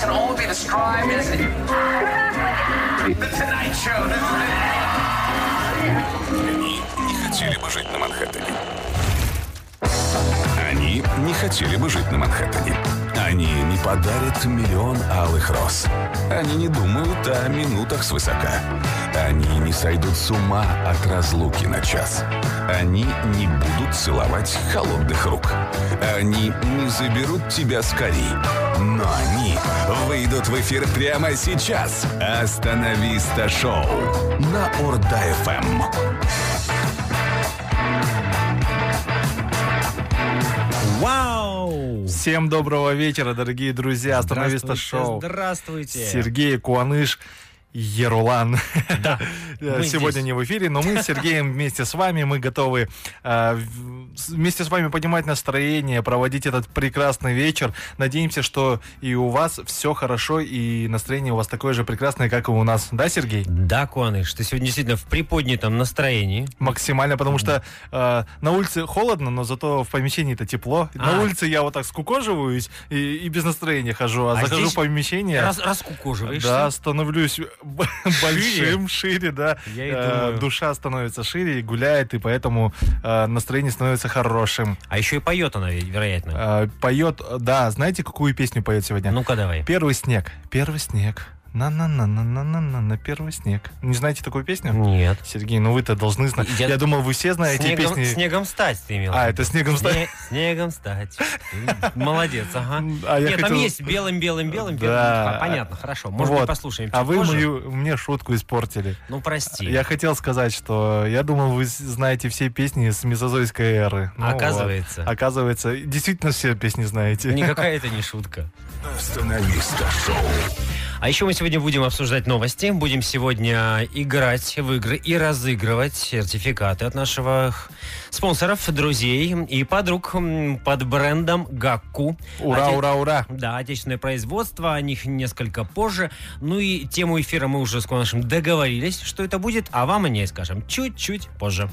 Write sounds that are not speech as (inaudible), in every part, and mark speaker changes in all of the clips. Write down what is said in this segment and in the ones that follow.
Speaker 1: can only be described (laughs) as the Tonight Show. The Tonight-
Speaker 2: Они не хотели бы жить на Манхэттене. Они не хотели бы жить на Манхэттене. Они не подарят миллион алых роз. Они не думают о минутах свысока. Они не сойдут с ума от разлуки на час. Они не будут целовать холодных рук. Они не заберут тебя скорей. Но они выйдут в эфир прямо сейчас. Остановиста шоу на Эм. Орда-ФМ.
Speaker 3: Вау!
Speaker 4: Всем доброго вечера, дорогие друзья. Остановиста шоу.
Speaker 3: Здравствуйте.
Speaker 4: Сергей Куаныш. Ерулан. (laughs)
Speaker 3: мы
Speaker 4: Сегодня
Speaker 3: здесь.
Speaker 4: не в эфире, но мы с Сергеем вместе с вами, мы готовы э, в- с- вместе с вами поднимать настроение, проводить этот прекрасный вечер. Надеемся, что и у вас все хорошо, и настроение у вас такое же прекрасное, как и у нас. Да, Сергей?
Speaker 3: Да, Куаныш, ты сегодня действительно в приподнятом настроении.
Speaker 4: Максимально, потому что э, на улице холодно, но зато в помещении-то тепло.
Speaker 3: А.
Speaker 4: На улице я вот так скукоживаюсь и, и без настроения хожу, а,
Speaker 3: А
Speaker 4: захожу
Speaker 3: здесь
Speaker 4: в помещение.
Speaker 3: Раз, раскукоживаешься.
Speaker 4: Да, становлюсь б- большим, шире, да.
Speaker 3: Я и
Speaker 4: Э,
Speaker 3: думаю.
Speaker 4: Душа становится шире и гуляет, и поэтому э, настроение становится хорошим.
Speaker 3: А еще и поет она, ведь, вероятно.
Speaker 4: Э, Поет, э, да, знаете, какую песню поет сегодня?
Speaker 3: Ну-ка давай.
Speaker 4: Первый снег. Первый снег. На-на-на-на-на-на-на, первый снег. Не знаете такую песню?
Speaker 3: Нет.
Speaker 4: Сергей, ну вы-то должны знать.
Speaker 3: Я-
Speaker 4: Я думал, вы все знаете
Speaker 3: снегом,
Speaker 4: Ну, песни.
Speaker 3: снегом стать ты имел.
Speaker 4: А, это снегом стать.
Speaker 3: Снегом стать. Молодец, ага.
Speaker 4: А я
Speaker 3: Нет, там
Speaker 4: хотел-
Speaker 3: есть белым, белым, белым, белым. А,
Speaker 4: Да.
Speaker 3: Понятно, хорошо. Может
Speaker 4: Вот.
Speaker 3: быть, послушаем
Speaker 4: А
Speaker 3: чуть
Speaker 4: вы
Speaker 3: позже?
Speaker 4: мою, мне шутку испортили.
Speaker 3: Ну, прости.
Speaker 4: Я хотел сказать, что я думал, вы с- знаете все песни с мезозойской эры. Ну
Speaker 3: Оказывается.
Speaker 4: вот. Оказывается, действительно все песни знаете.
Speaker 3: Никакая это не шутка.
Speaker 2: Остановиста шоу.
Speaker 3: А еще мы сегодня будем обсуждать новости, будем сегодня играть в игры и разыгрывать сертификаты от наших спонсоров, друзей и подруг м, под брендом Гакку.
Speaker 4: (laughs) Ура,
Speaker 3: Оте-
Speaker 4: ура, ура.
Speaker 3: Да, отечественное производство, о них несколько позже. Ну и тему эфира мы уже с Куанышем договорились, что это будет, а вам о ней скажем чуть-чуть позже.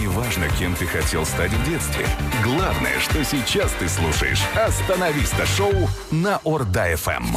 Speaker 2: Неважно, кем ты хотел стать в детстве. Главное, что сейчас ты слушаешь «Остановиста шоу» на Орда-ФМ.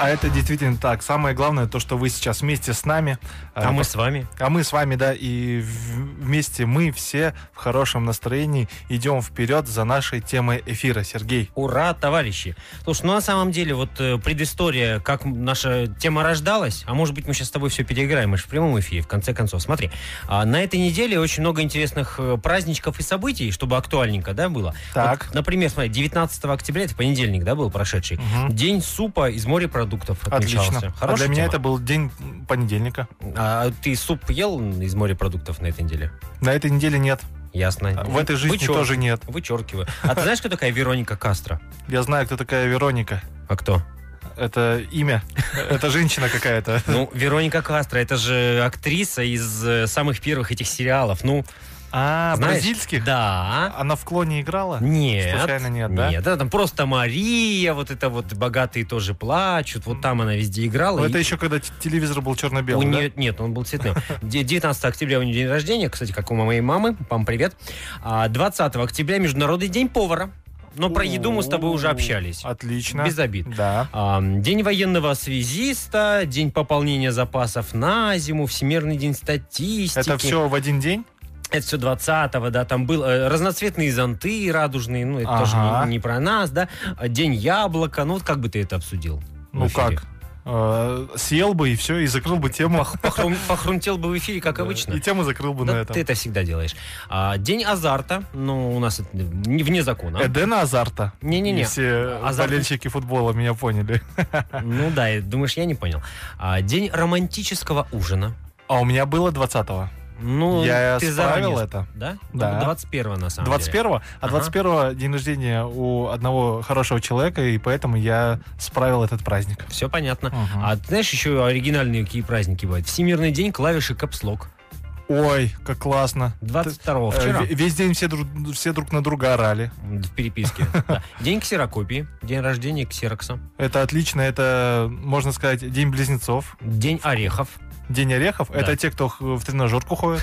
Speaker 4: А это действительно так. Самое главное, то, что вы сейчас вместе с нами.
Speaker 3: А
Speaker 4: Э,
Speaker 3: мы с вами.
Speaker 4: А мы с вами, да, и в- вместе мы все в хорошем настроении идем вперед за нашей темой эфира, Сергей.
Speaker 3: Ура, товарищи! Слушай, ну на самом деле, вот э, предыстория, как м- наша тема рождалась, а может быть мы сейчас с тобой все переиграем, мы же в прямом эфире, в конце концов. Смотри, а, на этой неделе очень много интересных э, праздничков и событий, чтобы актуальненько, да, было.
Speaker 4: Так.
Speaker 3: Вот, например, смотри, 19 октября, это понедельник, да, был прошедший, день супа из морепродуктов отмечался.
Speaker 4: Отлично. А
Speaker 3: Хорошая
Speaker 4: для меня
Speaker 3: тема.
Speaker 4: это был день понедельника.
Speaker 3: А ты суп ел из морепродуктов на этой неделе?
Speaker 4: На этой неделе нет.
Speaker 3: Ясно.
Speaker 4: А в этой жизни
Speaker 3: Вычер-
Speaker 4: тоже нет.
Speaker 3: Вычеркиваю. А ты знаешь, кто такая Вероника Кастро?
Speaker 4: Я знаю, кто такая Вероника.
Speaker 3: А кто?
Speaker 4: Это
Speaker 3: (laughs)
Speaker 4: имя. Это женщина какая-то.
Speaker 3: Ну, Вероника Кастро, это же актриса из э, самых первых этих сериалов. Ну,
Speaker 4: А,
Speaker 3: знаешь,
Speaker 4: бразильских?
Speaker 3: Да.
Speaker 4: Она в клоне играла?
Speaker 3: Нет.
Speaker 4: Случайно нет, да?
Speaker 3: Нет, да, там просто Мария, вот это вот богатые тоже плачут, вот там она везде играла.
Speaker 4: Ну,
Speaker 3: и
Speaker 4: это еще когда т- телевизор был
Speaker 3: у
Speaker 4: черно-белый, да?
Speaker 3: нее- Нет, он был цветным. Де- 19 октября у нее день рождения, кстати, как у моей мамы, пам, привет. А 20 октября Международный день повара. Но про еду мы с тобой уже
Speaker 4: О,
Speaker 3: общались.
Speaker 4: Отлично.
Speaker 3: Без обид.
Speaker 4: Да.
Speaker 3: А, День военного связиста, день пополнения запасов на зиму, Всемирный день статистики.
Speaker 4: Это все в один день?
Speaker 3: Это все 20-го, да, там был э, разноцветные зонты радужные, ну, это тоже
Speaker 4: Ага.
Speaker 3: не, не про нас, да. А, День яблока, ну, вот как бы ты это обсудил? в
Speaker 4: Ну
Speaker 3: эфире?
Speaker 4: как? Э, Съел бы и все, и закрыл бы тему.
Speaker 3: Похрум- похрумтел бы в эфире, как
Speaker 4: Да,
Speaker 3: обычно.
Speaker 4: И тему закрыл бы
Speaker 3: Да ты
Speaker 4: на этом.
Speaker 3: это всегда делаешь. А, день азарта, ну, у нас это не- вне закона.
Speaker 4: Эдена Азарта.
Speaker 3: ну. Не-не-не.
Speaker 4: И Все
Speaker 3: Азарт-
Speaker 4: болельщики футбола меня поняли.
Speaker 3: Ну да, и думаешь, я не понял. А, день романтического ужина.
Speaker 4: А у меня было 20-го.
Speaker 3: Ну,
Speaker 4: Я
Speaker 3: ты
Speaker 4: справил
Speaker 3: заранее-
Speaker 4: это.
Speaker 3: Да?
Speaker 4: Да.
Speaker 3: Ну, 21 на самом деле.
Speaker 4: 21-го? А
Speaker 3: Ага.
Speaker 4: 21-го день рождения у одного хорошего человека, и поэтому я справил этот праздник. А,
Speaker 3: Все понятно.
Speaker 4: Мгм.
Speaker 3: А ты знаешь, еще оригинальные какие праздники бывают? Всемирный день клавиши капслок.
Speaker 4: Ой, как классно.
Speaker 3: 22-го,
Speaker 4: Э,
Speaker 3: вчера.
Speaker 4: ве- Весь день все друг, все друг на друга орали.
Speaker 3: В
Speaker 4: (laughs)
Speaker 3: переписке. да. День ксерокопии, день рождения ксерокса,
Speaker 4: Это отлично, это, можно сказать, день близнецов,
Speaker 3: день орехов.
Speaker 4: день орехов.
Speaker 3: Да.
Speaker 4: Это те, кто х- в тренажерку ходит.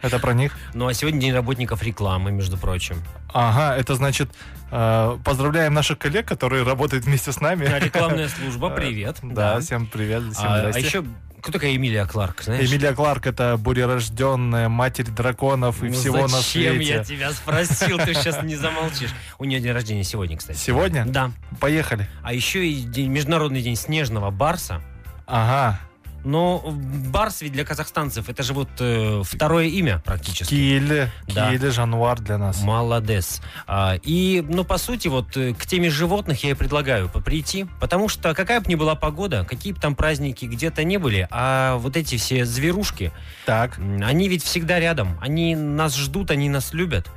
Speaker 4: Это про них.
Speaker 3: Ну а сегодня день работников рекламы, между прочим.
Speaker 4: Ага, это значит, э, поздравляем наших коллег, которые работают вместе с нами.
Speaker 3: А Рекламная
Speaker 4: (laughs)
Speaker 3: служба, привет.
Speaker 4: Да, всем привет, всем
Speaker 3: А, а
Speaker 4: здрасте.
Speaker 3: еще кто такая Эмилия Кларк, знаешь?
Speaker 4: Эмилия Кларк это бурерожденная матерь драконов и
Speaker 3: Ну,
Speaker 4: всего на
Speaker 3: зачем
Speaker 4: свете.
Speaker 3: я тебя спросил? Ты сейчас не замолчишь. У нее день рождения сегодня, кстати.
Speaker 4: Сегодня?
Speaker 3: Да.
Speaker 4: Поехали.
Speaker 3: А еще и день, Международный день снежного барса.
Speaker 4: Ага.
Speaker 3: Но барс ведь для казахстанцев это же вот э, второе имя практически.
Speaker 4: Киель,
Speaker 3: Да.
Speaker 4: Киель жануар для нас.
Speaker 3: Молодец. А, и, ну, по сути, вот э, к теме животных я и предлагаю по- прийти, потому что какая бы ни была погода, какие бы там праздники где-то не были, а вот эти все зверушки,
Speaker 4: Так.
Speaker 3: м, они ведь всегда рядом, они нас ждут, они нас любят.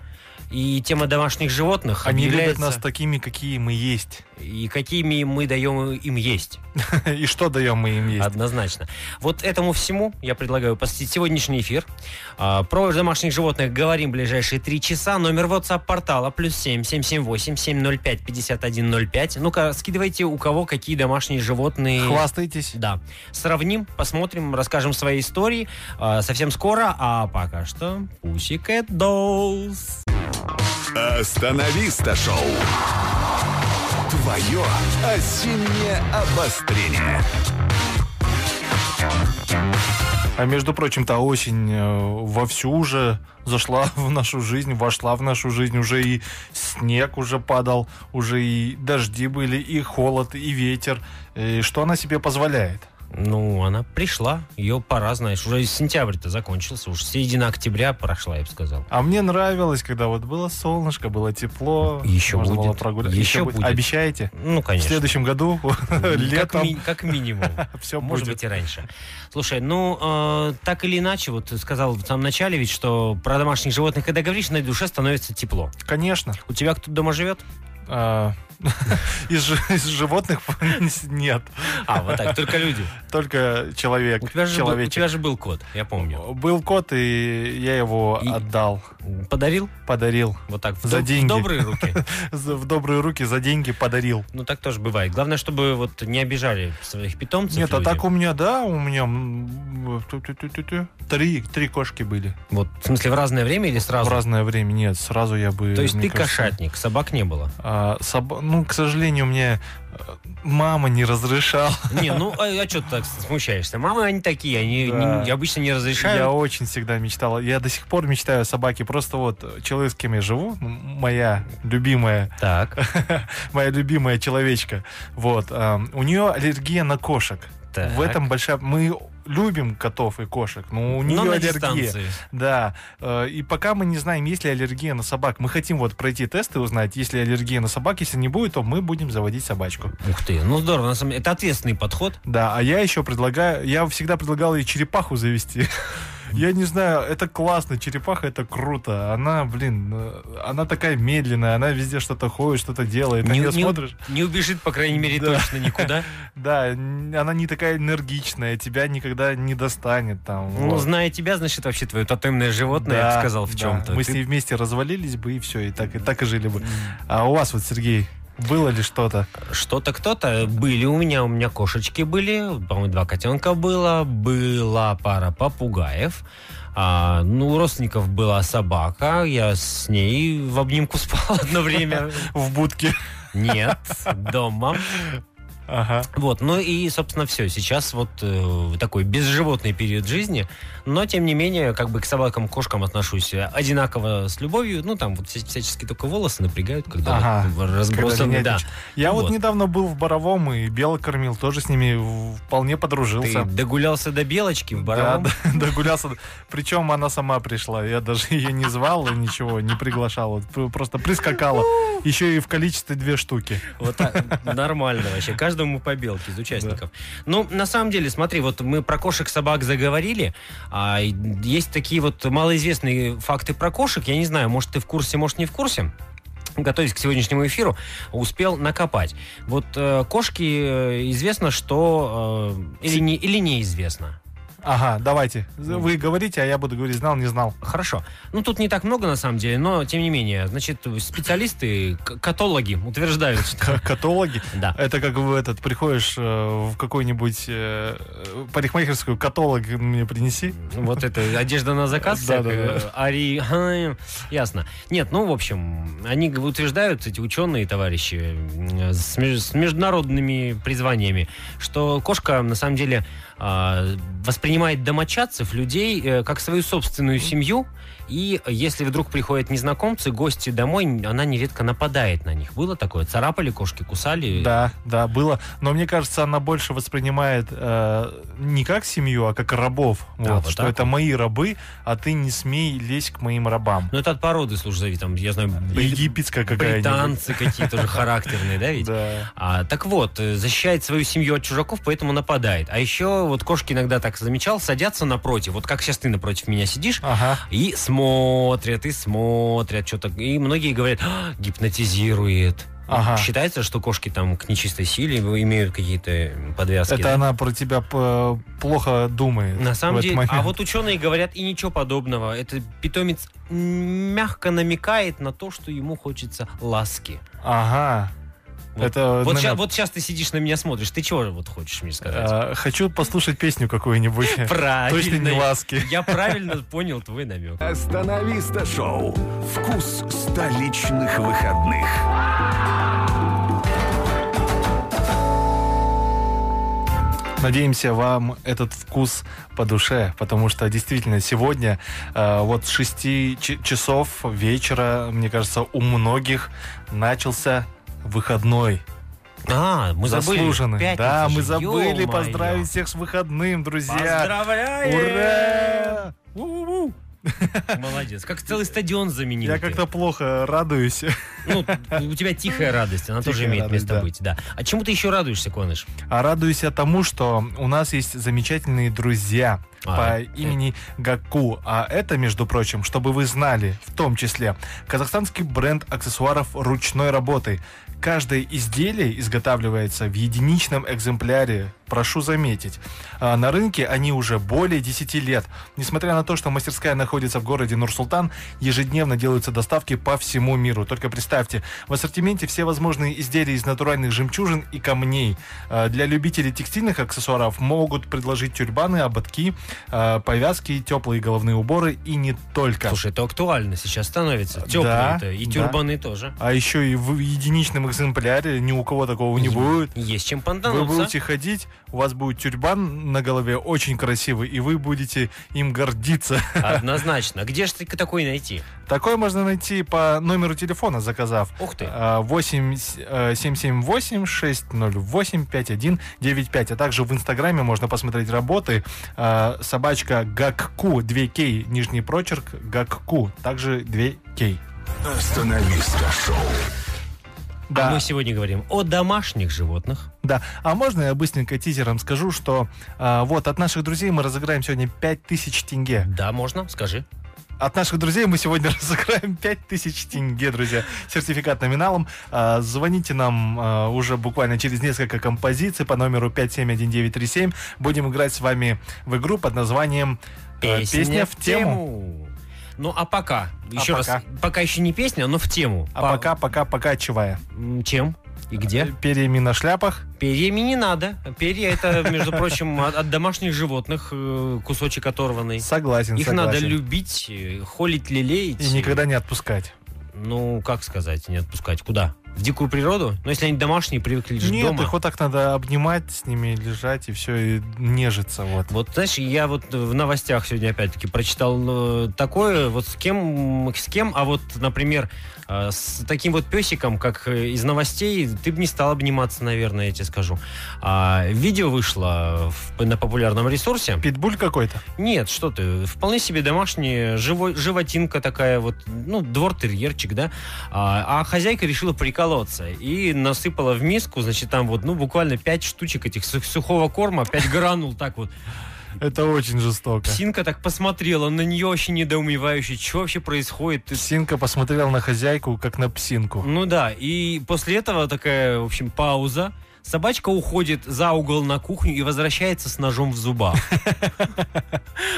Speaker 3: И тема домашних животных
Speaker 4: Они любят
Speaker 3: объявляется-
Speaker 4: нас такими, какие мы есть. (laughs)
Speaker 3: и какими мы даем им есть,
Speaker 4: И что даем мы им есть?
Speaker 3: однозначно. Вот этому всему я предлагаю посетить сегодняшний эфир. А, Про домашних животных говорим в ближайшие три часа. Номер WhatsApp-портала плюс семь семь семь восемь семь ноль пять пятьдесят один ноль пять. Ну-ка, скидывайте у кого какие домашние животные.
Speaker 4: Хвастайтесь.
Speaker 3: Да. Сравним, посмотрим, расскажем свои истории. А, Совсем скоро, а пока что Pussycat Dolls.
Speaker 2: Остановиста шоу. Твое осеннее обострение.
Speaker 4: А между прочим-то осень э, вовсю уже зашла (laughs) в нашу жизнь, вошла в нашу жизнь. Уже и снег уже падал, уже и дожди были, и холод, и ветер. И что она себе позволяет?
Speaker 3: Ну, она пришла, ее пора, знаешь, уже сентябрь-то закончился, уж середина октября прошла, я бы сказал.
Speaker 4: А мне нравилось, когда вот было солнышко, было тепло.
Speaker 3: Еще
Speaker 4: можно было
Speaker 3: будет.
Speaker 4: прогуляться.
Speaker 3: Еще будет.
Speaker 4: Обещаете?
Speaker 3: Ну,
Speaker 4: В
Speaker 3: конечно.
Speaker 4: следующем году (laughs)
Speaker 3: Как,
Speaker 4: летом
Speaker 3: ми- как
Speaker 4: (laughs)
Speaker 3: минимум.
Speaker 4: все
Speaker 3: Может
Speaker 4: будет.
Speaker 3: быть и раньше. Слушай, ну, э, так или иначе, вот ты сказал в самом начале ведь, что про домашних животных, когда говоришь, на душе становится тепло.
Speaker 4: Конечно.
Speaker 3: У тебя кто-то дома живет?
Speaker 4: А, (laughs) Из жи- из животных (laughs) нет.
Speaker 3: А, вот так, только люди.
Speaker 4: Только человек.
Speaker 3: У тебя же, был, у
Speaker 4: человечек.
Speaker 3: тебя же был кот, я помню.
Speaker 4: Был кот, и я его
Speaker 3: И-
Speaker 4: отдал,
Speaker 3: Подарил?
Speaker 4: подарил.
Speaker 3: Вот так, в,
Speaker 4: За
Speaker 3: доб- в
Speaker 4: деньги.
Speaker 3: добрые руки.
Speaker 4: (laughs) За- В добрые руки за деньги подарил.
Speaker 3: Ну, так тоже бывает. Главное, чтобы вот не обижали своих питомцев.
Speaker 4: Нет, а
Speaker 3: люди.
Speaker 4: так у меня, да, у меня м, ту-ту-ту-ту-ту. три, три кошки были.
Speaker 3: Вот, в смысле, в разное время или
Speaker 4: В
Speaker 3: сразу?
Speaker 4: разное время, нет, сразу я бы...
Speaker 3: То есть
Speaker 4: мне
Speaker 3: ты
Speaker 4: кажется,
Speaker 3: кошатник, собак не
Speaker 4: (laughs)
Speaker 3: было?
Speaker 4: а, соб- Ну, к сожалению, мне э, мама
Speaker 3: (laughs)
Speaker 4: не разрешала.
Speaker 3: Не, ну а, что ты так смущаешься? Мамы они такие, они
Speaker 4: Да.
Speaker 3: не- обычно не
Speaker 4: Я
Speaker 3: разрешают.
Speaker 4: очень всегда мечтал. Я до сих пор мечтаю о собаке. Просто вот э, человек, с кем я живу, м, моя любимая (laughs)
Speaker 3: Так,
Speaker 4: моя любимая человечка. Вот. а, У нее аллергия на кошек.
Speaker 3: так.
Speaker 4: В этом большая... Мы любим котов и кошек, но у нее
Speaker 3: Но на
Speaker 4: аллергия.
Speaker 3: дистанции.
Speaker 4: Да. Э, И пока мы не знаем, есть ли аллергия на собак, мы хотим вот пройти тест и узнать, есть ли аллергия на собак. Если не будет, то мы будем заводить собачку.
Speaker 3: Ух ты, ну здорово, на самом деле. Это ответственный подход.
Speaker 4: Да, а я еще предлагаю... Я всегда предлагал ей черепаху завести. (laughs) Я не знаю, это классно, черепаха это круто. Она, блин, э, она такая медленная, она везде что-то ходит, что-то делает. На
Speaker 3: Не-
Speaker 4: нее
Speaker 3: не-
Speaker 4: смотришь.
Speaker 3: Не убежит, по крайней мере,
Speaker 4: (laughs) Да.
Speaker 3: точно никуда.
Speaker 4: Да, н- она не такая энергичная, тебя никогда не достанет там.
Speaker 3: Ну,
Speaker 4: вот.
Speaker 3: зная тебя, значит, вообще твое тотемное животное, я
Speaker 4: Да,
Speaker 3: бы сказал, в
Speaker 4: да.
Speaker 3: чем-то.
Speaker 4: Мы
Speaker 3: Ты-
Speaker 4: с ней вместе развалились бы и все, и так и так и жили бы. А у вас вот, Сергей, было ли что-то?
Speaker 3: Что-то кто-то были у меня, у меня кошечки были, по-моему, два котенка было, была пара попугаев, а, ну, у родственников была собака, я с ней в обнимку (laughs) спал одно
Speaker 4: (laughs)
Speaker 3: время.
Speaker 4: В будке.
Speaker 3: Нет, дома.
Speaker 4: Ага.
Speaker 3: Вот, ну и, собственно, все. Сейчас вот э, такой безживотный период жизни, но, тем не менее, как бы к собакам, кошкам отношусь одинаково с любовью. Ну, там вот вся- всячески только волосы напрягают, когда
Speaker 4: Ага.
Speaker 3: вот
Speaker 4: Когда
Speaker 3: разбросаны.
Speaker 4: линять
Speaker 3: Да.
Speaker 4: нечем. Я вот.
Speaker 3: Вот.
Speaker 4: недавно был в Боровом и белок кормил, тоже с ними в- вполне
Speaker 3: Ты
Speaker 4: подружился.
Speaker 3: догулялся до белочки в
Speaker 4: Да,
Speaker 3: барабан?
Speaker 4: да, (laughs) догулялся. Причем она сама пришла. Я даже (laughs) ее не звал и ничего, не приглашал. Вот пр- Просто прискакала. Еще и в количестве две штуки.
Speaker 3: Вот так, нормально вообще. Каждому по белке из участников. Ну, на самом деле, смотри, вот мы про кошек, собак заговорили. А и есть такие вот малоизвестные факты про кошек. Я не знаю, может, ты в курсе, может, не в курсе. Готовясь к сегодняшнему эфиру, успел накопать. Вот э, кошки э, известно, что э, или, не, или неизвестно.
Speaker 4: Ага, давайте. Вы говорите, а я буду говорить, знал, не знал.
Speaker 3: Хорошо. Ну, тут не так много, на самом деле, но, тем не менее, значит, специалисты, к- катологи утверждают, что...
Speaker 4: (laughs) К- Катологи.
Speaker 3: Да.
Speaker 4: Это как в этот, приходишь э, в какую-нибудь э, парикмахерскую, каталог мне принеси.
Speaker 3: Вот это одежда на заказ,
Speaker 4: Да, да,
Speaker 3: всякая, ари... Ясно. Нет, ну, в общем, они г- утверждают, эти ученые товарищи, э, с меж- с международными призваниями, что кошка, на самом деле, а, воспринимает домочадцев, людей, э, как свою собственную семью, и если вдруг приходят незнакомцы, гости домой, н- она нередко нападает на них. Было такое? Царапали кошки, кусали?
Speaker 4: Да, да, было. Но мне кажется, она больше воспринимает э, не как семью, а как рабов.
Speaker 3: А,
Speaker 4: Вот,
Speaker 3: вот
Speaker 4: что
Speaker 3: так
Speaker 4: это мои рабы, а ты не смей лезть к моим рабам.
Speaker 3: Ну, это от породы, слушай, зови, там, я знаю, бри-
Speaker 4: Египетская какая-нибудь.
Speaker 3: британцы какие-то же характерные, да, ведь?
Speaker 4: Да.
Speaker 3: А, так вот, э, защищает свою семью от чужаков, поэтому нападает. А еще вот кошки иногда так замечал, садятся напротив. Вот как сейчас ты напротив меня сидишь,
Speaker 4: Ага.
Speaker 3: и смотрят, и смотрят что-то. И многие говорят, «А, гипнотизирует.
Speaker 4: Ага.
Speaker 3: Считается, что кошки там к нечистой силе имеют какие-то подвязки.
Speaker 4: Это
Speaker 3: да?
Speaker 4: она про тебя п- плохо думает.
Speaker 3: На самом
Speaker 4: в этот
Speaker 3: деле, а
Speaker 4: момент.
Speaker 3: вот ученые говорят и ничего подобного. Это питомец м, мягко намекает на то, что ему хочется ласки.
Speaker 4: Ага.
Speaker 3: Вот.
Speaker 4: Это
Speaker 3: Вот, ща-
Speaker 4: наверно,
Speaker 3: вот сейчас ты сидишь на меня смотришь. Ты чего вот хочешь мне сказать?
Speaker 4: э, хочу послушать песню какую-нибудь. Точно
Speaker 3: (laughs)
Speaker 4: не
Speaker 3: Правильно.
Speaker 4: ласки.
Speaker 3: Я правильно понял твой намек.
Speaker 2: Остановиста шоу. Вкус столичных выходных.
Speaker 4: Надеемся, вам этот вкус по душе, потому что действительно сегодня э, вот с 6 ч- часов вечера, мне кажется, у многих начался выходной.
Speaker 3: А, мы забыли.
Speaker 4: Заслуженный.
Speaker 3: Пятница
Speaker 4: да,
Speaker 3: же,
Speaker 4: мы забыли
Speaker 3: ё-моё.
Speaker 4: поздравить всех с выходным, друзья.
Speaker 3: Поздравляем!
Speaker 4: Ура! У-у-у!
Speaker 3: Молодец. Как целый стадион заменил.
Speaker 4: Я
Speaker 3: ты.
Speaker 4: как-то плохо радуюсь.
Speaker 3: Ну, у тебя тихая радость, она
Speaker 4: Тихая
Speaker 3: тоже имеет
Speaker 4: радость,
Speaker 3: место
Speaker 4: да.
Speaker 3: быть, да. А чему ты еще радуешься, Коныш?
Speaker 4: А радуюсь я тому, что у нас есть замечательные друзья
Speaker 3: А,
Speaker 4: по
Speaker 3: э.
Speaker 4: имени Гаку. А это, между прочим, чтобы вы знали, в том числе, казахстанский бренд аксессуаров ручной работы. Каждое изделие изготавливается в единичном экземпляре, прошу заметить. А на рынке они уже более 10 лет. Несмотря на то, что мастерская находится в городе Нур-Султан, ежедневно делаются доставки по всему миру. Только представьте, в ассортименте все возможные изделия из натуральных жемчужин и камней. Э, Для любителей текстильных аксессуаров могут предложить тюрбаны, ободки, э, повязки, теплые головные уборы и не только.
Speaker 3: Слушай, это актуально сейчас становится.
Speaker 4: Да,
Speaker 3: Теплые-то. и
Speaker 4: да.
Speaker 3: тюрбаны тоже.
Speaker 4: А еще и в единичном экземпляре ни у кого такого не будет.
Speaker 3: Есть чем
Speaker 4: Вы
Speaker 3: понтануться.
Speaker 4: будете ходить, у вас будет тюрбан на голове, очень красивый, и вы будете им гордиться. (laughs)
Speaker 3: Однозначно. Где же ты такой найти?
Speaker 4: Такое можно найти по номеру телефона, заказав.
Speaker 3: Ух ты.
Speaker 4: А, 8 с- э, 778 608 5195. А также в Инстаграме можно посмотреть работы. А, Собачка Гакку 2К, нижний прочерк Гакку, также 2К.
Speaker 2: Остановиста шоу.
Speaker 3: А мы сегодня говорим о домашних животных.
Speaker 4: Да. А можно я быстренько тизером скажу, что а, вот от наших друзей мы разыграем сегодня 5000 тенге.
Speaker 3: Да, можно? Скажи.
Speaker 4: От наших друзей мы сегодня (laughs) разыграем 5000 тенге, друзья. Сертификат номиналом. А, Звоните нам а, уже буквально через несколько композиций по номеру 571937. Будем играть с вами в игру под названием э, «Песня в тему».
Speaker 3: Ну, а пока, еще раз,
Speaker 4: пока?
Speaker 3: пока еще не песня, но в тему.
Speaker 4: А
Speaker 3: Па-
Speaker 4: пока, Э, пока, пока, чевая.
Speaker 3: М, Чем? И где?
Speaker 4: Перьями на шляпах.
Speaker 3: Перьями не надо. Перья это, между прочим, от, от домашних животных э, кусочек оторванный.
Speaker 4: Согласен,
Speaker 3: Их надо
Speaker 4: согласен.
Speaker 3: любить, э, холить, лелеять.
Speaker 4: И никогда не отпускать.
Speaker 3: Ну, как сказать, не отпускать. Куда? В дикую природу? Ну, если они домашние, привыкли жить
Speaker 4: Нет,
Speaker 3: дома.
Speaker 4: их вот так надо обнимать с ними, лежать и все, и нежиться. Вот.
Speaker 3: Вот, знаешь, я вот в новостях сегодня опять-таки прочитал э, такое, вот с кем, с кем, а вот, например, э, с таким вот песиком, как э, из новостей, ты бы не стал обниматься, наверное, я тебе скажу. А, видео вышло в- на популярном ресурсе.
Speaker 4: Питбуль какой-то?
Speaker 3: Нет, что ты, вполне себе домашняя живо- животинка такая вот, ну, двор-терьерчик, да, а, а хозяйка решила приколоться и насыпала в миску, значит, там вот, ну, буквально 5 штучек этих су- сухого корма, 5 гранул так вот,
Speaker 4: Это очень жестоко.
Speaker 3: Псинка так посмотрела на нее очень недоумевающе, что вообще происходит. Ты-
Speaker 4: Псинка посмотрел на хозяйку, как на псинку.
Speaker 3: Ну да, и после этого такая, в общем, пауза. Собачка уходит за угол на кухню и возвращается с ножом в зубах. (laughs)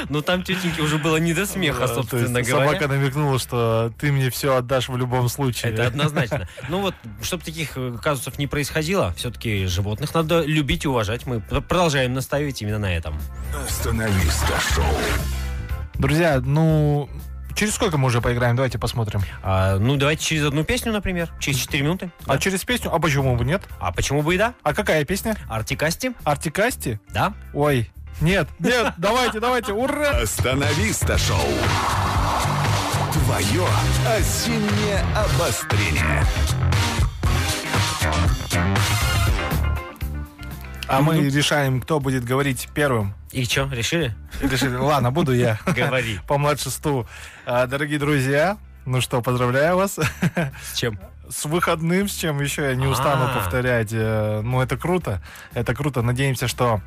Speaker 3: Но там тетеньке уже было не до смеха,
Speaker 4: Да, Э, то есть
Speaker 3: А, собственно говоря.
Speaker 4: Собака намекнула, что ты мне все отдашь в любом случае.
Speaker 3: Это однозначно. Ну вот, чтобы таких э, казусов не происходило, все-таки животных надо любить и уважать. Мы п- продолжаем настаивать именно на этом.
Speaker 2: Остановиста шоу.
Speaker 4: Друзья, ну... Через сколько мы уже поиграем? Давайте посмотрим.
Speaker 3: А, ну, давайте через одну песню, например, через 4 минуты.
Speaker 4: А через песню? А почему бы нет?
Speaker 3: А почему бы и да?
Speaker 4: А какая песня?
Speaker 3: Артикасти,
Speaker 4: Артикасти?
Speaker 3: да?
Speaker 4: Ой, нет, нет, давайте, давайте, ура!
Speaker 2: Остановиста шоу. Твое осеннее обострение.
Speaker 4: А мы решаем, кто будет говорить первым.
Speaker 3: И что,
Speaker 4: (laughs)
Speaker 3: решили?
Speaker 4: И решили, ладно, буду я.
Speaker 3: Говори.
Speaker 4: Помладше сту. А, Дорогие друзья, ну что, поздравляю вас.
Speaker 3: С чем?
Speaker 4: С выходным, с чем еще я не устану
Speaker 3: А.
Speaker 4: повторять. Э, Ну, это круто. Это круто. Надеемся, что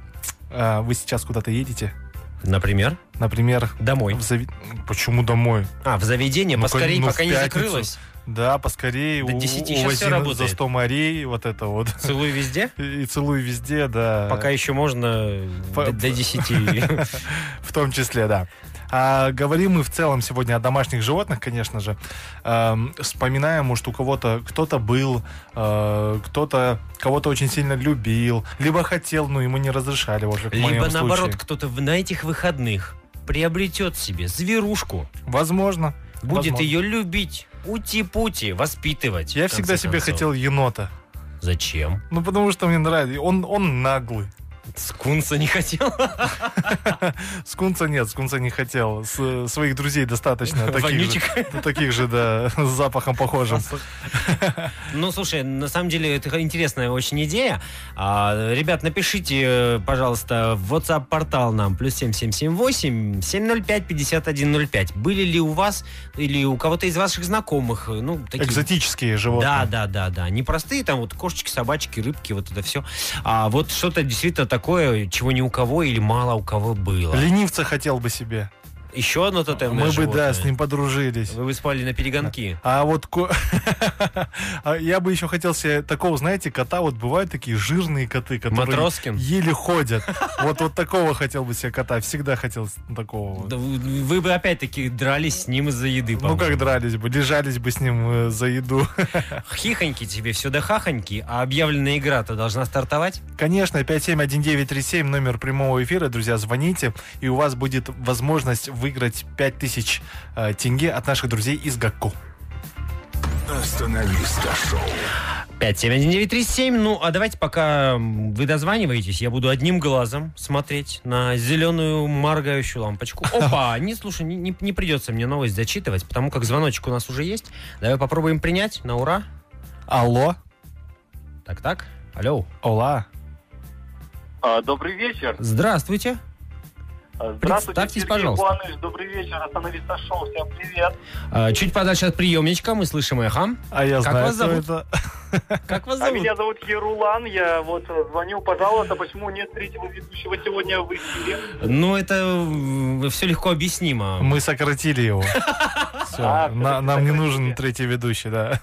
Speaker 4: э, вы сейчас куда-то едете.
Speaker 3: Например,
Speaker 4: Например,
Speaker 3: домой.
Speaker 4: в зави- Почему домой?
Speaker 3: А, в заведение,
Speaker 4: Ну,
Speaker 3: поскорее,
Speaker 4: кон- ну, в
Speaker 3: пока не
Speaker 4: пятницу.
Speaker 3: закрылось.
Speaker 4: Да, поскорее.
Speaker 3: До
Speaker 4: у-
Speaker 3: 10 сейчас всё
Speaker 4: увози за
Speaker 3: работает.
Speaker 4: 100 морей, вот это вот. (laughs)
Speaker 3: Целую везде.
Speaker 4: И целую везде, да.
Speaker 3: Пока еще можно
Speaker 4: По-
Speaker 3: д- до
Speaker 4: (laughs)
Speaker 3: (laughs) 10.
Speaker 4: В том числе, да. А говорим мы в целом сегодня о домашних животных, конечно же. Эм, вспоминаем, может, у кого-то кто-то был, э, кто-то кого-то очень сильно любил, либо хотел, но ему не разрешали уже. как в
Speaker 3: Либо
Speaker 4: моем
Speaker 3: наоборот,
Speaker 4: случае.
Speaker 3: кто-то в- на этих выходных приобретет себе зверушку,
Speaker 4: Возможно.
Speaker 3: будет
Speaker 4: Возможно.
Speaker 3: ее любить, ути-пути, воспитывать.
Speaker 4: Я
Speaker 3: в конце
Speaker 4: всегда себе
Speaker 3: концов.
Speaker 4: хотел енота.
Speaker 3: Зачем?
Speaker 4: Ну, потому что мне нравится. Он, он наглый.
Speaker 3: Скунса не хотел.
Speaker 4: Скунца нет, скунца не хотел. С- своих
Speaker 3: (laughs)
Speaker 4: друзей достаточно. Таких же,
Speaker 3: Вонючек.
Speaker 4: ну, таких же, да, (laughs) с запахом похожим.
Speaker 3: Ну, слушай, на самом деле это интересная очень идея. А, ребят, напишите, э, пожалуйста, в WhatsApp-портал нам плюс 7778 705 5105. Были ли у вас или у кого-то из ваших знакомых, э, ну, такие...
Speaker 4: Экзотические животные.
Speaker 3: Да, да, да, да. Не простые там вот кошечки, собачки, рыбки, вот это все. А вот что-то действительно такое, чего ни у кого или мало у кого было.
Speaker 4: Ленивца хотел бы себе.
Speaker 3: Еще одно тотемное
Speaker 4: Мы бы,
Speaker 3: животное.
Speaker 4: да, с ним подружились.
Speaker 3: Вы бы спали на перегонки.
Speaker 4: А вот ко- (laughs) А я бы еще хотел себе такого, знаете, кота. Вот бывают такие жирные коты, которые
Speaker 3: Матроскин?
Speaker 4: еле ходят. Вот вот такого хотел бы себе кота. Всегда хотел с- такого.
Speaker 3: Да Вы вы бы опять-таки дрались с ним из-за еды,
Speaker 4: Ну
Speaker 3: по-моему.
Speaker 4: как дрались бы, лежались бы с ним э, за еду. (laughs)
Speaker 3: Хихоньки тебе все да хахоньки, а объявленная игра-то должна стартовать?
Speaker 4: Конечно, 571937, номер прямого эфира, друзья, звоните, и у вас будет возможность выиграть 5000 э, тенге от наших друзей из Гакку.
Speaker 2: Остановиста шоу.
Speaker 3: 571-937. Ну, а давайте, пока м, вы дозваниваетесь, я буду одним глазом смотреть на зеленую моргающую лампочку. Опа! Не, слушай, не, не- не придется мне новость зачитывать, потому как звоночек у нас уже есть. Давай попробуем принять на ура.
Speaker 4: Алло,
Speaker 3: Так-так. Алло.
Speaker 4: ола.
Speaker 5: А, Добрый вечер.
Speaker 3: Здравствуйте.
Speaker 5: А,
Speaker 3: Представьтесь,
Speaker 5: Сергей
Speaker 3: пожалуйста.
Speaker 5: Куаныш. Добрый вечер. Остановиста шоу. Всем привет.
Speaker 3: А, чуть подальше от приемничка мы слышим
Speaker 5: (laughs)
Speaker 3: эхо.
Speaker 4: А я
Speaker 3: Как
Speaker 4: знаю,
Speaker 3: вас
Speaker 4: кто
Speaker 3: зовут?
Speaker 4: это.
Speaker 3: Как вас
Speaker 5: А
Speaker 3: зовут?
Speaker 5: меня зовут Ерулан. Я вот э, звоню, пожалуйста, почему нет третьего ведущего сегодня в эфире?
Speaker 3: Ну, это все легко объяснимо.
Speaker 4: Мы
Speaker 3: (laughs)
Speaker 4: сократили его. Всё, на-
Speaker 5: А, всё-таки
Speaker 4: нам не
Speaker 5: сократили.
Speaker 4: нужен третий ведущий, да.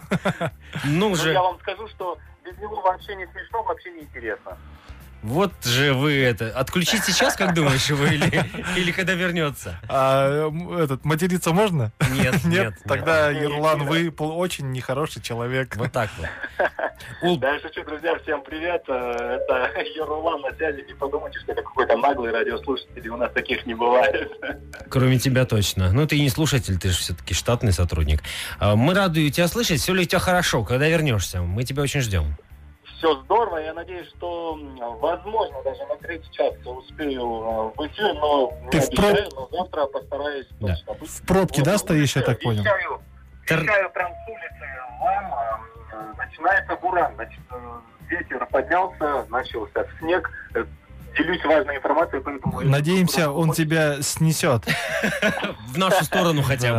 Speaker 3: Ну
Speaker 5: Но
Speaker 3: же.
Speaker 5: я вам скажу, что без него вообще не смешно, вообще не интересно.
Speaker 3: Вот же вы это. Отключить сейчас, как думаешь, его или, или когда вернется?
Speaker 4: А, м, этот, материться можно?
Speaker 3: Нет, нет.
Speaker 4: Нет?
Speaker 3: нет.
Speaker 4: Тогда,
Speaker 5: нет.
Speaker 4: Ерлан, вы пол- очень нехороший человек.
Speaker 3: Вот так вот. Ул,
Speaker 5: Да, я шучу, друзья, всем привет. Э, Это (laughs) Ерулан на связи. Не подумайте, что это какой-то наглый радиослушатель. У нас таких не бывает. (laughs)
Speaker 3: кроме тебя точно. Ну, ты и не слушатель, ты же все-таки штатный сотрудник. А, Мы рады тебя слышать. Все ли у тебя хорошо, когда вернешься? Мы тебя очень ждем.
Speaker 5: Все здорово. Я надеюсь, что м, возможно даже на третий час я успею э, в эфир, но
Speaker 4: Ты
Speaker 5: не
Speaker 4: в проб-
Speaker 5: обещаю, но завтра постараюсь
Speaker 3: Да.
Speaker 5: точно быть.
Speaker 4: В пробке,
Speaker 5: Вот,
Speaker 4: да,
Speaker 5: ну,
Speaker 4: стоишь, я так понял?
Speaker 5: Вещаю,
Speaker 3: Тр-
Speaker 5: вещаю прям с улицы вам. э, Начинается буран. Значит, э, ветер поднялся, начался снег. Э, Делюсь важной информацией, поэтому...
Speaker 4: Надеемся, он тебя снесет.
Speaker 3: В нашу сторону хотя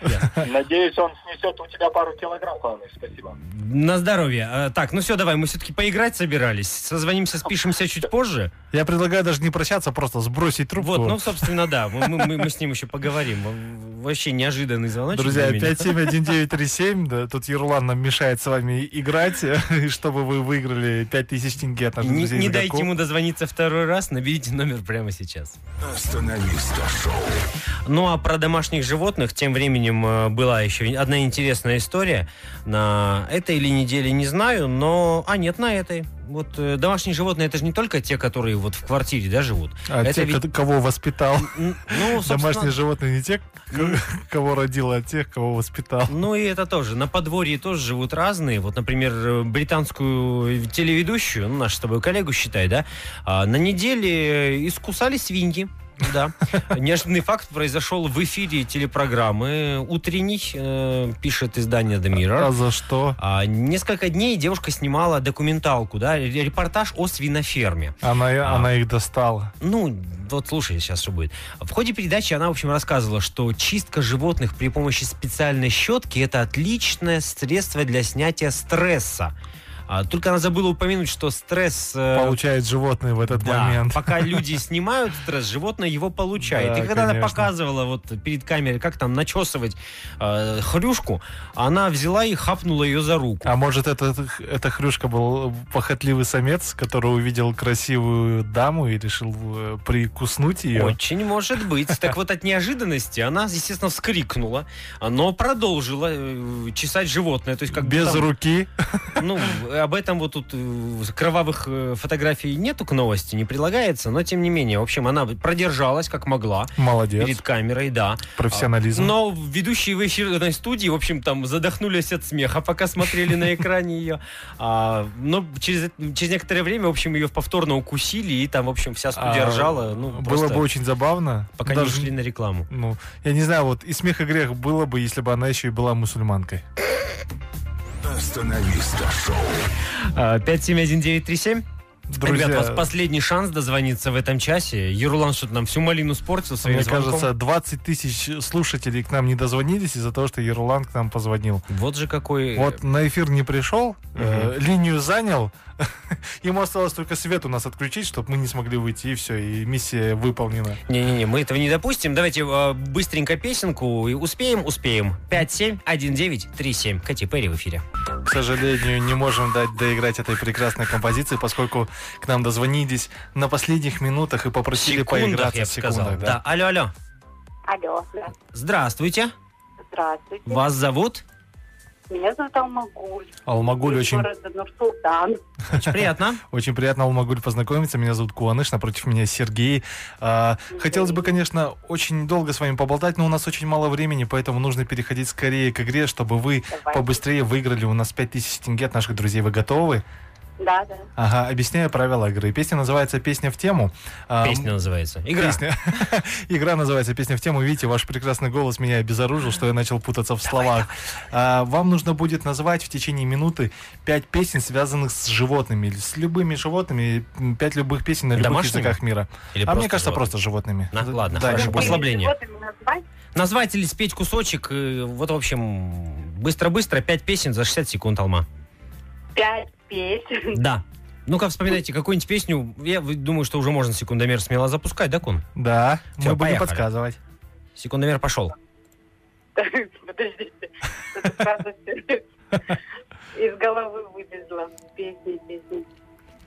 Speaker 3: бы.
Speaker 4: Да.
Speaker 5: Надеюсь, он снесет все-то у тебя пару килограмм, главное, спасибо.
Speaker 3: На здоровье. А, Так, ну все, давай, мы все-таки поиграть собирались. Созвонимся, спишемся чуть позже.
Speaker 4: Я предлагаю даже не прощаться, просто сбросить трубку.
Speaker 3: Вот, ну, собственно, да. Мы, мы- мы- мы с ним еще поговорим. Он Вообще неожиданный звоночек.
Speaker 4: Друзья,
Speaker 3: для меня.
Speaker 4: 571937, да, тут Ерлан нам мешает с вами играть, (laughs) и чтобы вы выиграли 5000 тенге от наших
Speaker 3: Не,
Speaker 4: А друзей
Speaker 3: не
Speaker 4: игроков.
Speaker 3: дайте ему дозвониться второй раз, наберите номер прямо сейчас.
Speaker 2: Остановиста шоу.
Speaker 3: Ну а про домашних животных тем временем э, была еще одна интересная история. На этой или неделе не знаю, но... А нет, на этой. Вот э, домашние животные, это же не только те, которые вот в квартире, да, живут.
Speaker 4: А
Speaker 3: это
Speaker 4: те,
Speaker 3: ведь-
Speaker 4: кто- кого воспитал.
Speaker 3: Н- Ну,
Speaker 4: (laughs) Домашние
Speaker 3: собственно...
Speaker 4: животные не те, к- (laughs) кого родил, а тех, кого воспитал.
Speaker 3: Ну и это тоже. На подворье тоже живут разные. Вот, например, э, британскую телеведущую, ну, наш с тобой коллегу считай, да, а, на неделе э, искусали свиньи. Да. Неожиданный факт произошел в эфире телепрограммы «Утренний», э, пишет издание The Mirror.
Speaker 4: А за что?
Speaker 3: А, Несколько дней девушка снимала документалку, да, ре- репортаж о свиноферме.
Speaker 4: Она,
Speaker 3: А.
Speaker 4: она их достала.
Speaker 3: Ну, вот слушай, сейчас что будет. В ходе передачи она, в общем, рассказывала, что чистка животных при помощи специальной щетки – это отличное средство для снятия стресса. А, Только она забыла упомянуть, что стресс... э,
Speaker 4: Получает животные в этот
Speaker 3: да,
Speaker 4: момент. (laughs)
Speaker 3: пока люди снимают стресс, животное его получает.
Speaker 4: Да,
Speaker 3: И когда она
Speaker 4: конечно.
Speaker 3: показывала вот перед камерой, как там начесывать э, хрюшку, она взяла и хапнула ее за руку.
Speaker 4: А может, это, это хрюшка был похотливый самец, который увидел красивую даму и решил э, прикуснуть ее?
Speaker 3: Очень может быть. Так вот, от неожиданности она, естественно, вскрикнула, но продолжила э, чесать животное. То есть, как бы
Speaker 4: Без
Speaker 3: там, (laughs)
Speaker 4: руки.
Speaker 3: Ну, об этом вот тут э, кровавых э, фотографий нету к новости, не прилагается, но тем не менее. В общем, она продержалась как могла
Speaker 4: Молодец.
Speaker 3: перед камерой, да.
Speaker 4: Профессионализм.
Speaker 3: Но ведущие в эфирной студии, в общем, там задохнулись от смеха, пока смотрели на экране ее. А, но через, через некоторое время, в общем, ее повторно укусили, и там, в общем, вся студия
Speaker 4: А,
Speaker 3: ржала. Ну,
Speaker 4: было
Speaker 3: просто
Speaker 4: бы очень забавно.
Speaker 3: пока
Speaker 4: Даже-
Speaker 3: не ушли на рекламу.
Speaker 4: Ну, я не знаю, вот и смех и грех было бы, если бы она еще и была мусульманкой.
Speaker 2: Остановиста шоу.
Speaker 3: А, 571-937.
Speaker 4: Друзья,
Speaker 3: Ребят, у вас последний шанс дозвониться в этом часе. Юрлан что-то нам всю малину спортил своим
Speaker 4: мне
Speaker 3: звонком.
Speaker 4: кажется, 20 тысяч слушателей к нам не дозвонились из-за того, что Ерлан к нам позвонил.
Speaker 3: Вот же какой... э,
Speaker 4: Вот на эфир не пришел, э, линию занял. (laughs) Ему осталось только свет у нас отключить, чтобы мы не смогли выйти, и все, и миссия выполнена.
Speaker 3: Не-не-не, мы этого не допустим. Давайте э, быстренько песенку. И успеем, успеем. 5-7-1-9-3-7. Кати Перри в эфире.
Speaker 4: К сожалению, не можем дать доиграть этой прекрасной композиции, поскольку к нам дозвонились на последних минутах и
Speaker 3: В
Speaker 4: попросили
Speaker 3: секундах,
Speaker 4: поиграться
Speaker 3: я
Speaker 4: в
Speaker 3: бы сказал.
Speaker 4: секундах.
Speaker 3: да.
Speaker 4: да.
Speaker 3: алло, алло.
Speaker 6: Алло, да.
Speaker 3: Здравствуйте.
Speaker 6: здравствуйте.
Speaker 3: Вас
Speaker 4: (laughs)
Speaker 3: зовут?
Speaker 6: Меня зовут Алмагуль.
Speaker 4: Алмагуль
Speaker 6: Из
Speaker 4: очень
Speaker 6: города Нур-Султан.
Speaker 3: Очень приятно.
Speaker 4: Очень приятно, Алмагуль, познакомиться. Меня зовут Куаныш, напротив меня Сергей. А, Хотелось бы, конечно, очень долго с вами поболтать, но у нас очень мало времени, поэтому нужно переходить скорее к игре, чтобы вы
Speaker 6: Давай.
Speaker 4: побыстрее выиграли у нас 5000 тенге от наших друзей. Вы готовы?
Speaker 6: Да, да.
Speaker 4: Ага, объясняю правила игры. Песня называется «Песня в тему». А,
Speaker 3: Песня называется. Игра.
Speaker 4: Песня. (laughs) Игра называется «Песня в тему». Видите, ваш прекрасный голос меня обезоружил, что я начал путаться в словах. А, Вам нужно будет назвать в течение минуты пять песен, связанных с животными, или с любыми животными, м, пять любых песен на любых
Speaker 3: Домашними?
Speaker 4: языках мира.
Speaker 3: Или
Speaker 4: а мне кажется,
Speaker 3: животное?
Speaker 4: просто животными.
Speaker 3: На, ладно,
Speaker 4: Да,
Speaker 3: хорошо.
Speaker 4: не будем.
Speaker 3: Послабление.
Speaker 6: Вот именно назвать.
Speaker 3: Назвать или спеть кусочек. э, Вот, в общем, быстро-быстро. Пять песен за 60 секунд, Алма.
Speaker 6: Пять песен. (laughs)
Speaker 3: Да. Ну-ка, вспоминайте какую-нибудь песню. Я вы- думаю, что уже можно секундомер смело запускать, да, Кун?
Speaker 4: Да,
Speaker 3: Всё,
Speaker 4: мы будем
Speaker 3: поехали.
Speaker 4: подсказывать.
Speaker 3: Секундомер пошел.
Speaker 6: Подождите. Тут сразу всё (laughs) Из головы вылезла. Песни, песни.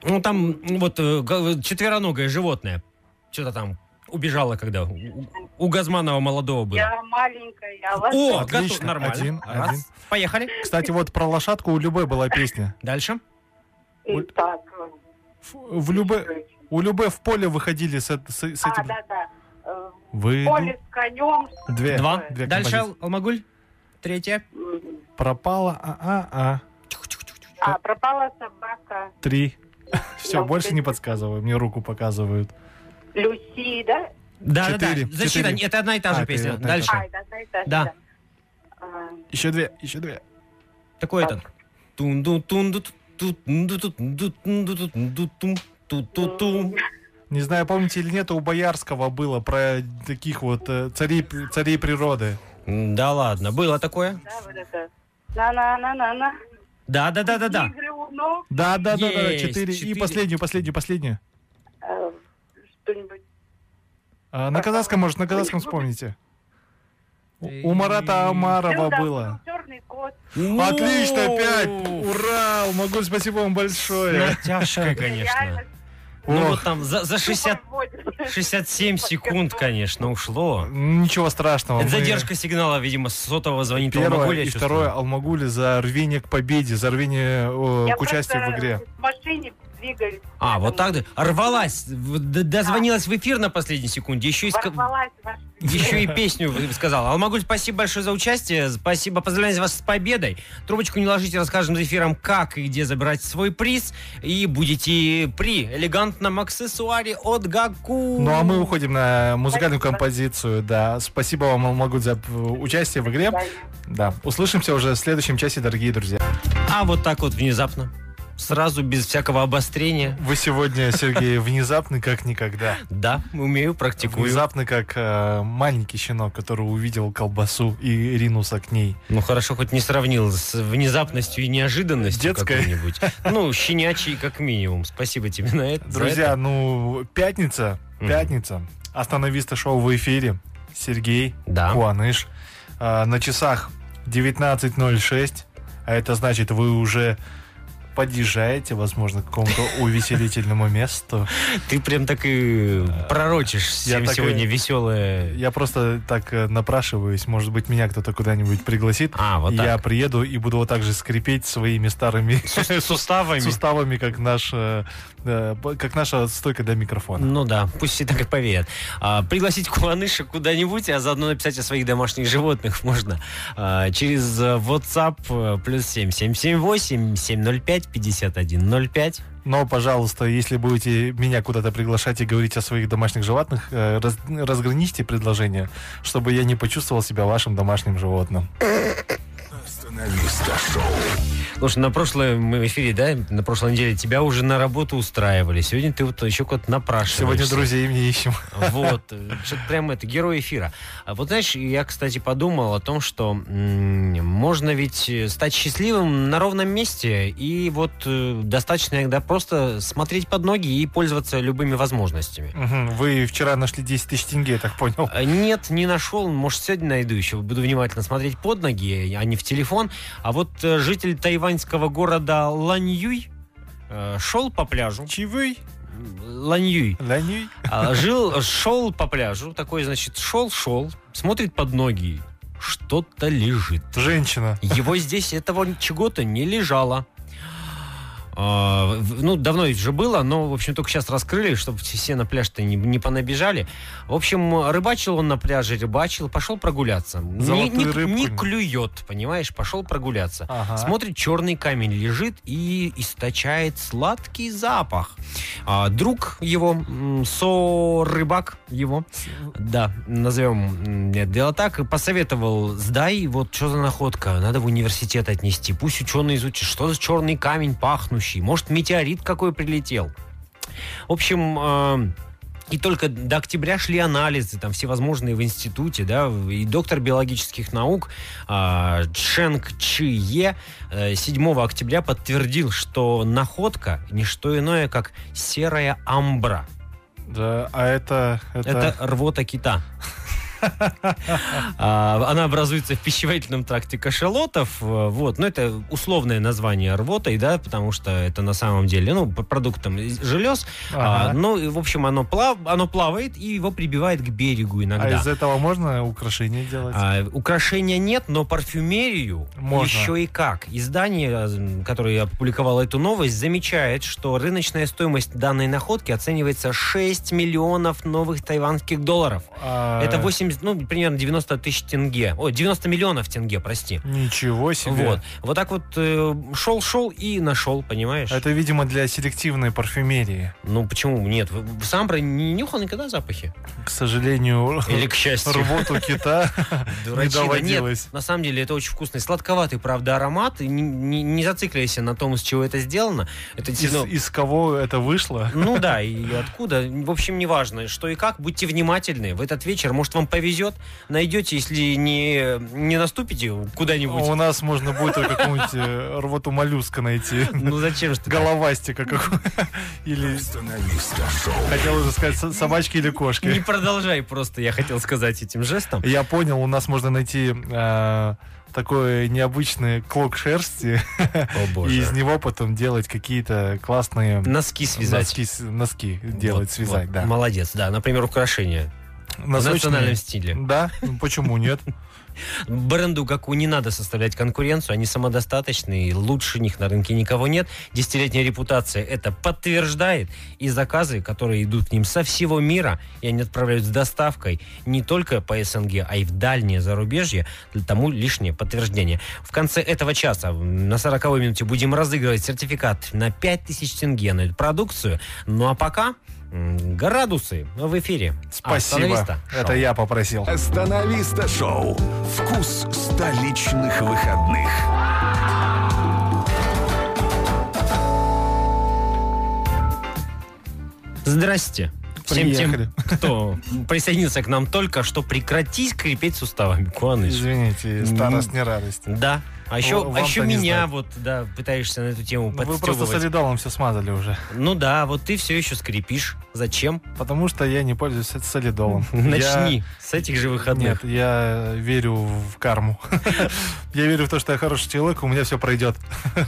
Speaker 3: Ну, там ну, вот э, г- четвероногое животное. Что-то там убежало, когда у, у Газманова молодого было.
Speaker 6: Я маленькая, я вас...
Speaker 3: О,
Speaker 4: Отлично.
Speaker 3: готов, нормально.
Speaker 4: Один,
Speaker 3: Раз.
Speaker 4: один.
Speaker 3: Поехали.
Speaker 4: Кстати, вот про лошадку у любой была песня.
Speaker 3: Дальше.
Speaker 6: И так.
Speaker 4: Ф- В любе, у любой в поле выходили с, эт- с- с этим.
Speaker 6: А, да, да. Э,
Speaker 4: Выйду.
Speaker 6: Поле с конем.
Speaker 4: Две.
Speaker 3: Два.
Speaker 4: Две
Speaker 3: Дальше,
Speaker 4: композиции.
Speaker 3: Ал- Алмагуль. Третья.
Speaker 4: Пропала. А, а, а.
Speaker 6: А, пропала собака.
Speaker 4: Три. (laughs) Все,
Speaker 6: Ну,
Speaker 4: больше
Speaker 6: ты-
Speaker 4: не подсказываю. Мне руку показывают.
Speaker 6: Люси, да?
Speaker 3: Да, да,
Speaker 4: Четыре.
Speaker 3: да. Защита.
Speaker 4: Четыре.
Speaker 3: Это одна и та же
Speaker 4: А,
Speaker 3: песня.
Speaker 4: это одна и
Speaker 3: Дальше.
Speaker 4: та же.
Speaker 6: Ай, да, да, да.
Speaker 3: Да.
Speaker 6: да. А,
Speaker 4: Еще две, еще две.
Speaker 3: Такой этот. Тунду тунду тунду тунду тунду тунду ту
Speaker 4: Не знаю, помните или нет, у Боярского было про таких вот э, царей, царей природы.
Speaker 3: М, Да ладно, было такое?
Speaker 6: Да, вот это. На-на-на-на-на.
Speaker 3: Да, да, да, да, да.
Speaker 6: Игры уно.
Speaker 4: Да, да, да, да,
Speaker 3: Есть,
Speaker 4: четыре. И
Speaker 3: четыре.
Speaker 4: последнюю, последнюю, последнюю.
Speaker 6: Э, Что-нибудь.
Speaker 4: А, на казахском, может, на казахском
Speaker 6: ну
Speaker 4: вспомните. У у Марата Амарова
Speaker 6: Всё,
Speaker 4: было.
Speaker 6: да, Черный кот.
Speaker 3: Ну.
Speaker 4: Отлично, пять. Ура! Могу, спасибо вам большое.
Speaker 3: Натяжка, конечно.
Speaker 6: Реально,
Speaker 3: Ну
Speaker 4: Ох.
Speaker 3: вот там за, за 60,
Speaker 6: тупо вводит.
Speaker 3: 67 секунд, конечно, ушло.
Speaker 4: Ничего страшного.
Speaker 3: Это
Speaker 4: мы-
Speaker 3: задержка сигнала, видимо, с сотового звонит
Speaker 4: Первое
Speaker 3: Алмагулия,
Speaker 4: и
Speaker 3: чувствую.
Speaker 4: второе Алмагули за рвение к победе, за рвение э,
Speaker 6: Я
Speaker 4: к участию в
Speaker 6: просто
Speaker 4: игре.
Speaker 6: В машине двигались.
Speaker 3: А, вот так,
Speaker 6: поэтому
Speaker 3: да. рвалась, в- д- дозвонилась в эфир на последней секунде, еще и, ска-
Speaker 6: ворвалась в ваш-
Speaker 3: еще и песню вы- сказала. Алмагуль, спасибо большое за участие, спасибо, поздравляю вас с победой. Трубочку не ложите, расскажем за эфиром, как и где забирать свой приз, и будете при элегантном аксессуаре от Гаку.
Speaker 4: Ну а мы уходим на музыкальную
Speaker 6: Спасибо.
Speaker 4: композицию. Да, спасибо вам, Алмагуль, за э, участие в игре. Да, услышимся уже в следующем часе, дорогие друзья.
Speaker 3: А вот так вот внезапно, сразу, без всякого обострения.
Speaker 4: Вы
Speaker 3: (laughs)
Speaker 4: сегодня, Сергей, внезапны как никогда.
Speaker 3: Да, умею, практикую.
Speaker 4: Внезапно как э, маленький щенок, который увидел колбасу и ринулся к ней.
Speaker 3: Ну хорошо, хоть не сравнил с внезапностью и неожиданностью
Speaker 4: Детская.
Speaker 3: какой-нибудь. Ну, щенячий как минимум. Спасибо тебе на это. за
Speaker 4: Друзья,
Speaker 3: это.
Speaker 4: ну, пятница,
Speaker 3: Мгм.
Speaker 4: пятница. Остановиста шоу в эфире. Сергей
Speaker 3: Да.
Speaker 4: Куаныш. А, на часах 19.06. А это значит, вы уже подъезжаете, возможно, к какому-то
Speaker 3: (laughs)
Speaker 4: увеселительному месту.
Speaker 3: ты прям так и пророчишь всем
Speaker 4: так и-
Speaker 3: сегодня веселое.
Speaker 4: Я просто так э, напрашиваюсь, может быть, меня кто-то куда-нибудь пригласит.
Speaker 3: А, вот
Speaker 4: И
Speaker 3: так.
Speaker 4: Я приеду и буду вот так же скрипеть своими старыми (laughs)
Speaker 3: суставами.
Speaker 4: суставами, как наш, э, э, б- как наша стойка для микрофона.
Speaker 3: Ну да, пусть и так и повеет. А, пригласить Куаныша куда-нибудь, а заодно написать о своих домашних животных можно а, через э, WhatsApp э, плюс 7778 705 5105.
Speaker 4: Но, пожалуйста, если будете меня куда-то приглашать и говорить о своих домашних животных, э, раз- разграничьте предложение, чтобы я не почувствовал себя вашим домашним животным.
Speaker 3: Слушай, на прошлом эфире, да, на прошлой неделе тебя уже на работу устраивали. Сегодня ты вот еще куда-то напрашиваешься.
Speaker 4: Сегодня друзей мне ищем.
Speaker 3: Вот, что-то прям это, герой эфира. А Вот знаешь, я, кстати, подумал о том, что м, можно ведь э, стать счастливым на ровном месте, и вот э, достаточно иногда просто смотреть под ноги и пользоваться любыми возможностями.
Speaker 4: Мгм. Вы вчера нашли 10 тысяч тенге, я так понял.
Speaker 3: А, Нет, не нашел, может, сегодня найду еще. Буду внимательно смотреть под ноги, а не в телефон. А вот э, житель тайваньского города Ланьюй э, шел по пляжу.
Speaker 4: Чивый?
Speaker 3: Ланьюй.
Speaker 4: Ланюй?
Speaker 3: А, Жил, шел по пляжу, такой, значит, шел-шел, смотрит под ноги, что-то лежит.
Speaker 4: Женщина.
Speaker 3: Его здесь этого чего-то не лежало. А, в- Ну, давно это же было, но, в общем, только сейчас раскрыли, чтобы все на пляж-то не, не понабежали. В общем, рыбачил он на пляже, рыбачил, пошел прогуляться. Не, не-
Speaker 4: Золотую рыбку.
Speaker 3: не клюет, понимаешь, пошел прогуляться.
Speaker 4: Ага.
Speaker 3: Смотрит, черный камень лежит и источает сладкий запах. А, друг его, м, со-рыбак его, да, назовем м, дело так, посоветовал, сдай, вот что за находка, надо в университет отнести, пусть ученые изучат, что за черный камень пахнущий, может, метеорит какой прилетел. В общем, э, и только до октября шли анализы, там всевозможные в институте, да, и доктор биологических наук а, Ченг Чи Е э, 7 октября подтвердил, что находка не что иное, как серая амбра.
Speaker 4: Да, а это...
Speaker 3: Это рвота кита. А, Она образуется в пищеварительном тракте кашалотов. э, Вот. Но это условное название рвотой, да, потому что это на самом деле ну, п- продукт там, из желез.
Speaker 4: Ага.
Speaker 3: А, ну, и, в общем, оно, плав... оно плавает и его прибивает к берегу
Speaker 4: А
Speaker 3: иногда.
Speaker 4: из этого можно украшение делать?
Speaker 3: А, украшения нет, но парфюмерию
Speaker 4: Можно.
Speaker 3: еще и как. Издание, э, которое опубликовало эту новость, замечает, что рыночная стоимость данной находки оценивается 6 миллионов новых тайванских долларов.
Speaker 4: А,
Speaker 3: Это 80, ну, примерно 90 тысяч тенге. О, 90 миллионов тенге, прости.
Speaker 4: Ничего себе.
Speaker 3: Вот. Вот так вот шел-шел и нашел, понимаешь?
Speaker 4: А Это, видимо, для селективной парфюмерии.
Speaker 3: Ну, почему? Нет. Вы- вы Сам про- не нюхал никогда запахи?
Speaker 4: К сожалению,
Speaker 3: Или, к счастью.
Speaker 4: рвоту кита (laughs) не
Speaker 3: Дурачина.
Speaker 4: доводилось.
Speaker 3: Нет, на самом деле это очень вкусный, сладковатый, правда, аромат. И не, не- не зацикливайся на том, из чего это сделано. Это
Speaker 4: Из,
Speaker 3: действительно...
Speaker 4: из кого это вышло?
Speaker 3: Ну да, и откуда. В общем, неважно, что и как. Будьте внимательны. В этот вечер, может, вам повезет. везет, найдете, если не, не наступите куда-нибудь.
Speaker 4: У нас можно будет только какую-нибудь э, рвоту моллюска найти.
Speaker 3: Ну зачем же ты?
Speaker 4: Головастика какого Или,
Speaker 2: Националиста шоу.
Speaker 4: хотел уже сказать, со- собачки или
Speaker 3: Не
Speaker 4: кошки.
Speaker 3: продолжай просто, я хотел сказать этим жестом.
Speaker 4: Я понял, у нас можно найти э, такой необычный клок шерсти.
Speaker 3: О
Speaker 4: И
Speaker 3: боже.
Speaker 4: из него потом делать какие-то классные
Speaker 3: Носки связать.
Speaker 4: носки, с- носки делать,
Speaker 3: Вот,
Speaker 4: связать,
Speaker 3: вот,
Speaker 4: да.
Speaker 3: Молодец, да. Например, украшения. В
Speaker 4: Носочные.
Speaker 3: национальном стиле. А,
Speaker 4: Да, ну, почему нет?
Speaker 3: Бренду Гаку не надо составлять конкуренцию, они самодостаточны, и лучше них на рынке никого нет. Десятилетняя репутация это подтверждает, и заказы, которые идут к ним со всего мира, и они отправляют с доставкой не только по СНГ, а и в дальнее зарубежье, для тому лишнее подтверждение. В конце этого часа м, на 40 минуте будем разыгрывать сертификат на 5000 тенге на эту продукцию. Ну а пока м, градусы в эфире.
Speaker 4: Спасибо.
Speaker 3: Остановиста.
Speaker 4: Это я попросил.
Speaker 2: Остановиста шоу. Вкус столичных выходных.
Speaker 3: Здрасте. Всем
Speaker 4: Приехали.
Speaker 3: тем, кто присоединился к нам только что, прекрати скрипеть суставами, Куаныш.
Speaker 4: Извините, старость не радость.
Speaker 3: Да. А еще,
Speaker 4: Вам-то
Speaker 3: а еще
Speaker 4: не
Speaker 3: меня
Speaker 4: знать. Ну,
Speaker 3: вот, да, пытаешься на эту тему
Speaker 4: Вы просто
Speaker 3: подстегивать.
Speaker 4: солидолом все смазали уже.
Speaker 3: Ну да, вот ты все еще скрипишь. Зачем?
Speaker 4: Потому что я не пользуюсь солидолом.
Speaker 3: (laughs) Начни
Speaker 4: Я-
Speaker 3: с этих же выходных.
Speaker 4: Нет, я верю в
Speaker 3: (laughs)
Speaker 4: карму. Я верю в то, что я хороший человек, у меня все пройдет,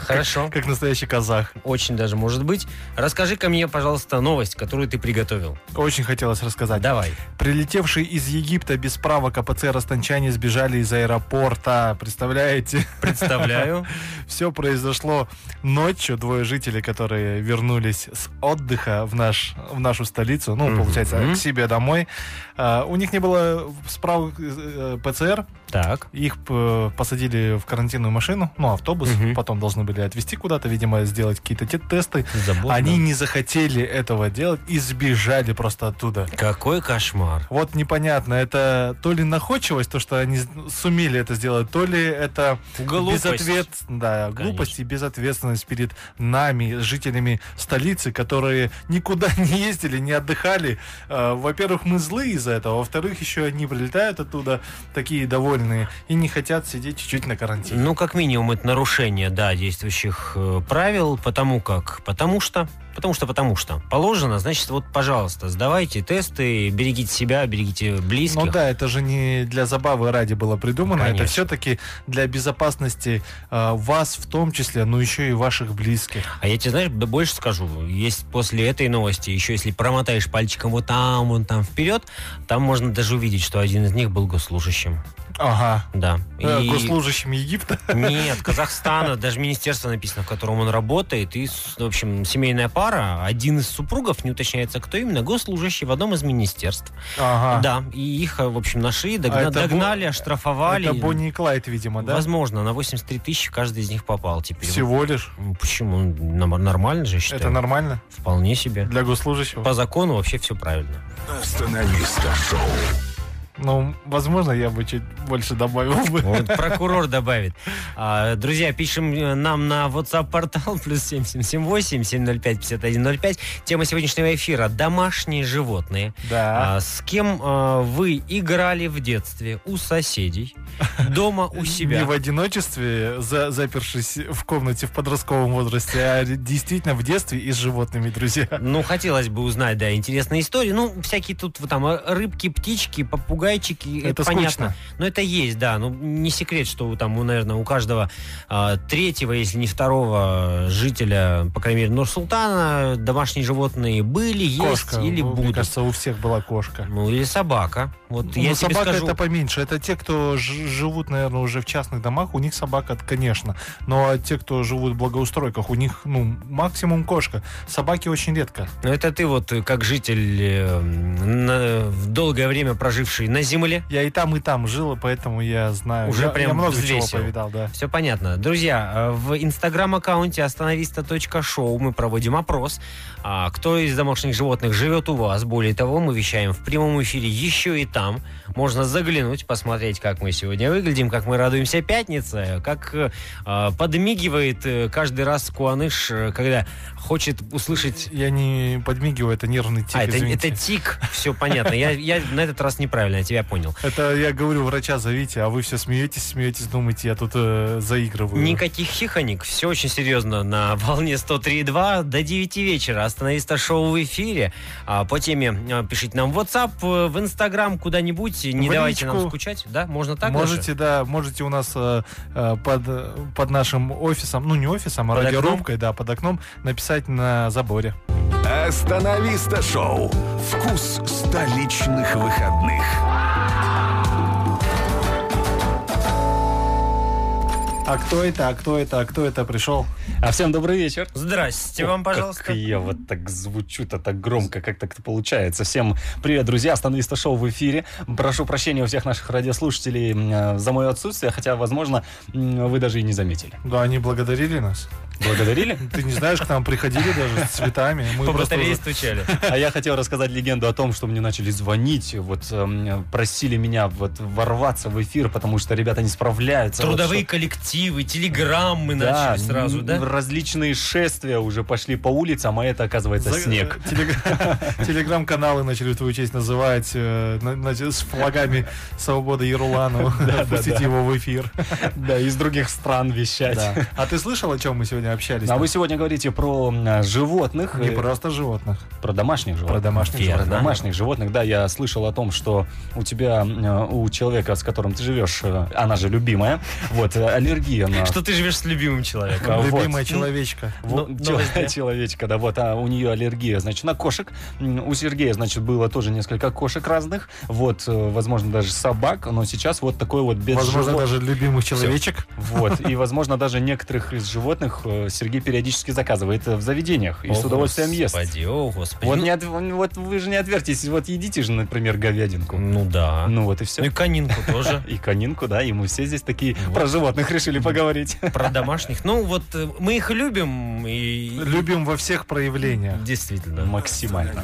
Speaker 3: Хорошо.
Speaker 4: как настоящий казах.
Speaker 3: Очень даже может быть. Расскажи-ка мне, пожалуйста, новость, которую ты приготовил.
Speaker 4: Очень хотелось рассказать.
Speaker 3: Давай.
Speaker 4: Прилетевшие из Египта без права КПЦ ростончане сбежали из аэропорта. Представляете? (laughs)
Speaker 3: Представляю.
Speaker 4: Все произошло ночью. Двое жителей, которые вернулись с отдыха в, наш, в нашу столицу, ну,
Speaker 3: Мгм.
Speaker 4: получается, к себе домой, а, у них не было справок э, ПЦР,
Speaker 3: Так.
Speaker 4: их э, посадили в карантинную машину, ну, автобус,
Speaker 3: Мгм.
Speaker 4: потом должны были отвезти куда-то, видимо, сделать какие-то те- тесты.
Speaker 3: Заботно.
Speaker 4: Они не захотели этого делать и сбежали просто оттуда.
Speaker 3: Какой кошмар.
Speaker 4: Вот непонятно, это то ли находчивость, то, что они сумели это сделать, то ли это
Speaker 3: Глупость.
Speaker 4: безответ- да, глупость и безответственность перед нами, жителями столицы, которые никуда (laughs) не ездили, не отдыхали. Э, Во-первых, мы злые из-за этого, во-вторых, еще они прилетают оттуда такие довольные и не хотят сидеть чуть-чуть на карантине.
Speaker 3: Ну, как минимум, это нарушение, да, действующих э, правил, потому как, потому что, потому что, потому что положено, значит, вот, пожалуйста, сдавайте тесты, берегите себя, берегите близких.
Speaker 4: Ну да, это же не для забавы ради было придумано,
Speaker 3: Конечно.
Speaker 4: это все-таки для безопасности э, вас в том числе, но еще и ваших близких.
Speaker 3: А я тебе, знаешь, б- больше скажу, есть после этой новости, еще если промотаешь пальчиком вот там, вон там, вперед, там можно даже увидеть, что один из них был госслужащим,
Speaker 4: Ага.
Speaker 3: да.
Speaker 4: Э,
Speaker 3: И-
Speaker 4: Госслужащим Египта.
Speaker 3: Нет, Казахстана, даже министерство написано, в котором он работает. И, с- в общем, семейная пара, один из супругов, не уточняется, кто именно, госслужащий в одном из министерств.
Speaker 4: Ага.
Speaker 3: Да, и их, э, в общем, нашли, догна-
Speaker 4: А. это Бо-
Speaker 3: догнали, оштрафовали.
Speaker 4: Это Бонни и Клайд, видимо, да?
Speaker 3: Возможно, на 83 тысячи каждый из них попал теперь.
Speaker 4: Всего лишь.
Speaker 3: Ну, Почему? Нам- Нормально же, я считаю.
Speaker 4: Это нормально
Speaker 3: Вполне себе.
Speaker 4: для госслужащего?
Speaker 3: По закону вообще все правильно.
Speaker 2: Остановиста шоу.
Speaker 4: Ну, возможно, я бы чуть больше добавил бы.
Speaker 3: Вот прокурор добавит. А, друзья, пишем э, нам на WhatsApp-портал (laughs) плюс 7778 705 5105. Тема сегодняшнего эфира «Домашние животные».
Speaker 4: Да.
Speaker 3: А, с кем э, вы играли в детстве? У соседей? Дома у
Speaker 4: Не
Speaker 3: себя?
Speaker 4: в одиночестве, за, запершись в комнате в подростковом возрасте, а действительно в детстве и с животными, друзья.
Speaker 3: Ну, хотелось бы узнать, да, интересные истории. Ну, всякие тут вот там э, рыбки, птички, попугайчики.
Speaker 4: Это
Speaker 3: понятно.
Speaker 4: скучно.
Speaker 3: Но это есть, да. Ну, не секрет, что у там, у, наверное, у каждого а, третьего, если не второго жителя, по крайней мере, Нур-Султана, домашние животные были, есть
Speaker 4: Кошка.
Speaker 3: или
Speaker 4: Ну, Мне
Speaker 3: будут.
Speaker 4: кажется, у всех была кошка.
Speaker 3: Ну, или собака. Вот
Speaker 4: Ну,
Speaker 3: я тебе
Speaker 4: собака
Speaker 3: скажу.
Speaker 4: это поменьше. Это те, кто ж- живут, наверное, уже в частных домах, у них собака, это, конечно. Но а те, кто живут в благоустройках, у них, ну, максимум кошка. Собаки очень редко.
Speaker 3: Ну, это ты вот, э, как житель, э, м, на- в долгое время проживший на земле,
Speaker 4: Я и там, и там жил, поэтому я знаю.
Speaker 3: Уже
Speaker 4: я,
Speaker 3: прям
Speaker 4: я много
Speaker 3: взвесил.
Speaker 4: чего повидал, да.
Speaker 3: Все понятно. Друзья, э, в инстаграм-аккаунте остановиста.шоу мы проводим опрос. А, Кто из домашних животных живет у вас? Более того, мы вещаем в прямом эфире еще и там. Можно заглянуть, посмотреть, как мы сегодня выглядим, как мы радуемся пятнице, как э, э, подмигивает э, каждый раз Куаныш, э, когда хочет услышать...
Speaker 4: Я не подмигиваю, это нервный тик,
Speaker 3: а, это,
Speaker 4: извините.
Speaker 3: это тик, все понятно. Я, я на этот раз неправильно тебя понял.
Speaker 4: Это я говорю, врача зовите, а вы все смеетесь, смеетесь, думаете, я тут э, заигрываю.
Speaker 3: Никаких хихоник. Все очень серьезно на волне 103.2 до 9 вечера. Остановиста шоу в эфире. А, по теме а, пишите нам в WhatsApp, э, в Instagram, куда-нибудь. Не
Speaker 4: В
Speaker 3: давайте нам
Speaker 4: личку.
Speaker 3: скучать. Да, можно так даже?
Speaker 4: можете, да, можете у нас э, э, под, э, под нашим офисом, ну не офисом, а
Speaker 3: Под окном?
Speaker 4: радиорубкой, да, под окном написать на заборе.
Speaker 2: Остановиста шоу. Вкус столичных выходных.
Speaker 4: А кто это, а кто это, а кто это пришел?
Speaker 7: А всем добрый вечер.
Speaker 3: Здрасте
Speaker 7: О,
Speaker 3: вам, пожалуйста.
Speaker 7: Как я вот так звучу-то так громко, как так получается. Всем привет, друзья. Остановиста шоу в эфире. Прошу прощения у всех наших радиослушателей м, э, за мое отсутствие, хотя, возможно, м, вы даже и не заметили.
Speaker 4: Да, они благодарили нас.
Speaker 7: Благодарили?
Speaker 4: Ты не знаешь, к нам приходили даже с цветами. Мы
Speaker 3: По
Speaker 4: просто
Speaker 3: батарее
Speaker 4: уже-
Speaker 3: стучали.
Speaker 7: (laughs) А я хотел рассказать легенду о том, что мне начали звонить, вот эм, просили меня вот ворваться в эфир, потому что ребята не справляются. вот
Speaker 3: Трудовые
Speaker 7: что-
Speaker 3: коллективы, телеграммы
Speaker 7: Да,
Speaker 3: начали сразу,
Speaker 7: м,
Speaker 3: да?
Speaker 7: Различные шествия уже пошли по улицам, а это, оказывается,
Speaker 3: (laughs)
Speaker 4: За-
Speaker 7: снег.
Speaker 4: э, (laughs) телег- Телеграм-каналы начали в твою честь называть э, на- на- с флагами Свободы
Speaker 7: (laughs)
Speaker 4: Еруланова. Отпустить его в эфир.
Speaker 7: Да, из других стран вещать.
Speaker 4: Да. А ты слышал, о чем мы сегодня общались?
Speaker 7: А вы сегодня говорите про м, а, животных.
Speaker 4: Не
Speaker 7: э,
Speaker 4: просто животных,
Speaker 7: Про домашних
Speaker 4: про
Speaker 7: животных.
Speaker 4: домашних
Speaker 3: Верно.
Speaker 7: Про
Speaker 4: животных.
Speaker 7: домашних животных, да, я слышал о том, что у тебя, э, у человека, с которым ты живешь, э, она же любимая, вот, э, аллергия на...
Speaker 3: Что ты живешь с любимым человеком?
Speaker 7: А, вот.
Speaker 4: Любимая человечка.
Speaker 7: Во-
Speaker 3: Ну,
Speaker 7: чел-
Speaker 3: новость, да.
Speaker 7: человечка, да, вот, а у нее аллергия, значит, на кошек. М, У Сергея, значит, было тоже несколько кошек разных, вот, э, возможно, даже собак, но сейчас вот такой вот без
Speaker 4: Возможно,
Speaker 7: живот-
Speaker 4: даже любимых человечек.
Speaker 7: Вот, и, возможно, даже некоторых из животных э, Сергей периодически заказывает э, в заведениях и с
Speaker 3: О,
Speaker 7: удовольствием ест.
Speaker 3: Господи, о, господи.
Speaker 7: Вот,
Speaker 3: Ну,
Speaker 7: не от- вот вы же не отвертесь, вот едите же, например, говядинку.
Speaker 3: Ну
Speaker 4: а?
Speaker 3: да.
Speaker 7: Ну вот и
Speaker 3: Ну и
Speaker 7: все.
Speaker 3: конинку тоже.
Speaker 7: И конинку, да, и мы все здесь такие
Speaker 4: Ну
Speaker 7: про животных решили поговорить.
Speaker 3: Про домашних. Ну, вот э, мы их любим и...
Speaker 4: Любим во всех проявлениях.
Speaker 3: Действительно.
Speaker 7: Максимально.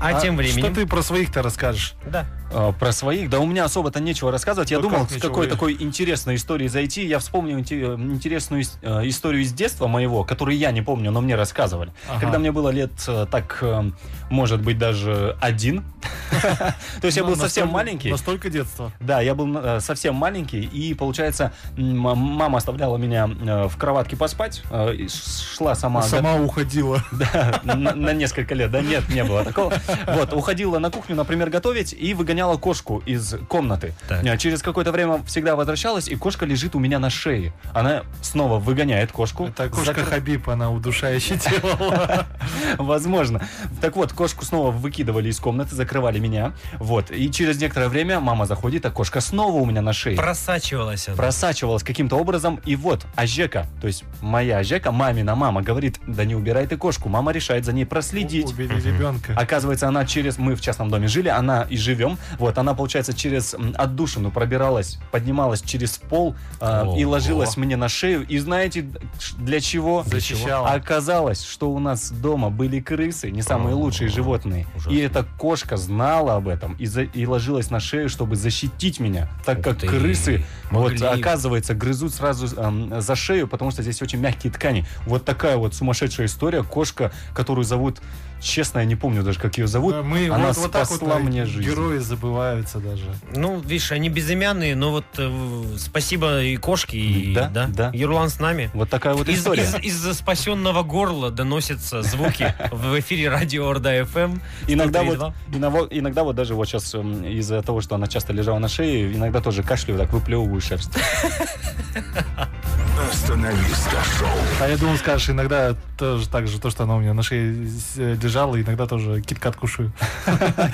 Speaker 3: А, тем
Speaker 4: Что
Speaker 3: временем...
Speaker 4: ты про своих-то расскажешь?
Speaker 3: Да.
Speaker 7: А, Про своих, да у меня особо-то нечего рассказывать. Я
Speaker 4: Да
Speaker 7: думал,
Speaker 4: Ну, как
Speaker 7: с
Speaker 4: нечего?
Speaker 7: какой такой интересной историей зайти. Я вспомнил инте- интересную ис- э, историю из детства моего, которую я не помню, но мне рассказывали.
Speaker 4: Ага.
Speaker 7: Когда мне было лет э, так, э, может быть, даже один. (laughs) То есть я
Speaker 4: Ну,
Speaker 7: был совсем
Speaker 4: настолько-
Speaker 7: маленький.
Speaker 4: Настолько детства.
Speaker 7: Да, я был э, совсем маленький, и, получается, м, м- мама оставляла меня э, в кроватке поспать, э, и ш- шла сама...
Speaker 4: Сама уходила.
Speaker 7: (laughs) Да, на, на несколько лет, да, нет, не было такого. Вот, уходила на кухню, например, готовить и выгоняла кошку из комнаты.
Speaker 3: Так.
Speaker 7: Э, Через какое-то время всегда возвращалась, и кошка лежит у меня на шее. Она снова выгоняет кошку.
Speaker 4: Это кошка
Speaker 7: Ну, Закры-
Speaker 4: Хабиб, она удушающе
Speaker 7: (laughs)
Speaker 4: делала.
Speaker 7: Возможно. Так вот, кошку снова выкидывали из комнаты, закрывали меня. Вот, и через некоторое время мама заходит, а кошка снова у меня на шее.
Speaker 3: Просачивалась она.
Speaker 7: просачивалась каким-то образом, и вот Ажека, то есть моя Ажека, мамина мама, говорит, да не убирай ты кошку, мама решает за ней проследить.
Speaker 4: Убили ребенка.
Speaker 7: Оказывается, она через... Мы в частном доме жили, она и живем. Вот, она, получается, через м, отдушину пробиралась, поднималась через пол э, и
Speaker 3: Ого.
Speaker 7: ложилась мне на шею. И знаете, д- ш- для чего?
Speaker 4: Защищала.
Speaker 7: Оказалось, что у нас дома были крысы, не самые лучшие животные.
Speaker 3: ужасно.
Speaker 7: И эта кошка знала об этом и, за- и ложилась на шею, чтобы защитить меня. Так
Speaker 3: Ух
Speaker 7: как
Speaker 3: ты.
Speaker 7: крысы,
Speaker 3: Могли.
Speaker 7: вот, оказывается, грызут сразу эм, за шею, потому что здесь очень мягкие ткани. Вот такая вот сумасшедшая история. Кошка, которую зовут... Честно, я не помню даже, как ее зовут.
Speaker 4: Да, Мы
Speaker 7: Она
Speaker 4: вот, вот так вот
Speaker 7: спасла мне жизнь.
Speaker 4: герои забываются даже.
Speaker 3: Ну, видишь, они безымянные, но вот э, спасибо и кошке, и...
Speaker 7: Да, да.
Speaker 3: Ерлан с нами.
Speaker 7: Вот такая вот
Speaker 3: Из,
Speaker 7: история.
Speaker 3: из спасенного горла доносятся
Speaker 7: (laughs)
Speaker 3: звуки в эфире радио Орда ФМ.
Speaker 7: Иногда
Speaker 3: 103,2.
Speaker 7: вот, иново- иногда вот даже вот сейчас из-за того, что она часто лежала на шее, иногда тоже кашлю, так
Speaker 4: (laughs)
Speaker 7: выплевываю шерсть. (laughs)
Speaker 2: Остановиста шоу.
Speaker 4: А я думал, скажешь, иногда тоже так же, то, что она у меня на шее с- э, лежала, иногда тоже киткат кушаю.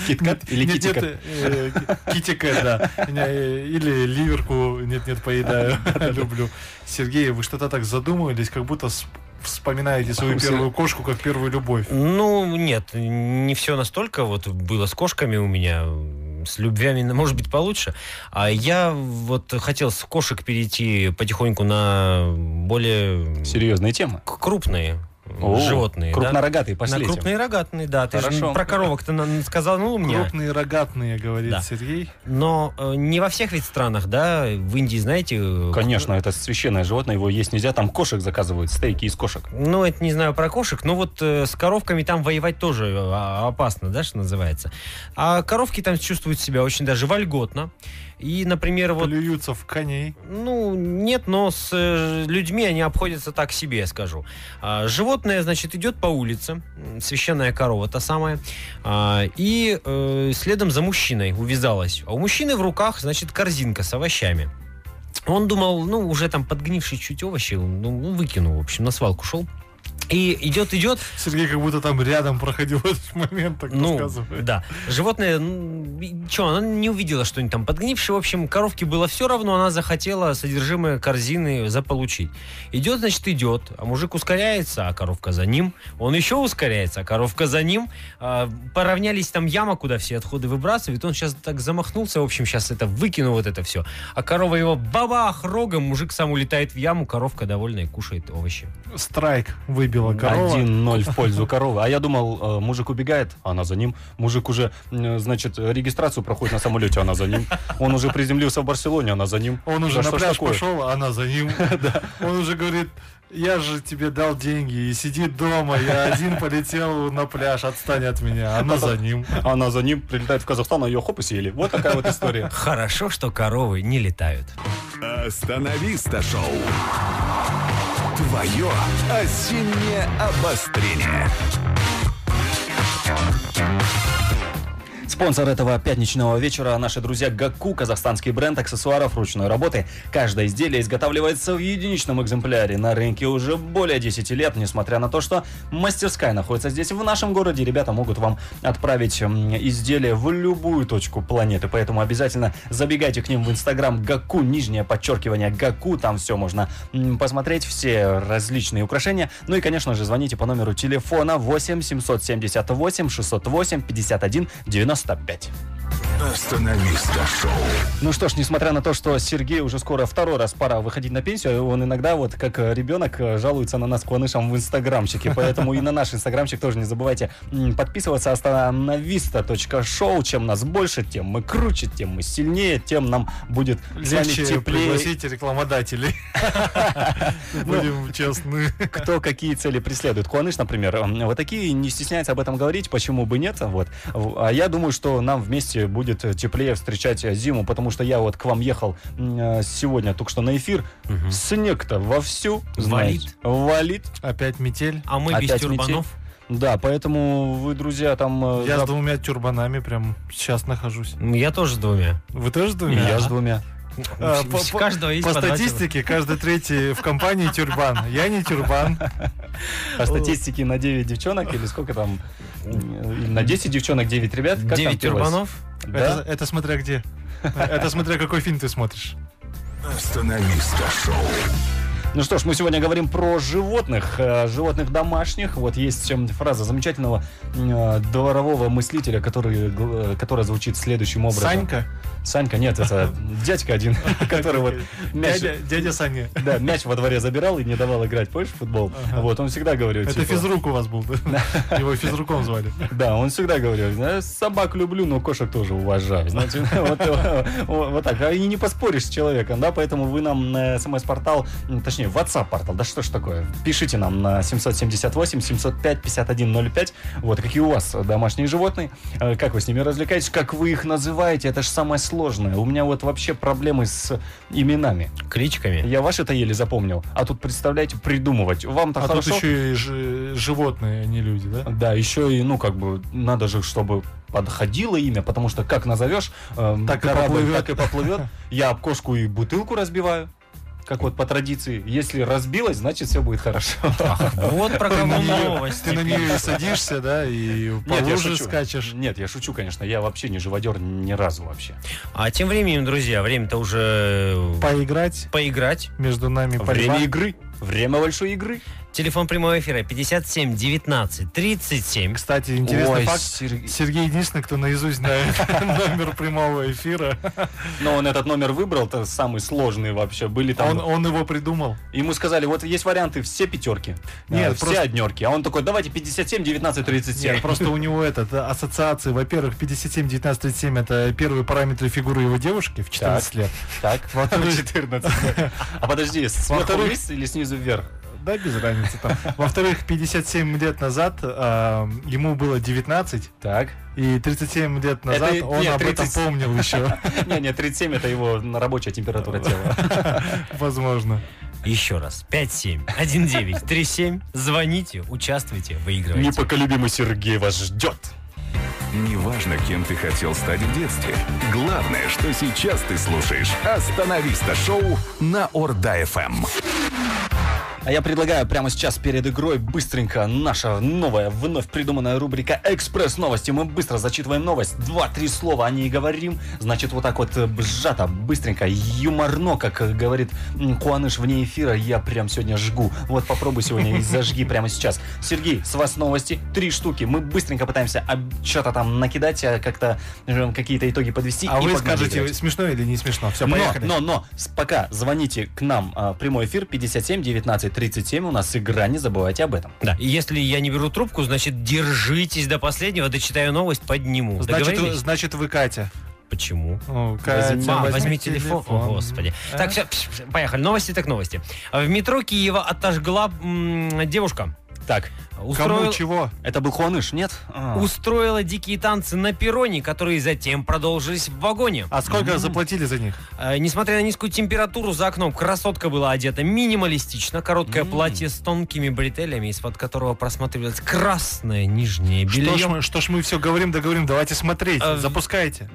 Speaker 7: Киткат (laughs) или
Speaker 4: Нет, нет,
Speaker 7: китикат?
Speaker 4: э, э, китикат, да. Меня, э, Или ливерку, нет-нет,
Speaker 7: (laughs)
Speaker 4: поедаю, люблю. Сергей, вы что-то так задумывались, как будто с- вспоминаете свою первую кошку как первую любовь.
Speaker 3: Ну, нет, не все настолько вот было с кошками у меня, с любвями, ну, может быть, получше. А я вот хотел с кошек перейти потихоньку на более
Speaker 7: Серьезная тема.
Speaker 3: к- крупные э,
Speaker 7: О,
Speaker 3: животные. да?
Speaker 7: Крупнорогатые,
Speaker 3: На
Speaker 7: пошли.
Speaker 3: крупные рогатные, да. Ты же
Speaker 7: Хорошо.
Speaker 3: про коровок-то на- сказал, ну, у меня.
Speaker 4: Крупные рогатные, говорит
Speaker 3: Да.
Speaker 4: Сергей.
Speaker 3: Но э, не во всех ведь странах, да? В Индии, знаете... э,
Speaker 7: Конечно, это священное животное, его есть нельзя. Там кошек заказывают, стейки из кошек.
Speaker 3: Ну, это не знаю про кошек, но вот э, с коровками там воевать тоже э, а- опасно, да, что называется. А коровки там чувствуют себя очень даже вольготно. И, например, вот...
Speaker 4: Плюются в коней.
Speaker 3: Ну, нет, но с э, людьми они обходятся так себе, скажу. А, Животное, значит, идет по улице, м, священная корова та самая, а, и э, следом за мужчиной увязалась. А у мужчины в руках, значит, корзинка с овощами. Он думал, ну, уже там подгнившие чуть овощи, ну, ну, выкинул, в общем, на свалку шел. И идет-идет,
Speaker 4: Сергей как будто там рядом проходил (laughs) этот момент, так
Speaker 3: ну,
Speaker 4: рассказывает.
Speaker 3: да. Животное, что, она не увидела что-нибудь там подгнившее. В общем, коровке было все равно, она захотела содержимое корзины заполучить. Идет, значит, идет, а мужик ускоряется, а коровка за ним. Он еще ускоряется, а коровка за ним. А, поравнялись там яма, куда все отходы выбрасывают. Он сейчас так замахнулся, в общем, сейчас это выкину вот это все. А корова его бабах рогом, мужик сам улетает в яму, коровка довольна и кушает овощи.
Speaker 4: Страйк выбила корова.
Speaker 7: 1-0 в пользу коровы. А я думал, э, мужик убегает, она за ним. Мужик уже, э, значит, регистрацию проходит на самолете, она за ним. Он уже приземлился в Барселоне, она за ним.
Speaker 4: Он уже
Speaker 7: Да
Speaker 4: на
Speaker 7: что ж
Speaker 4: пляж
Speaker 7: такое?
Speaker 4: пошел, а она за
Speaker 7: (laughs)
Speaker 4: ним. Он уже говорит, я же тебе дал деньги и сиди дома,
Speaker 7: (laughs)
Speaker 4: я один полетел на пляж, отстань от меня. Она за ним.
Speaker 7: Она за ним прилетает в Казахстан, а ее хоп и съели. Вот такая вот история.
Speaker 3: Хорошо, что коровы не летают.
Speaker 2: Остановиста шоу. Твое осеннее обострение.
Speaker 7: Спонсор этого пятничного вечера – наши друзья ГАКУ, казахстанский бренд аксессуаров ручной работы. Каждое изделие изготавливается в единичном экземпляре. На рынке уже более 10 лет, несмотря на то, что мастерская находится здесь, в нашем городе. Ребята могут вам отправить м, изделие в любую точку планеты. Поэтому обязательно забегайте к ним в инстаграм ГАКУ, нижнее подчеркивание ГАКУ. Там все можно м, посмотреть, все различные украшения. Ну и, конечно же, звоните по номеру телефона 8 778 608 51 95.
Speaker 2: Остановиста шоу.
Speaker 7: Ну что ж, несмотря на то, что Сергей уже скоро второй раз пора выходить на пенсию, он иногда вот как э, ребенок э, жалуется на нас куанышам в инстаграмчике, поэтому и на наш инстаграмчик тоже не забывайте м, подписываться остановиста.шоу. Чем нас больше, тем мы круче, тем мы сильнее, тем нам будет с вами
Speaker 4: Легче
Speaker 7: теплее.
Speaker 4: пригласить
Speaker 7: (laughs)
Speaker 4: рекламодателей. (laughs) Будем честны.
Speaker 7: кто какие цели преследует. Куаныш, например, м, вот такие не стесняется об этом говорить, почему бы нет. Вот. В- А я думаю, что нам вместе будет теплее встречать э, зиму, потому что я вот к вам ехал м, э, сегодня только что на эфир. Снег-то вовсю знаете, валит.
Speaker 4: Опять метель.
Speaker 3: А мы без
Speaker 7: Опять
Speaker 3: тюрбанов.
Speaker 7: Да, поэтому вы, друзья, там... э,
Speaker 4: Я
Speaker 7: зап-
Speaker 4: с двумя тюрбанами прям сейчас нахожусь.
Speaker 3: Ну, Я тоже с двумя.
Speaker 4: Вы тоже с
Speaker 7: И
Speaker 4: двумя?
Speaker 7: Я с двумя.
Speaker 4: А,
Speaker 3: У
Speaker 7: (laughs)
Speaker 4: по- по-
Speaker 3: каждого есть
Speaker 4: По
Speaker 3: по два тела.
Speaker 4: статистике, каждый третий в компании тюрбан. Я не
Speaker 7: (laughs)
Speaker 4: тюрбан.
Speaker 7: По статистике А на 9 девчонок или сколько там? М, На 10 девчонок 9 ребят. Как там
Speaker 3: Девять
Speaker 7: пелось?
Speaker 3: тюрбанов.
Speaker 7: Да?
Speaker 4: Это это смотря где. Это смотря какой фильм ты смотришь.
Speaker 2: Остановиста шоу.
Speaker 7: Ну что ж, мы сегодня говорим про животных, э, животных домашних. Вот есть э, фраза замечательного э, дворового мыслителя, который, гл- э, которая звучит следующим образом.
Speaker 4: Санька?
Speaker 7: Санька,
Speaker 4: (laughs)
Speaker 7: нет, это дядька один, (laughs) который вот мяч,
Speaker 4: Дядя дядя Саня.
Speaker 7: да, мяч во дворе забирал и не давал играть, помнишь, в футбол?
Speaker 4: Ага.
Speaker 7: Вот, он всегда говорил,
Speaker 4: Это
Speaker 7: типа,
Speaker 4: физрук у вас был, да? Его физруком звали.
Speaker 7: да, он всегда говорил, «Э, собак люблю, но кошек тоже уважаю. Значит, (laughs) вот, э, вот вот так. А И не поспоришь с человеком, да, поэтому вы нам на смс-портал, м, точнее, WhatsApp-портал, да что ж такое, пишите нам на 778-705-5105, вот, какие у вас домашние животные, э, как вы с ними развлекаетесь, как вы их называете, это же самое сложное. У меня вот вообще проблемы с именами.
Speaker 3: Кличками.
Speaker 7: Я ваши-то еле запомнил, а тут, представляете, придумывать. Вам-то
Speaker 4: А тут
Speaker 7: хорошо.
Speaker 4: еще и жи- животные, а не люди, да?
Speaker 7: Да, еще и, ну, как бы, надо же, чтобы подходило имя, потому что как назовешь, эм,
Speaker 4: Так и
Speaker 7: корабль
Speaker 4: поплывет.
Speaker 7: так и поплывет. Я об кошку и бутылку разбиваю, как вот по традиции. Если разбилась, значит, все будет хорошо.
Speaker 4: А
Speaker 7: (laughs)
Speaker 3: Вот про
Speaker 4: Ты
Speaker 3: кого
Speaker 4: на нее-
Speaker 3: новости.
Speaker 4: Ты на нее и садишься, да, и по
Speaker 7: я
Speaker 4: луже
Speaker 7: шучу.
Speaker 4: скачешь.
Speaker 7: Нет, я шучу, конечно. Я вообще не живодер ни разу вообще.
Speaker 3: А тем временем, друзья, время-то уже э,
Speaker 4: Поиграть
Speaker 3: поиграть.
Speaker 4: между нами
Speaker 7: Время
Speaker 4: борьба.
Speaker 7: игры. Время большой игры.
Speaker 3: Телефон прямого эфира 57 19 37.
Speaker 4: Кстати, интересный
Speaker 7: Ой,
Speaker 4: факт.
Speaker 7: Сергей.
Speaker 4: Сергей единственный, кто наизусть знает (laughs) номер прямого эфира.
Speaker 7: Но он этот номер выбрал, это самый сложный вообще. Были там...
Speaker 4: Он, он его придумал.
Speaker 7: Ему сказали, вот есть варианты, все пятерки.
Speaker 4: Нет,
Speaker 7: Э, все (laughs)
Speaker 4: просто-
Speaker 7: однерки. А он такой, давайте 57, 19, 37.
Speaker 4: Нет, просто у него этот э, ассоциации. Во-первых, 57, 19, 37 это первые параметры фигуры его девушки в 14 лет. (laughs)
Speaker 7: Так,
Speaker 4: Во-вторых-
Speaker 7: 14. (laughs) А подожди, сверху
Speaker 4: Во-вторых-
Speaker 7: вниз или снизу вверх?
Speaker 4: Да, без разницы там. Во-вторых, 57 лет назад э, ему было 19,
Speaker 7: Так.
Speaker 4: и 37 лет
Speaker 7: Это
Speaker 4: назад
Speaker 7: и-
Speaker 4: он
Speaker 7: не,
Speaker 4: об
Speaker 7: 30.
Speaker 4: этом помнил
Speaker 7: (laughs)
Speaker 4: еще,
Speaker 7: Не, не, 37 это его на рабочая
Speaker 4: (laughs)
Speaker 7: температура тела.
Speaker 4: возможно.
Speaker 3: Еще раз. 571937. Звоните, участвуйте, выигрывайте.
Speaker 7: Непоколебимый Сергей вас ждет.
Speaker 2: Неважно, кем ты хотел стать в детстве. Главное, что сейчас ты слушаешь «Остановиста» шоу на Орда-ФМ.
Speaker 7: А я предлагаю прямо сейчас перед игрой быстренько наша новая, вновь придуманная рубрика «Экспресс новости». Мы быстро зачитываем новость, два-три слова о ней говорим. Значит, вот так вот э, сжато, быстренько, юморно, как э, говорит м, Куаныш вне эфира, я прям сегодня жгу. Вот попробуй сегодня и зажги прямо сейчас. Сергей, с вас новости, три штуки. Мы быстренько пытаемся что-то там накидать, э, как-то э, какие-то итоги подвести.
Speaker 4: А
Speaker 7: и
Speaker 4: вы
Speaker 7: погнали играть.
Speaker 4: скажете, смешно или не смешно? Все,
Speaker 7: Но,
Speaker 4: поехали.
Speaker 7: но, но, с- пока звоните к нам а, в прямой эфир 57 19 37. У нас игра, не забывайте об этом.
Speaker 3: Да. И если я не беру трубку, значит, держитесь до последнего, дочитаю новость, подниму.
Speaker 4: Значит, вы-
Speaker 3: Договорились?
Speaker 4: значит, вы Катя.
Speaker 3: Почему?
Speaker 4: Ну,
Speaker 7: Возьми-
Speaker 3: Мам,
Speaker 7: Возьми
Speaker 3: возьми телефон. О, господи.
Speaker 4: А?
Speaker 3: Так, все, поехали. Новости так новости. А В метро Киева отожгла м, девушка.
Speaker 7: Так,
Speaker 4: Кому
Speaker 3: Устроил-
Speaker 4: чего?
Speaker 7: это был Хуаныш, нет? А.
Speaker 3: устроила дикие танцы на перроне, которые затем продолжились в вагоне.
Speaker 4: А
Speaker 7: Ну,
Speaker 4: сколько заплатили за них?
Speaker 3: Э, Несмотря на низкую температуру за окном, красотка была одета минималистично. Короткое платье с тонкими бретелями, из-под которого просматривалось красное нижнее белье.
Speaker 4: Что ж, мы, что ж мы все говорим, да говорим, давайте смотреть.
Speaker 3: Э,
Speaker 4: Запускайте.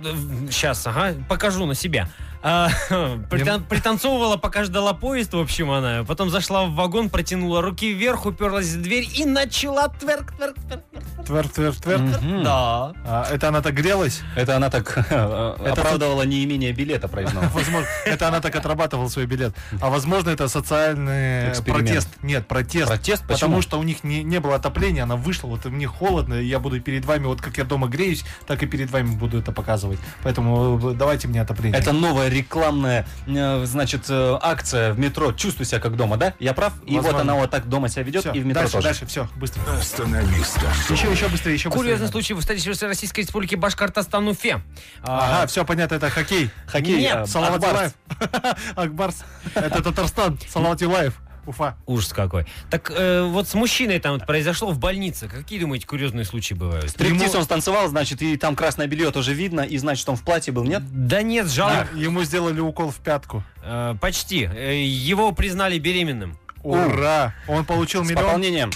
Speaker 3: Сейчас, ага, покажу на себя. А, (laughs) притан- Пританцовывала, пока ждала поезд, в общем, она. Потом зашла в вагон, протянула руки вверх, уперлась в дверь и начала тверк, тверк, тверк.
Speaker 4: Твер, твер, твер.
Speaker 7: Мгм.
Speaker 3: Да.
Speaker 4: А, это она так грелась?
Speaker 7: Это она так (laughs) э, оправдывала неимение билета проездного.
Speaker 4: Возможно, это она так отрабатывала свой билет. А возможно, это социальный
Speaker 7: Эксперимент.
Speaker 4: протест. Нет, протест.
Speaker 7: Протест? Почему?
Speaker 4: Потому что у них не, не было отопления, она вышла, вот мне холодно, и я буду перед вами, вот как я дома греюсь, так и перед вами буду это показывать. Поэтому э, давайте мне отопление.
Speaker 7: Это новая рекламная, э, значит, э, акция в метро «Чувствуй себя как дома», да? Я прав? И вот
Speaker 4: Возможно.
Speaker 7: она вот так дома себя ведет,
Speaker 4: Всё,
Speaker 7: и в метро
Speaker 4: дальше,
Speaker 7: тоже.
Speaker 4: дальше, все, быстро.
Speaker 2: «Остановиста» шоу.
Speaker 4: Еще, еще быстрее, еще быстрее.
Speaker 3: Курьезный случай в столице Российской Республики Башкортостан Уфе.
Speaker 4: Ага, все понятно, это хоккей.
Speaker 7: Хоккей,
Speaker 3: А. Нет,
Speaker 7: э,
Speaker 4: Салават
Speaker 7: Акбарс.
Speaker 4: Юлаев. (laughs) Акбарс. Это Татарстан. Салават Юлаев. Уфа.
Speaker 3: Ужас какой. Так э, вот с мужчиной там вот произошло в больнице. Какие, думаете, курьезные случаи бывают?
Speaker 7: Стриптиз он станцевал, значит, и там красное белье тоже видно, и значит, он в платье был, нет?
Speaker 3: Да нет, жалко.
Speaker 4: Ему сделали укол в пятку.
Speaker 3: Э, почти. Э, его признали беременным.
Speaker 4: Ура! Он получил
Speaker 7: С
Speaker 4: миллион.
Speaker 7: пополнением.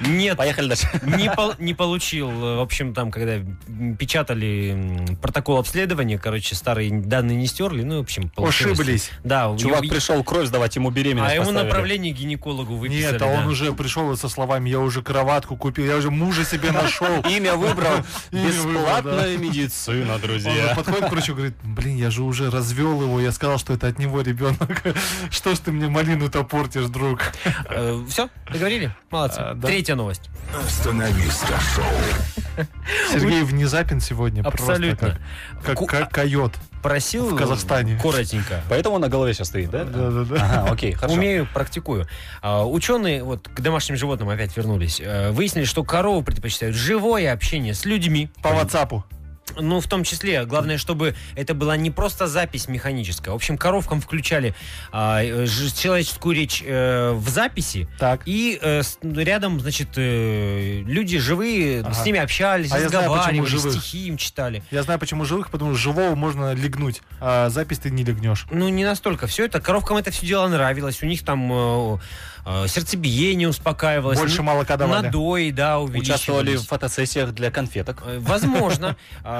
Speaker 3: Нет.
Speaker 7: Поехали дальше.
Speaker 3: Не, пол- не получил, э, в общем, там, когда м, печатали м, протокол обследования, короче, старые данные не стерли, ну, в общем, получилось.
Speaker 4: Ошиблись.
Speaker 3: Да, у
Speaker 7: Чувак
Speaker 3: него-
Speaker 7: пришел кровь сдавать, ему беременность
Speaker 3: а ему
Speaker 7: поставили.
Speaker 3: направление к гинекологу выписали.
Speaker 4: Нет, а он
Speaker 3: да.
Speaker 4: уже пришел со словами, я уже кроватку купил, я уже
Speaker 3: (laughs)
Speaker 4: мужа себе нашел.
Speaker 7: Имя выбрал.
Speaker 4: Имя выбрал, да.
Speaker 7: Бесплатная медицина,
Speaker 4: Он
Speaker 7: друзья.
Speaker 4: подходит к врачу и говорит, блин, я же уже развел его, я сказал, что это от него ребенок. (laughs) Что ж ты мне малину-то портишь, друг?
Speaker 3: все, договорили? Э, Молодцы.
Speaker 4: А, да.
Speaker 3: Третья новость.
Speaker 2: «Остановиста» шоу.
Speaker 4: Сергей внезапен сегодня. просто
Speaker 3: Абсолютно.
Speaker 4: как- Как,
Speaker 3: Ку-
Speaker 4: как койот.
Speaker 3: Просил
Speaker 4: В Казахстане.
Speaker 3: коротенько.
Speaker 7: Поэтому он на голове сейчас стоит, да?
Speaker 4: Да-да-да.
Speaker 7: Ага, окей, хорошо.
Speaker 3: Умею, практикую. А, ученые, вот к домашним животным опять вернулись, э, выяснили, что коровы предпочитают живое общение с людьми.
Speaker 4: По ватсапу.
Speaker 3: Ну, в том числе, главное, чтобы это была не просто запись механическая. В общем, коровкам включали а, э, ж- человеческую речь э, в записи,
Speaker 4: Так.
Speaker 3: и э, с- рядом, значит, э, люди живые,
Speaker 4: Ага.
Speaker 3: с ними общались,
Speaker 4: А я знаю, почему
Speaker 3: разговаривали,
Speaker 4: живых.
Speaker 3: стихи им читали.
Speaker 4: Я знаю, почему живых, потому что живого можно легнуть, а запись ты не легнешь.
Speaker 3: Ну, не настолько все это. Коровкам это все дело нравилось. У них там э, э, сердцебиение успокаивалось.
Speaker 4: Больше
Speaker 3: н-
Speaker 4: молока давали.
Speaker 3: Надои, да,
Speaker 7: Участвовали
Speaker 3: увеличивались.
Speaker 7: в фотосессиях для конфеток.
Speaker 3: Э,
Speaker 4: (laughs)
Speaker 3: Возможно. А,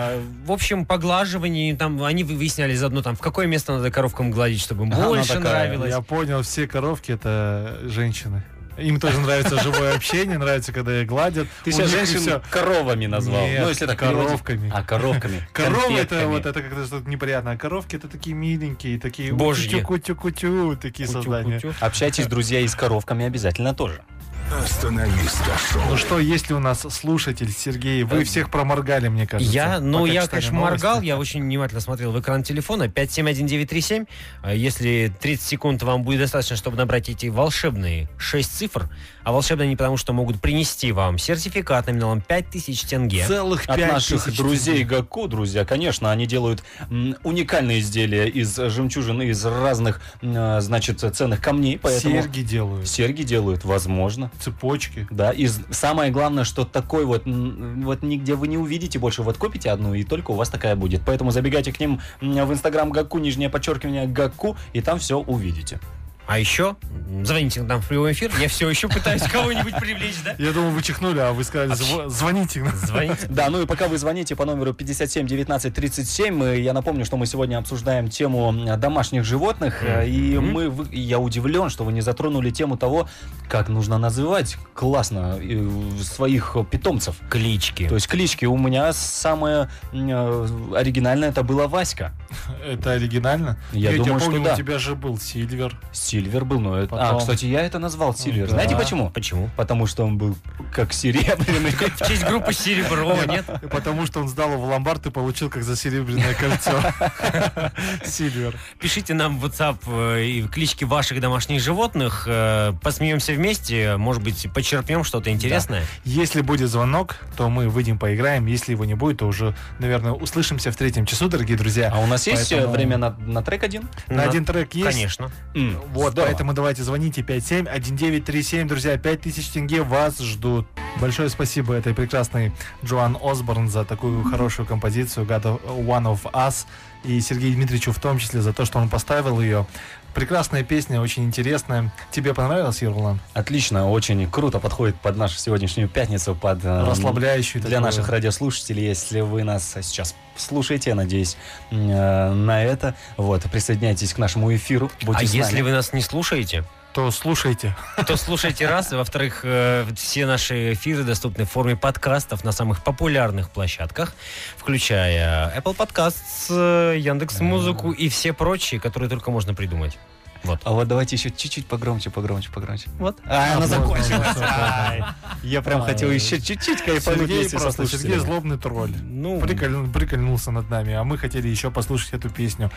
Speaker 3: В общем, поглаживание, там, они вы- выясняли заодно, там, в какое место надо коровкам гладить, чтобы им
Speaker 7: Она
Speaker 3: больше
Speaker 7: такая,
Speaker 3: нравилось.
Speaker 4: Я понял, все коровки это женщины. Им тоже нравится живое общение, нравится, когда их гладят.
Speaker 7: Ты
Speaker 4: У
Speaker 7: себя
Speaker 4: них и
Speaker 7: женщин
Speaker 4: всё.
Speaker 7: коровами назвал.
Speaker 4: Нет,
Speaker 7: ну, если так переводить.
Speaker 4: коровками. (laughs)
Speaker 7: А, коровками.
Speaker 4: Коровы это
Speaker 7: Конфетками.
Speaker 4: вот это как-то что-то неприятное. А коровки это такие миленькие, такие
Speaker 3: Божьи.
Speaker 4: кутю-кутю-кутю, такие создания.
Speaker 3: Кутю-кутю.
Speaker 7: Общайтесь, друзья, и с коровками обязательно тоже.
Speaker 2: Останови Шоу.
Speaker 4: Ну что, если у нас слушатель, Сергей,
Speaker 7: Э,
Speaker 4: вы всех проморгали, мне кажется.
Speaker 3: Я, ну,
Speaker 4: пока
Speaker 3: я,
Speaker 4: читали
Speaker 3: конечно,
Speaker 4: новости.
Speaker 3: моргал, я очень внимательно смотрел в экран телефона, 571937. А Если 30 секунд вам будет достаточно, чтобы набрать эти волшебные 6 цифр, а волшебные не потому, что могут принести вам сертификат номиналом 5000 тенге.
Speaker 4: Целых
Speaker 7: От
Speaker 4: пять
Speaker 7: наших
Speaker 4: тысяч
Speaker 7: друзей Гаку, друзья, конечно, они делают м, уникальные изделия из жемчужины, из разных, м, а, значит, ценных камней. Поэтому
Speaker 4: Серьги делают,
Speaker 7: серьги делают, возможно.
Speaker 4: цепочки.
Speaker 7: Да, и з- самое главное, что такой вот, м, вот нигде вы не увидите больше. Вот купите одну, и только у вас такая будет. Поэтому забегайте к ним м, в инстаграм Гаку, нижнее подчеркивание Гаку, и там все увидите.
Speaker 3: А еще м, звоните нам в прямой эфир, я все еще пытаюсь кого-нибудь привлечь, да?
Speaker 4: Я думал, вы чихнули, а вы сказали, «Зв- звоните. (laughs)
Speaker 3: Звоните.
Speaker 7: Да, ну и пока вы звоните по номеру 57 19 37, э, я напомню, что мы сегодня обсуждаем тему э, домашних животных, э, и
Speaker 3: Мгм.
Speaker 7: мы, вы- и я удивлен, что вы не затронули тему того, как нужно называть классно э, своих э, питомцев.
Speaker 3: Клички.
Speaker 7: То есть клички у меня самое м, э, оригинальное это было Васька.
Speaker 4: Это оригинально?
Speaker 7: Я
Speaker 4: Петя,
Speaker 7: думаю, что
Speaker 4: помню,
Speaker 7: да.
Speaker 4: у тебя же был Сильвер.
Speaker 7: Сильвер был, но это...
Speaker 4: Потом.
Speaker 7: А, кстати, я это назвал Сильвер.
Speaker 4: Да.
Speaker 7: Знаете почему?
Speaker 3: Почему?
Speaker 7: Потому что он был как серебряный.
Speaker 3: В честь группы Серебро, нет?
Speaker 4: Потому что он сдал его в ломбард и получил как за серебряное кольцо. Сильвер.
Speaker 3: Пишите нам в WhatsApp э, и в клички ваших домашних животных. э, Посмеемся вместе. Может быть, почерпнем что-то интересное.
Speaker 4: Если будет звонок, то мы выйдем поиграем. Если его не будет, то уже, наверное, услышимся в третьем часу, дорогие друзья.
Speaker 7: А у нас есть э,
Speaker 4: Поэтому-
Speaker 7: время на, на трек один?
Speaker 4: На
Speaker 3: На-
Speaker 4: один трек есть.
Speaker 3: Конечно.
Speaker 7: М,
Speaker 4: Вот,
Speaker 7: здорово.
Speaker 4: поэтому давайте звоните 571937, друзья, 5000 тенге вас ждут. Большое спасибо этой прекрасной Джоан Осборн за такую хорошую композицию God of- One of Us и Сергею Дмитриевичу в том числе за то, что он поставил ее. Прекрасная песня, очень интересная. Тебе понравилась, Ерулан?
Speaker 7: Отлично, очень круто подходит под нашу сегодняшнюю пятницу, под э,
Speaker 4: Расслабляющую.
Speaker 7: для
Speaker 4: такую.
Speaker 7: наших радиослушателей, если вы нас сейчас слушаете, я надеюсь м, э, на это. Вот, присоединяйтесь к нашему эфиру. Будьте
Speaker 3: А
Speaker 7: с
Speaker 3: если
Speaker 7: нами.
Speaker 3: вы нас не слушаете,
Speaker 4: То слушайте.
Speaker 3: то слушайте раз. И, во-вторых, э, все наши эфиры доступны в форме подкастов на самых популярных площадках, включая Apple Podcasts, Яндекс Музыку и все прочие, которые только можно придумать. Вот.
Speaker 7: А вот давайте еще чуть-чуть погромче, погромче, погромче.
Speaker 3: Вот.
Speaker 7: А, она
Speaker 4: Вот, (laughs)
Speaker 7: закончилась.
Speaker 4: вот, вот, вот.
Speaker 7: Я прям хотел еще чуть-чуть кайфануть
Speaker 4: Сергей
Speaker 7: вместе со
Speaker 4: просто, Сергей
Speaker 7: слушателями.
Speaker 4: злобный тролль.
Speaker 3: Ну,
Speaker 4: Приколь- прикольнулся над нами, а мы хотели еще послушать эту песню.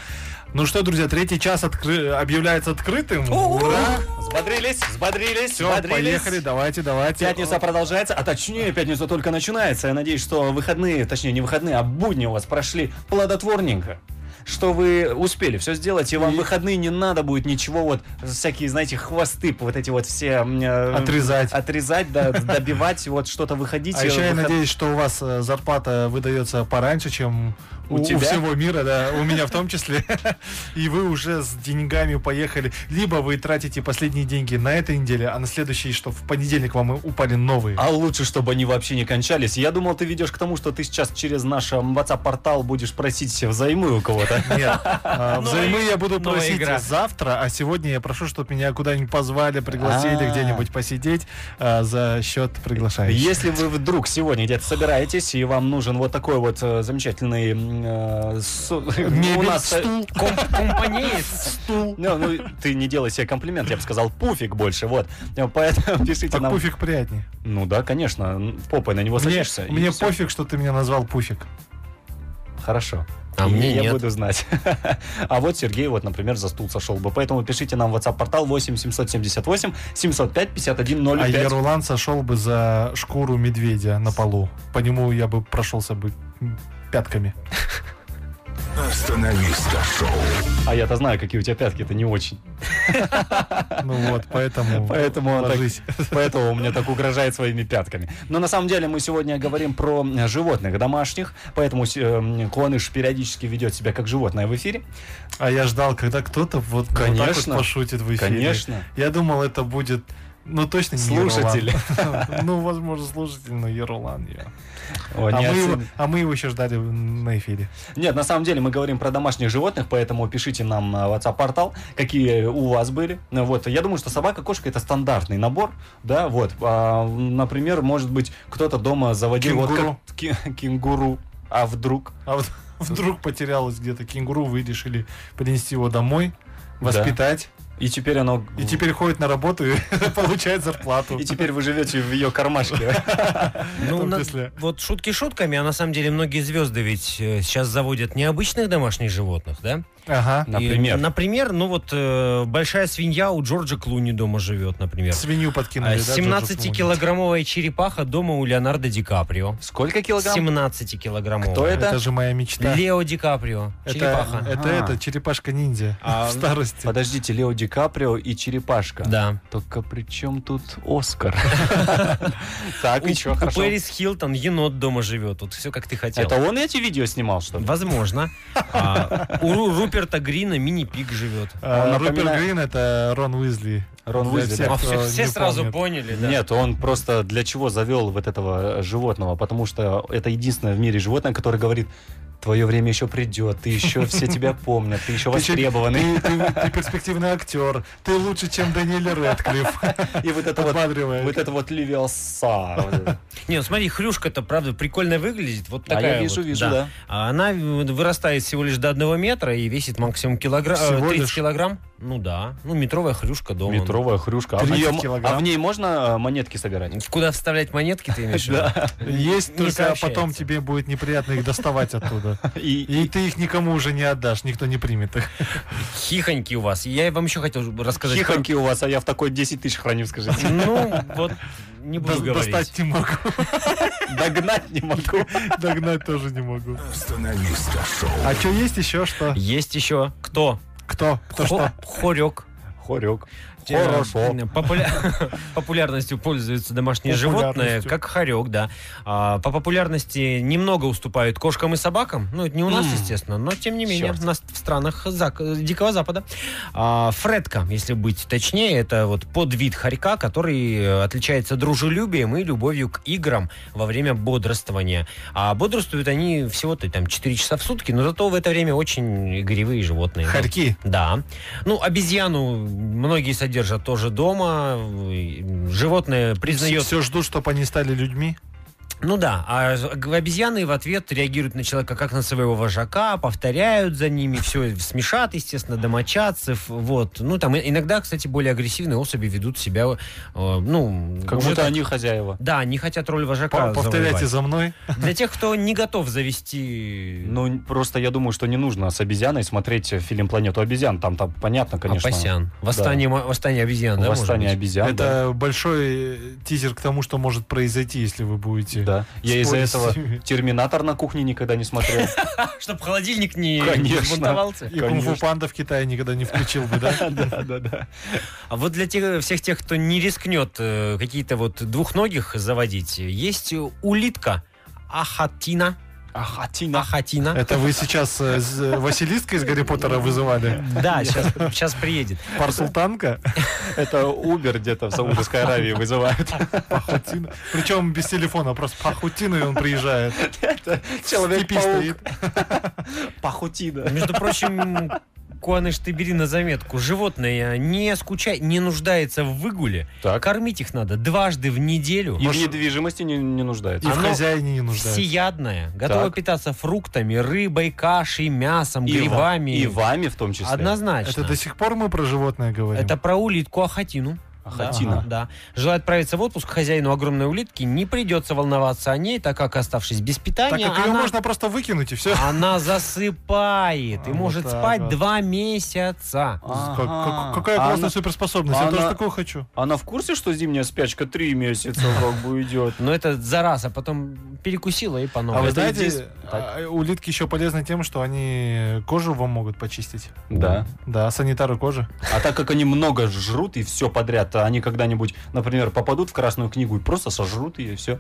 Speaker 4: Ну что, друзья, третий час откры- объявляется открытым. Ура!
Speaker 7: Взбодрились, взбодрились,
Speaker 4: Все,
Speaker 7: взбодрились.
Speaker 4: поехали, давайте, давайте.
Speaker 7: Пятница продолжается, а точнее, пятница только начинается. Я надеюсь, что выходные, точнее, не выходные, а будни у вас прошли плодотворненько. Что вы успели все сделать, и вам в выходные не надо будет ничего вот, всякие, знаете, хвосты, вот эти вот все... м, э,
Speaker 4: Отрезать.
Speaker 7: Отрезать,
Speaker 4: (laughs)
Speaker 7: да, добивать, вот что-то выходить.
Speaker 4: А еще я
Speaker 7: выход-
Speaker 4: надеюсь, что у вас э, зарплата выдается пораньше, чем
Speaker 7: У
Speaker 4: у,
Speaker 7: тебя?
Speaker 4: у всего мира, да, у меня в том числе. (laughs) И вы уже с деньгами поехали. Либо вы тратите последние деньги на этой неделе, а на следующей, что в понедельник вам и упали новые.
Speaker 7: А лучше, чтобы они вообще не кончались. Я думал, ты ведешь к тому, что ты сейчас через наш м, WhatsApp-портал будешь просить взаймы у кого-то.
Speaker 4: Нет,
Speaker 3: (laughs)
Speaker 4: а,
Speaker 3: Новая-
Speaker 4: взаймы я буду
Speaker 3: Ну новая
Speaker 4: просить
Speaker 3: игра.
Speaker 4: завтра, а сегодня я прошу, чтобы меня куда-нибудь позвали,
Speaker 7: А.
Speaker 4: пригласили где-нибудь посидеть а, за счет приглашающих.
Speaker 7: Если вы вдруг сегодня где-то собираетесь, и вам нужен вот такой вот э, замечательный м, э, со- (laughs)
Speaker 4: Мебель,
Speaker 7: у нас, э,
Speaker 4: стул.
Speaker 3: компанеец.
Speaker 7: Ну, ну, ты не делай себе комплимент, я бы сказал, пуфик больше, вот. Э, Поэтому (laughs) пишите
Speaker 4: Так
Speaker 7: нам.
Speaker 4: пуфик приятнее.
Speaker 7: Ну да, конечно, попой на него
Speaker 4: Мне,
Speaker 7: садишься. и
Speaker 4: мне
Speaker 7: всё.
Speaker 4: пофиг, что ты меня назвал пуфик.
Speaker 7: Хорошо.
Speaker 3: А
Speaker 7: И
Speaker 3: мне
Speaker 7: я
Speaker 3: нет.
Speaker 7: буду знать. (laughs) А вот Сергей, вот, например, за стул сошел бы. Поэтому пишите нам в WhatsApp-портал 8 778 705 5105.
Speaker 4: А Ярулан сошел бы за шкуру медведя на полу. По нему я бы прошелся бы м, пятками.
Speaker 2: Останови Шоу.
Speaker 7: А я-то знаю, какие у тебя пятки, это не очень.
Speaker 4: Ну
Speaker 7: (laughs)
Speaker 4: вот, поэтому...
Speaker 7: Поэтому он так-
Speaker 4: ложись. (laughs)
Speaker 7: Поэтому он мне так угрожает своими пятками. Но на самом деле мы сегодня говорим про э, животных домашних, поэтому с- э, м, Куаныш периодически ведет себя как животное в эфире.
Speaker 4: А я ждал, когда кто-то вот, вот так вот
Speaker 7: Конечно.
Speaker 4: пошутит в эфире.
Speaker 7: Конечно.
Speaker 4: Я думал, это будет... Ну, точно не
Speaker 7: Слушатели. (laughs)
Speaker 4: Ерулан. Ну, возможно, слушатель, но Ерулан. я.
Speaker 7: О,
Speaker 4: А
Speaker 7: не
Speaker 4: мы
Speaker 7: оцени-
Speaker 4: его- а мы его еще ждали на эфире.
Speaker 7: Нет, на самом деле мы говорим про домашних животных, поэтому пишите нам на WhatsApp-портал, какие у вас были. Ну, Вот, я думаю, что собака, кошка это стандартный набор, да, вот. А, например, может быть, кто-то дома заводил вот
Speaker 4: Кенгуру.
Speaker 7: как- ки- кенгуру, а вдруг?
Speaker 4: А вот (laughs) вдруг потерялось где-то кенгуру, вы решили принести его домой, воспитать.
Speaker 7: И теперь оно...
Speaker 4: И теперь ходит на работу и (laughs) получает зарплату.
Speaker 7: Ну. И теперь вы живете в
Speaker 4: (laughs)
Speaker 7: ее кармашке.
Speaker 3: Ну,
Speaker 4: том
Speaker 3: на-
Speaker 4: числе.
Speaker 3: вот шутки шутками, а на самом деле многие звезды ведь э, сейчас заводят необычных домашних животных, да?
Speaker 4: Ага.
Speaker 3: И,
Speaker 7: Например?
Speaker 3: например, ну вот э, большая свинья у Джорджа Клуни дома живет, например.
Speaker 4: Свинью
Speaker 3: А
Speaker 4: подкинули. да, Джорджу Клуни?
Speaker 3: 17-килограммовая черепаха дома у Леонардо Ди Каприо.
Speaker 7: Сколько килограмм?
Speaker 3: 17-килограммовая.
Speaker 7: Кто это? А.
Speaker 4: Это же моя мечта.
Speaker 3: Лео Ди Каприо.
Speaker 4: Это,
Speaker 3: черепаха.
Speaker 4: это,
Speaker 7: Ага.
Speaker 4: это черепашка ниндзя
Speaker 3: А,
Speaker 4: (laughs) в старости.
Speaker 7: Подождите, Лео Ди Каприо и Черепашка.
Speaker 3: Да.
Speaker 7: Только при чем тут Оскар? (laughs)
Speaker 4: А
Speaker 7: Так,
Speaker 3: У,
Speaker 7: и чё,
Speaker 3: у
Speaker 7: хорошо.
Speaker 3: Пэрис Хилтон енот дома живет. Вот все как ты хотел.
Speaker 7: Это он эти видео снимал, что ли?
Speaker 3: Возможно. А, у Ру- Руперта Грина мини-пиг живет.
Speaker 4: А,
Speaker 7: Он
Speaker 4: Руперт
Speaker 7: напоминает-
Speaker 4: Грин это Рон Уизли.
Speaker 7: Рон
Speaker 4: Для
Speaker 7: Уизли,
Speaker 4: всех,
Speaker 7: да.
Speaker 3: А все,
Speaker 4: кто
Speaker 3: все
Speaker 4: не
Speaker 3: сразу
Speaker 4: помнит.
Speaker 3: поняли, да?
Speaker 7: Нет, он просто для чего завел вот этого э, животного? Потому что это единственное в мире животное, которое говорит, твое время еще придет, ты (laughs) еще все тебя помнят, ты еще
Speaker 4: Ты чё- Ты,
Speaker 7: востребованный.
Speaker 4: ты- ты перспективный актер. Ты лучше, чем Даниэль Рэдклифф.
Speaker 7: И (laughs) вот это вот,
Speaker 4: Подбадривает.
Speaker 7: вот это вот левиоса. вот это.
Speaker 3: Нет, ну смотри, хрюшка-то, правда, прикольно выглядит. Вот
Speaker 7: А
Speaker 3: такая
Speaker 7: я вижу,
Speaker 3: вот,
Speaker 7: вижу, да.
Speaker 3: А она э, вырастает всего лишь до одного метра и весит максимум килограмм.
Speaker 4: Всего
Speaker 3: 30
Speaker 4: лишь?
Speaker 3: килограмм? Ну да. Ну, метровая хрюшка дома.
Speaker 7: Метровая хрюшка. А в,
Speaker 4: 30
Speaker 7: неё-
Speaker 4: килограмм.
Speaker 7: а в ней можно э, монетки собирать?
Speaker 3: Куда вставлять монетки, ты имеешь в
Speaker 7: (laughs)
Speaker 3: виду?
Speaker 4: Есть
Speaker 3: Не
Speaker 4: только
Speaker 3: сообщается.
Speaker 4: потом тебе будет неприятно их доставать оттуда.
Speaker 7: И,
Speaker 4: И ты их никому уже не отдашь, никто не примет их.
Speaker 3: Хихоньки у вас. Я вам еще хотел рассказать. про-
Speaker 7: хихоньки у вас, а я в такой 10 тысяч храню, скажите.
Speaker 3: (laughs) Ну, вот не буду
Speaker 4: Дос-
Speaker 3: говорить.
Speaker 4: Достать не могу, (laughs)
Speaker 7: Догнать не могу.
Speaker 4: догнать тоже не могу.
Speaker 2: Остановиста шоу.
Speaker 4: А что есть еще что?
Speaker 3: Есть еще кто?
Speaker 4: Кто? Кто что?
Speaker 3: Хорек.
Speaker 7: Хорек. Хорошо.
Speaker 3: Э, популя- (laughs) Популярностью пользуются домашние животные,
Speaker 4: Популярностью.
Speaker 3: как хорек, да. А, По популярности немного уступают кошкам и собакам. Ну, это не у нас,
Speaker 7: М.
Speaker 3: естественно, но тем не менее,
Speaker 7: Чёрт.
Speaker 3: у нас в странах зак- э, Дикого Запада. А, Фредка, если быть точнее, это вот подвид хорька, который э, отличается дружелюбием и любовью к играм во время бодрствования. А бодрствуют они всего-то там 4 часа в сутки, но зато в это время очень игривые животные.
Speaker 4: Хорьки.
Speaker 3: Да. Ну, обезьяну многие содержат тоже дома. Животное признает...
Speaker 4: Все ждут, чтобы они стали людьми.
Speaker 3: Ну да, а г- обезьяны в ответ реагируют на человека как на своего вожака, повторяют за ними, все смешат, естественно, домочадцев, вот. Ну там и- иногда, кстати, более агрессивные особи ведут себя, э, ну...
Speaker 7: Как
Speaker 3: уже
Speaker 7: будто
Speaker 3: так-
Speaker 7: они хозяева.
Speaker 3: Да, не хотят роль вожака
Speaker 4: По- Повторяйте
Speaker 3: завоевать.
Speaker 4: за мной.
Speaker 3: Для тех, кто не готов завести...
Speaker 7: Ну, просто я думаю, что не нужно с обезьяной смотреть э, фильм «Планету обезьян». Там, там понятно, конечно.
Speaker 3: Апасян. Восстание, ма- восстание обезьян, да, может
Speaker 7: Восстание
Speaker 3: быть?
Speaker 7: обезьян, да.
Speaker 4: Это большой э, тизер к тому, что может произойти, если вы будете.
Speaker 7: Да. Я из-за
Speaker 4: Спорить с
Speaker 7: этого
Speaker 4: ними.
Speaker 7: «Терминатор» на кухне никогда не смотрел.
Speaker 3: Чтоб холодильник не
Speaker 7: Конечно.
Speaker 3: взбунтовался.
Speaker 4: И кунг-фу
Speaker 7: Конечно.
Speaker 4: панда в Китае никогда не включил бы, да?
Speaker 7: (laughs) Да, да, да.
Speaker 3: А вот для тех, всех тех, кто не рискнет э, какие-то вот двухногих заводить, есть улитка Ахатина.
Speaker 7: Ахатина.
Speaker 3: Ахатина.
Speaker 4: Это вы сейчас э, з- Василиска из Гарри Поттера вызывали?
Speaker 3: Да, сейчас, сейчас приедет.
Speaker 4: Парсултанка?
Speaker 7: Это Убер где-то в Саудовской Аравии вызывают.
Speaker 4: Пахутина. Причем без телефона, просто пахутина, и он приезжает.
Speaker 7: Человек
Speaker 4: Степи стоит.
Speaker 7: Пахутина.
Speaker 3: Между прочим, Куаныш, ты бери на заметку. Животное не скучает, не нуждается в выгуле.
Speaker 7: Так.
Speaker 3: Кормить их надо дважды в неделю.
Speaker 7: И в недвижимости не не
Speaker 4: И
Speaker 7: нуждается.
Speaker 4: в
Speaker 3: Оно
Speaker 4: хозяине не нуждается.
Speaker 3: Всеядное. Готово
Speaker 7: Так.
Speaker 3: питаться фруктами, рыбой, кашей, мясом,
Speaker 7: И ва-
Speaker 3: грибами.
Speaker 7: И вами в том числе.
Speaker 3: Однозначно.
Speaker 4: Это до сих пор мы про животное говорим?
Speaker 3: Это про улитку Ахатину.
Speaker 7: Ахатина.
Speaker 3: Да. Желает отправиться в отпуск хозяину огромной улитки, не придется волноваться о ней, так как, оставшись без
Speaker 4: Так
Speaker 3: питания,
Speaker 4: как ее
Speaker 3: она,
Speaker 4: можно просто выкинуть и все.
Speaker 3: (laughs) она засыпает и
Speaker 4: А, вот
Speaker 3: может
Speaker 4: так
Speaker 3: спать
Speaker 4: вот.
Speaker 3: два месяца.
Speaker 7: Ага.
Speaker 4: Какая
Speaker 7: А
Speaker 4: классная
Speaker 7: она-
Speaker 4: суперспособность, я
Speaker 7: она-
Speaker 4: тоже такую хочу.
Speaker 7: Она в курсе, что зимняя спячка три месяца как бы идет?
Speaker 3: Но это за раз, а потом перекусила и по
Speaker 4: А
Speaker 3: новой.
Speaker 4: вы
Speaker 7: это
Speaker 4: знаете,
Speaker 7: единс- Так.
Speaker 4: а, улитки еще полезны тем, что они кожу вам могут почистить.
Speaker 7: Да.
Speaker 4: Да, санитары кожи.
Speaker 7: А так как они много жрут и все подряд, то они когда-нибудь, например, попадут в Красную книгу и просто сожрут ее, и все.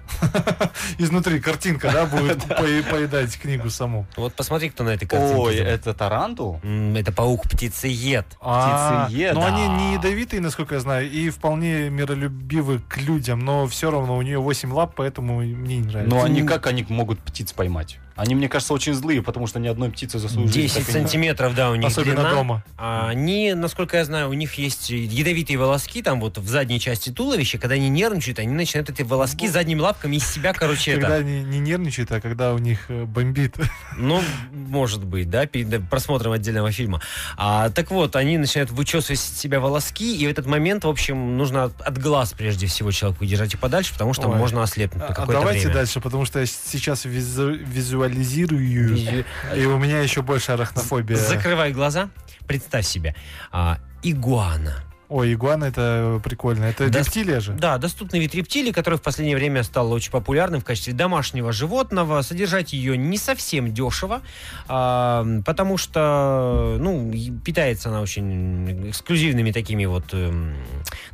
Speaker 4: Изнутри картинка, да,
Speaker 7: (laughs)
Speaker 4: будет по- поедать книгу саму.
Speaker 3: Вот посмотри, кто на этой картинке.
Speaker 7: Ой,
Speaker 3: это...
Speaker 7: это тарантул?
Speaker 3: это паук-птицеед.
Speaker 4: А,
Speaker 7: Птицеед.
Speaker 4: Но они
Speaker 7: Да.
Speaker 4: не ядовитые, насколько я знаю, и вполне миролюбивы к
Speaker 7: Ну,
Speaker 4: людям, но все равно у нее 8 лап, поэтому мне не нравится.
Speaker 7: Но они как они могут птиц поймать? Они, мне кажется, очень злые, потому что ни одной птицы за свою жизнь
Speaker 3: 10
Speaker 7: так и не-
Speaker 3: сантиметров, да, у них
Speaker 4: Особенно
Speaker 3: длина.
Speaker 4: дома.
Speaker 3: А Они, насколько я знаю, у них есть ядовитые волоски там вот в задней части туловища. Когда они нервничают, они начинают эти волоски задними лапками из себя, короче,
Speaker 4: Когда
Speaker 3: это...
Speaker 4: они не нервничают, а когда у них э, бомбит.
Speaker 3: Ну, может быть, да, перед просмотром отдельного фильма. А, так вот, они начинают вычесывать из себя волоски, и в этот момент, в общем, нужно от, от глаз прежде всего человеку держать и подальше, потому что
Speaker 4: Ой.
Speaker 3: можно ослепнуть на
Speaker 4: А
Speaker 3: какое-то
Speaker 4: давайте
Speaker 3: время.
Speaker 4: дальше, потому что я с- сейчас визу- визуализирую, А,
Speaker 3: Визу-
Speaker 4: и у меня еще больше арахнофобия.
Speaker 3: Закрывай глаза, представь себе. а, игуана.
Speaker 4: Ой, игуана это прикольно. Это
Speaker 3: Да,
Speaker 4: рептилия же.
Speaker 3: Да, доступный вид рептилии, который в последнее время стал очень популярным в качестве домашнего животного. Содержать ее не совсем дешево, а, потому что ну, и питается она очень эксклюзивными такими вот эм,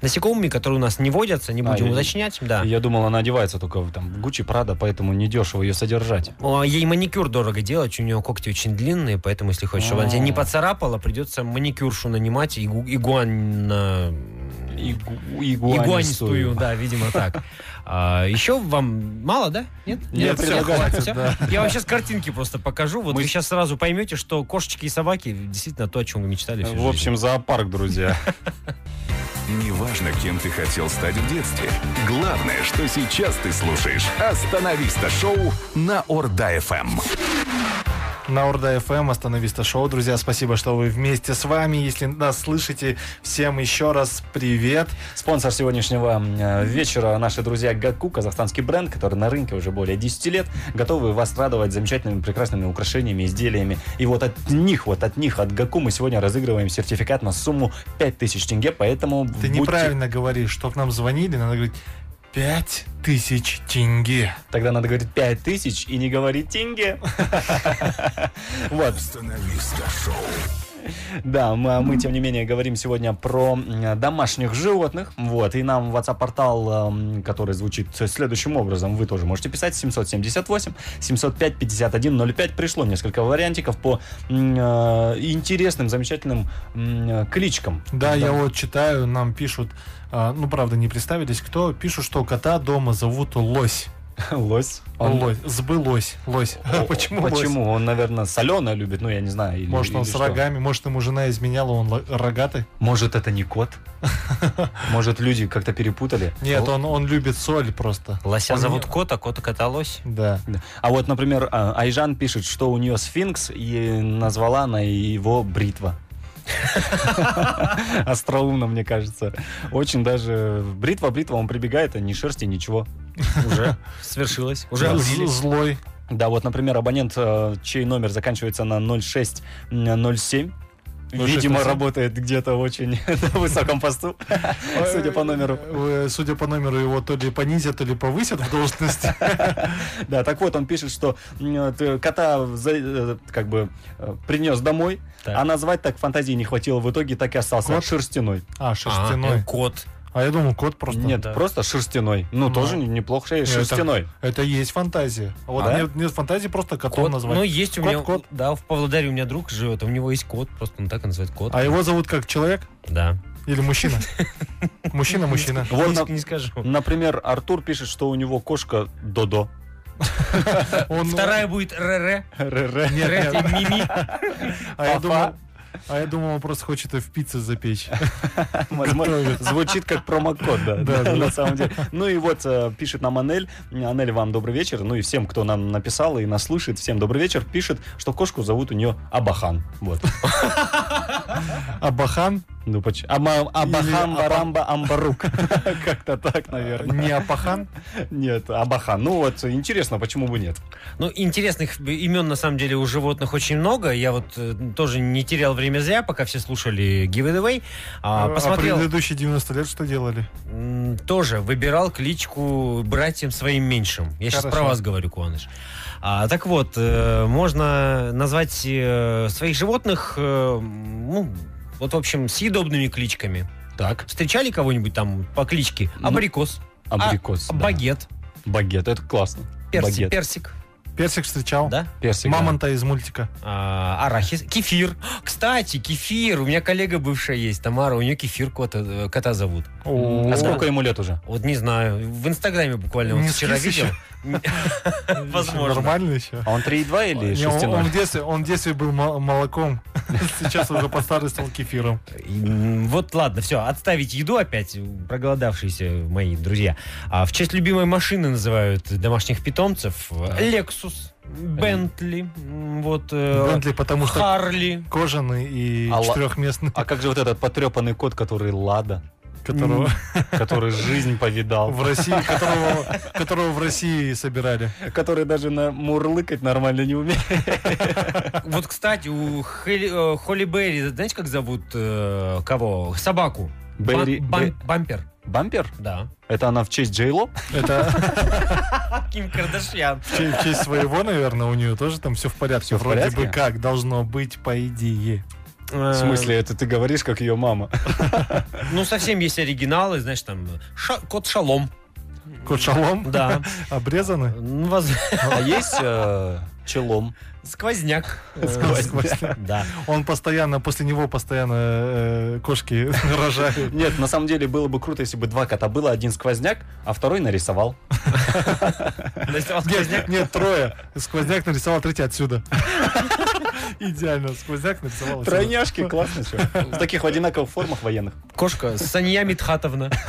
Speaker 3: насекомыми, которые у нас не водятся, не
Speaker 7: А,
Speaker 3: будем
Speaker 7: и-
Speaker 3: уточнять. Да.
Speaker 7: Я думал, она одевается только в там, Гуччи Прада, поэтому недешево ее содержать.
Speaker 3: О, Ей маникюр дорого делать, у нее когти очень длинные, поэтому если хочешь, чтобы она тебя не
Speaker 7: А.
Speaker 3: поцарапала, придется маникюршу нанимать, игу- игуана...
Speaker 7: Игу-
Speaker 3: Игуанистую, да, видимо так. А, еще вам мало, да? Нет?
Speaker 7: Нет,
Speaker 3: всё,
Speaker 7: предлагаю,
Speaker 3: хватит, всё?
Speaker 4: да.
Speaker 3: Я вам сейчас картинки просто покажу. Вот
Speaker 7: Мы-
Speaker 3: вы сейчас сразу поймете, что кошечки и собаки действительно то, о чем вы мечтали. всю
Speaker 7: В общем, зоопарк, друзья.
Speaker 2: Неважно, кем ты хотел стать в детстве. Главное, что сейчас ты слушаешь «Остановиста» шоу на Орда-ФМ.
Speaker 4: На Орда ФМ остановиста шоу. Друзья, спасибо, что вы вместе с вами. Если нас слышите, всем еще раз привет.
Speaker 7: Спонсор сегодняшнего э, вечера наши друзья Гаку, казахстанский бренд, который на рынке уже более 10 лет, готовы вас радовать замечательными, прекрасными украшениями, изделиями. И вот от них, вот от них, от Гаку мы сегодня разыгрываем сертификат на сумму 5000 тенге, поэтому...
Speaker 4: Ты
Speaker 7: будьте-
Speaker 4: неправильно говоришь, что к нам звонили, надо говорить пять тысяч тенге.
Speaker 7: Тогда надо говорить 5000 и не говорить тенге. (laughs) Вот,
Speaker 2: «Остановиста» шоу.
Speaker 7: Да, мы, мы, тем не менее говорим сегодня про м, домашних животных. Вот, и нам WhatsApp-портал, эм, который звучит следующим образом, вы тоже можете писать 778-705-5105. Пришло несколько вариантиков по м, э, интересным, замечательным м, э, кличкам.
Speaker 4: Да, я вот читаю, нам пишут, а, ну правда не представились, кто, пишут, что кота дома зовут Лось.
Speaker 7: (laughs) Лось. (laughs)
Speaker 4: Лось. Сбылось. Лось.
Speaker 7: О,
Speaker 4: Почему лось?
Speaker 7: Почему? Он, наверное, соленое любит, ну, я не знаю. или-
Speaker 4: Может, он
Speaker 7: или
Speaker 4: с
Speaker 7: что.
Speaker 4: рогами, может, ему жена изменяла, он ло- рогатый.
Speaker 7: Может, это не (laughs) кот? Может, люди как-то перепутали?
Speaker 4: Нет, он, он любит соль просто.
Speaker 3: жизнь. Лося
Speaker 7: Он
Speaker 3: зовут
Speaker 7: не-
Speaker 3: кот, а кота кота лось.
Speaker 4: Да.
Speaker 7: Да. А вот, например, а, Айжан пишет, что у нее сфинкс, и назвала она его (laughs) бритва. Остроумно, мне кажется. Очень даже бритва, бритва, он прибегает, а ни шерсти, ничего. (laughs)
Speaker 3: Уже свершилось. Уже
Speaker 4: З-
Speaker 3: объявили.
Speaker 4: Злой.
Speaker 7: Да, вот, например, абонент, э, чей номер заканчивается на 0607, Видимо,
Speaker 4: 0607.
Speaker 7: работает где-то очень (laughs) на высоком посту, (laughs) судя по номеру.
Speaker 4: Э, Судя по номеру, его то ли понизят, то ли повысят в
Speaker 7: (laughs)
Speaker 4: должности.
Speaker 7: Да, так вот, он пишет, что м, э, т- кота за- э, как бы принес домой,
Speaker 3: Так.
Speaker 7: а назвать так фантазии не хватило. В итоге так и остался
Speaker 4: Кот?
Speaker 7: шерстяной.
Speaker 4: А,
Speaker 3: А, э,
Speaker 4: шерстяной.
Speaker 3: кот.
Speaker 4: А я думал, кот просто.
Speaker 7: Нет,
Speaker 3: да.
Speaker 7: просто шерстяной. Ну,
Speaker 4: Ну.
Speaker 7: тоже не- неплохо. э,
Speaker 4: Нет,
Speaker 7: Шерстяной.
Speaker 4: Это, это и есть фантазия. А вот
Speaker 7: А, да?
Speaker 4: нет, нет фантазии, просто котом
Speaker 3: Кот.
Speaker 4: назвать.
Speaker 3: Ну, есть у
Speaker 4: Кот,
Speaker 3: меня...
Speaker 4: кот.
Speaker 3: Да, в Павлодаре у меня друг живет, а у него есть кот, просто он так и называет кот.
Speaker 4: А его зовут как человек
Speaker 3: Да.
Speaker 4: или мужчина? Мужчина, мужчина.
Speaker 7: Вот,
Speaker 3: Не-
Speaker 7: нап-
Speaker 3: не скажу.
Speaker 7: например, Артур пишет, что у него кошка Додо.
Speaker 4: Он-
Speaker 3: Вторая будет РР.
Speaker 7: Ре-ре.
Speaker 3: Третья Мими.
Speaker 4: А я
Speaker 7: Папа.
Speaker 4: думал, а я думал, он просто хочет ее в пиццу запечь.
Speaker 7: (laughs) Возможно, Звучит как промокод, да,
Speaker 4: Да, да.
Speaker 7: на самом деле. Ну и вот э, пишет нам Анель. Анель, вам добрый вечер. Ну и всем, кто нам написал и нас слышит, всем добрый вечер. Пишет, что кошку зовут у нее Абахан. Вот.
Speaker 4: А Бахан?
Speaker 7: Ну почему? Абахан,
Speaker 4: Или
Speaker 7: Барамба, Амбарук. (laughs) Как-то так, наверное.
Speaker 4: Не а Апахан?
Speaker 7: Нет, Абахан. Ну вот, интересно, почему бы нет?
Speaker 3: Ну, интересных имен, на самом деле, у животных очень много. Я вот э, тоже не терял время зря, пока все слушали Give It Away. А,
Speaker 4: А
Speaker 3: посмотрел,
Speaker 4: предыдущие 90 лет что делали?
Speaker 3: м, тоже выбирал кличку братьям своим меньшим. Я сейчас
Speaker 4: Хорошо.
Speaker 3: про вас говорю, Куаныш. А, так вот, э, можно назвать э, своих животных, э, ну, вот, в общем, съедобными кличками.
Speaker 7: Так,
Speaker 3: Встречали кого-нибудь там по кличке?
Speaker 7: Ну,
Speaker 3: Абрикос,
Speaker 4: А,
Speaker 7: абрикос. да.
Speaker 3: багет,
Speaker 7: Багет, это классно.
Speaker 3: персик,
Speaker 7: Багет.
Speaker 3: персик,
Speaker 4: Персик встречал.
Speaker 3: да?
Speaker 7: Персик. да.
Speaker 4: Мамонта из мультика.
Speaker 3: А, арахис, кефир. Кстати, кефир. У меня коллега бывшая есть, Тамара. У нее кефир кота, кота зовут.
Speaker 7: А
Speaker 4: О.
Speaker 7: сколько ему лет уже?
Speaker 3: Вот не знаю. В Инстаграме буквально
Speaker 4: Не
Speaker 3: вот вчера
Speaker 4: скис
Speaker 3: видел.
Speaker 4: еще?
Speaker 3: Возможно.
Speaker 4: Нормально еще?
Speaker 7: А он 3,2 или
Speaker 4: Не, он, он
Speaker 7: 6,0?
Speaker 4: в детстве, он в детстве был мол- молоком, (laughs) сейчас уже по старой стал кефиром.
Speaker 3: М, Вот ладно, все, отставить еду опять, проголодавшиеся мои друзья. А в честь любимой машины называют домашних питомцев. Лексус, Бентли, м, вот э,
Speaker 4: Бентли, потому что
Speaker 3: Харли.
Speaker 4: кожаный и
Speaker 7: А ла-
Speaker 4: четырехместный,
Speaker 7: А как же вот этот потрепанный кот, который Лада,
Speaker 4: которого
Speaker 7: который жизнь повидал,
Speaker 4: в России, которого, которого в России собирали.
Speaker 7: который даже на мурлыкать нормально не умеет?
Speaker 3: Вот, кстати, у Хэли- э, Холли Берри, знаете, как зовут э, кого? Собаку. Бам-
Speaker 7: Берри-
Speaker 3: бам-
Speaker 7: Бе-
Speaker 3: Бампер,
Speaker 7: Бампер?
Speaker 3: да.
Speaker 7: Это она в честь Джейло?
Speaker 4: Это
Speaker 3: Ким Кардашьян.
Speaker 4: в честь, в честь своего, наверное, у нее тоже там все в порядке.
Speaker 7: Всё в
Speaker 4: Вроде
Speaker 7: порядке?
Speaker 4: бы как должно быть, по идее. Э.
Speaker 7: В смысле, это ты говоришь, как ее мама.
Speaker 3: Э, Ну, совсем есть оригиналы, знаешь, там ша- кот Шалом.
Speaker 4: Кот шалом
Speaker 3: Да.
Speaker 4: (laughs) обрезаны.
Speaker 3: Ну, воз- (laughs)
Speaker 7: А есть э, челом?
Speaker 3: Сквозняк. Э,
Speaker 4: Сквозь-
Speaker 3: (laughs) Да.
Speaker 4: Он постоянно, после него постоянно э, кошки (laughs) рожают.
Speaker 7: Нет, на самом деле было бы круто, если бы два кота было, один сквозняк, а второй нарисовал.
Speaker 3: Нарисовал а сквозняк.
Speaker 4: Нет, нет, трое. Сквозняк нарисовал, третий отсюда. (laughs) Идеально, сквозняк нарисовал. отсюда.
Speaker 7: (laughs) Тройняшки, классно все. В таких в одинаковых формах военных.
Speaker 3: Кошка Санья Митхатовна. (laughs)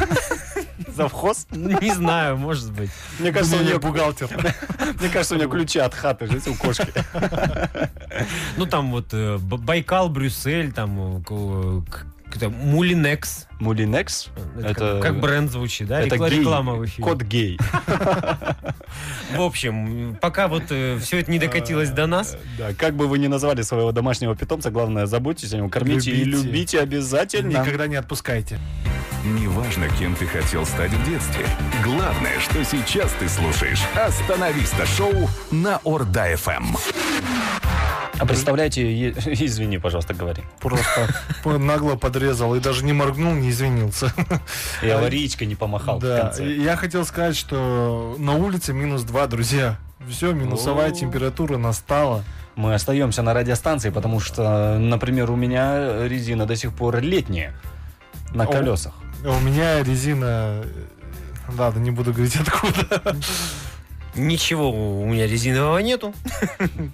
Speaker 7: Завхоз?
Speaker 3: Не знаю, может быть.
Speaker 7: Мне кажется, у
Speaker 4: Думаю, я
Speaker 7: нее
Speaker 4: бухгалтер.
Speaker 7: (laughs) Мне кажется, у нее ключи от хаты, знаете, у кошки.
Speaker 3: Ну, там вот э, Б- Байкал, Брюссель, там э, к- к- к- там, Мулинекс.
Speaker 7: Мулинекс? Это-
Speaker 3: как, как бренд звучит, да?
Speaker 7: Это
Speaker 3: Рекла-
Speaker 7: гей.
Speaker 3: реклама в эфире.
Speaker 7: Кот гей.
Speaker 3: В общем, м, пока вот все это не докатилось до нас,
Speaker 7: Да, как бы вы ни назвали своего домашнего питомца, главное, заботьтесь о нем, кормите и
Speaker 4: Любите.
Speaker 7: любите обязательно.
Speaker 4: Никогда не отпускайте.
Speaker 2: Неважно, кем ты хотел стать в детстве. Главное, что сейчас ты слушаешь «Остановиста» шоу на Орда-ФМ.
Speaker 7: А представляете, е- (laughs) извини, пожалуйста, говори.
Speaker 4: Просто нагло подрезал и даже не моргнул, не извинился. (laughs)
Speaker 7: И аварийка не помахал в
Speaker 4: Да,
Speaker 7: конце.
Speaker 4: и я хотел сказать, что на улице минус 2, друзья. Все, минусовая
Speaker 7: О.
Speaker 4: температура настала.
Speaker 7: Мы остаемся на радиостанции, потому что, например, у меня резина до сих пор летняя. На
Speaker 4: О.
Speaker 7: колесах.
Speaker 4: А У меня резина... э, Ладно, не буду говорить (laughs) откуда.
Speaker 3: ничего у меня резинового нету.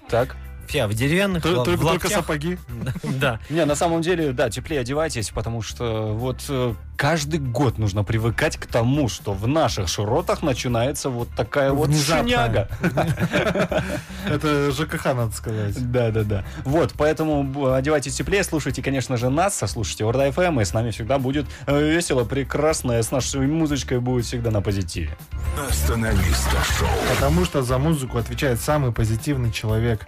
Speaker 7: Так?
Speaker 3: Я в деревянных,
Speaker 4: Тол-
Speaker 3: в- в
Speaker 4: Только только
Speaker 3: лаптях.
Speaker 4: сапоги.
Speaker 3: (laughs) Да.
Speaker 7: Не, на самом деле, да, теплее одевайтесь, потому что вот э, каждый год нужно привыкать к тому, что в наших широтах начинается вот такая вот
Speaker 4: Внезапно.
Speaker 7: шняга.
Speaker 4: Это ЖКХ, надо сказать.
Speaker 7: Да, да, да. Вот, поэтому б- одевайтесь теплее, слушайте, конечно же, нас, а слушайте Орда ФМ, и с нами всегда будет э, весело, прекрасно, и с нашей музычкой будет всегда на позитиве.
Speaker 2: «Остановиста» шоу
Speaker 4: Потому что за музыку отвечает самый позитивный человек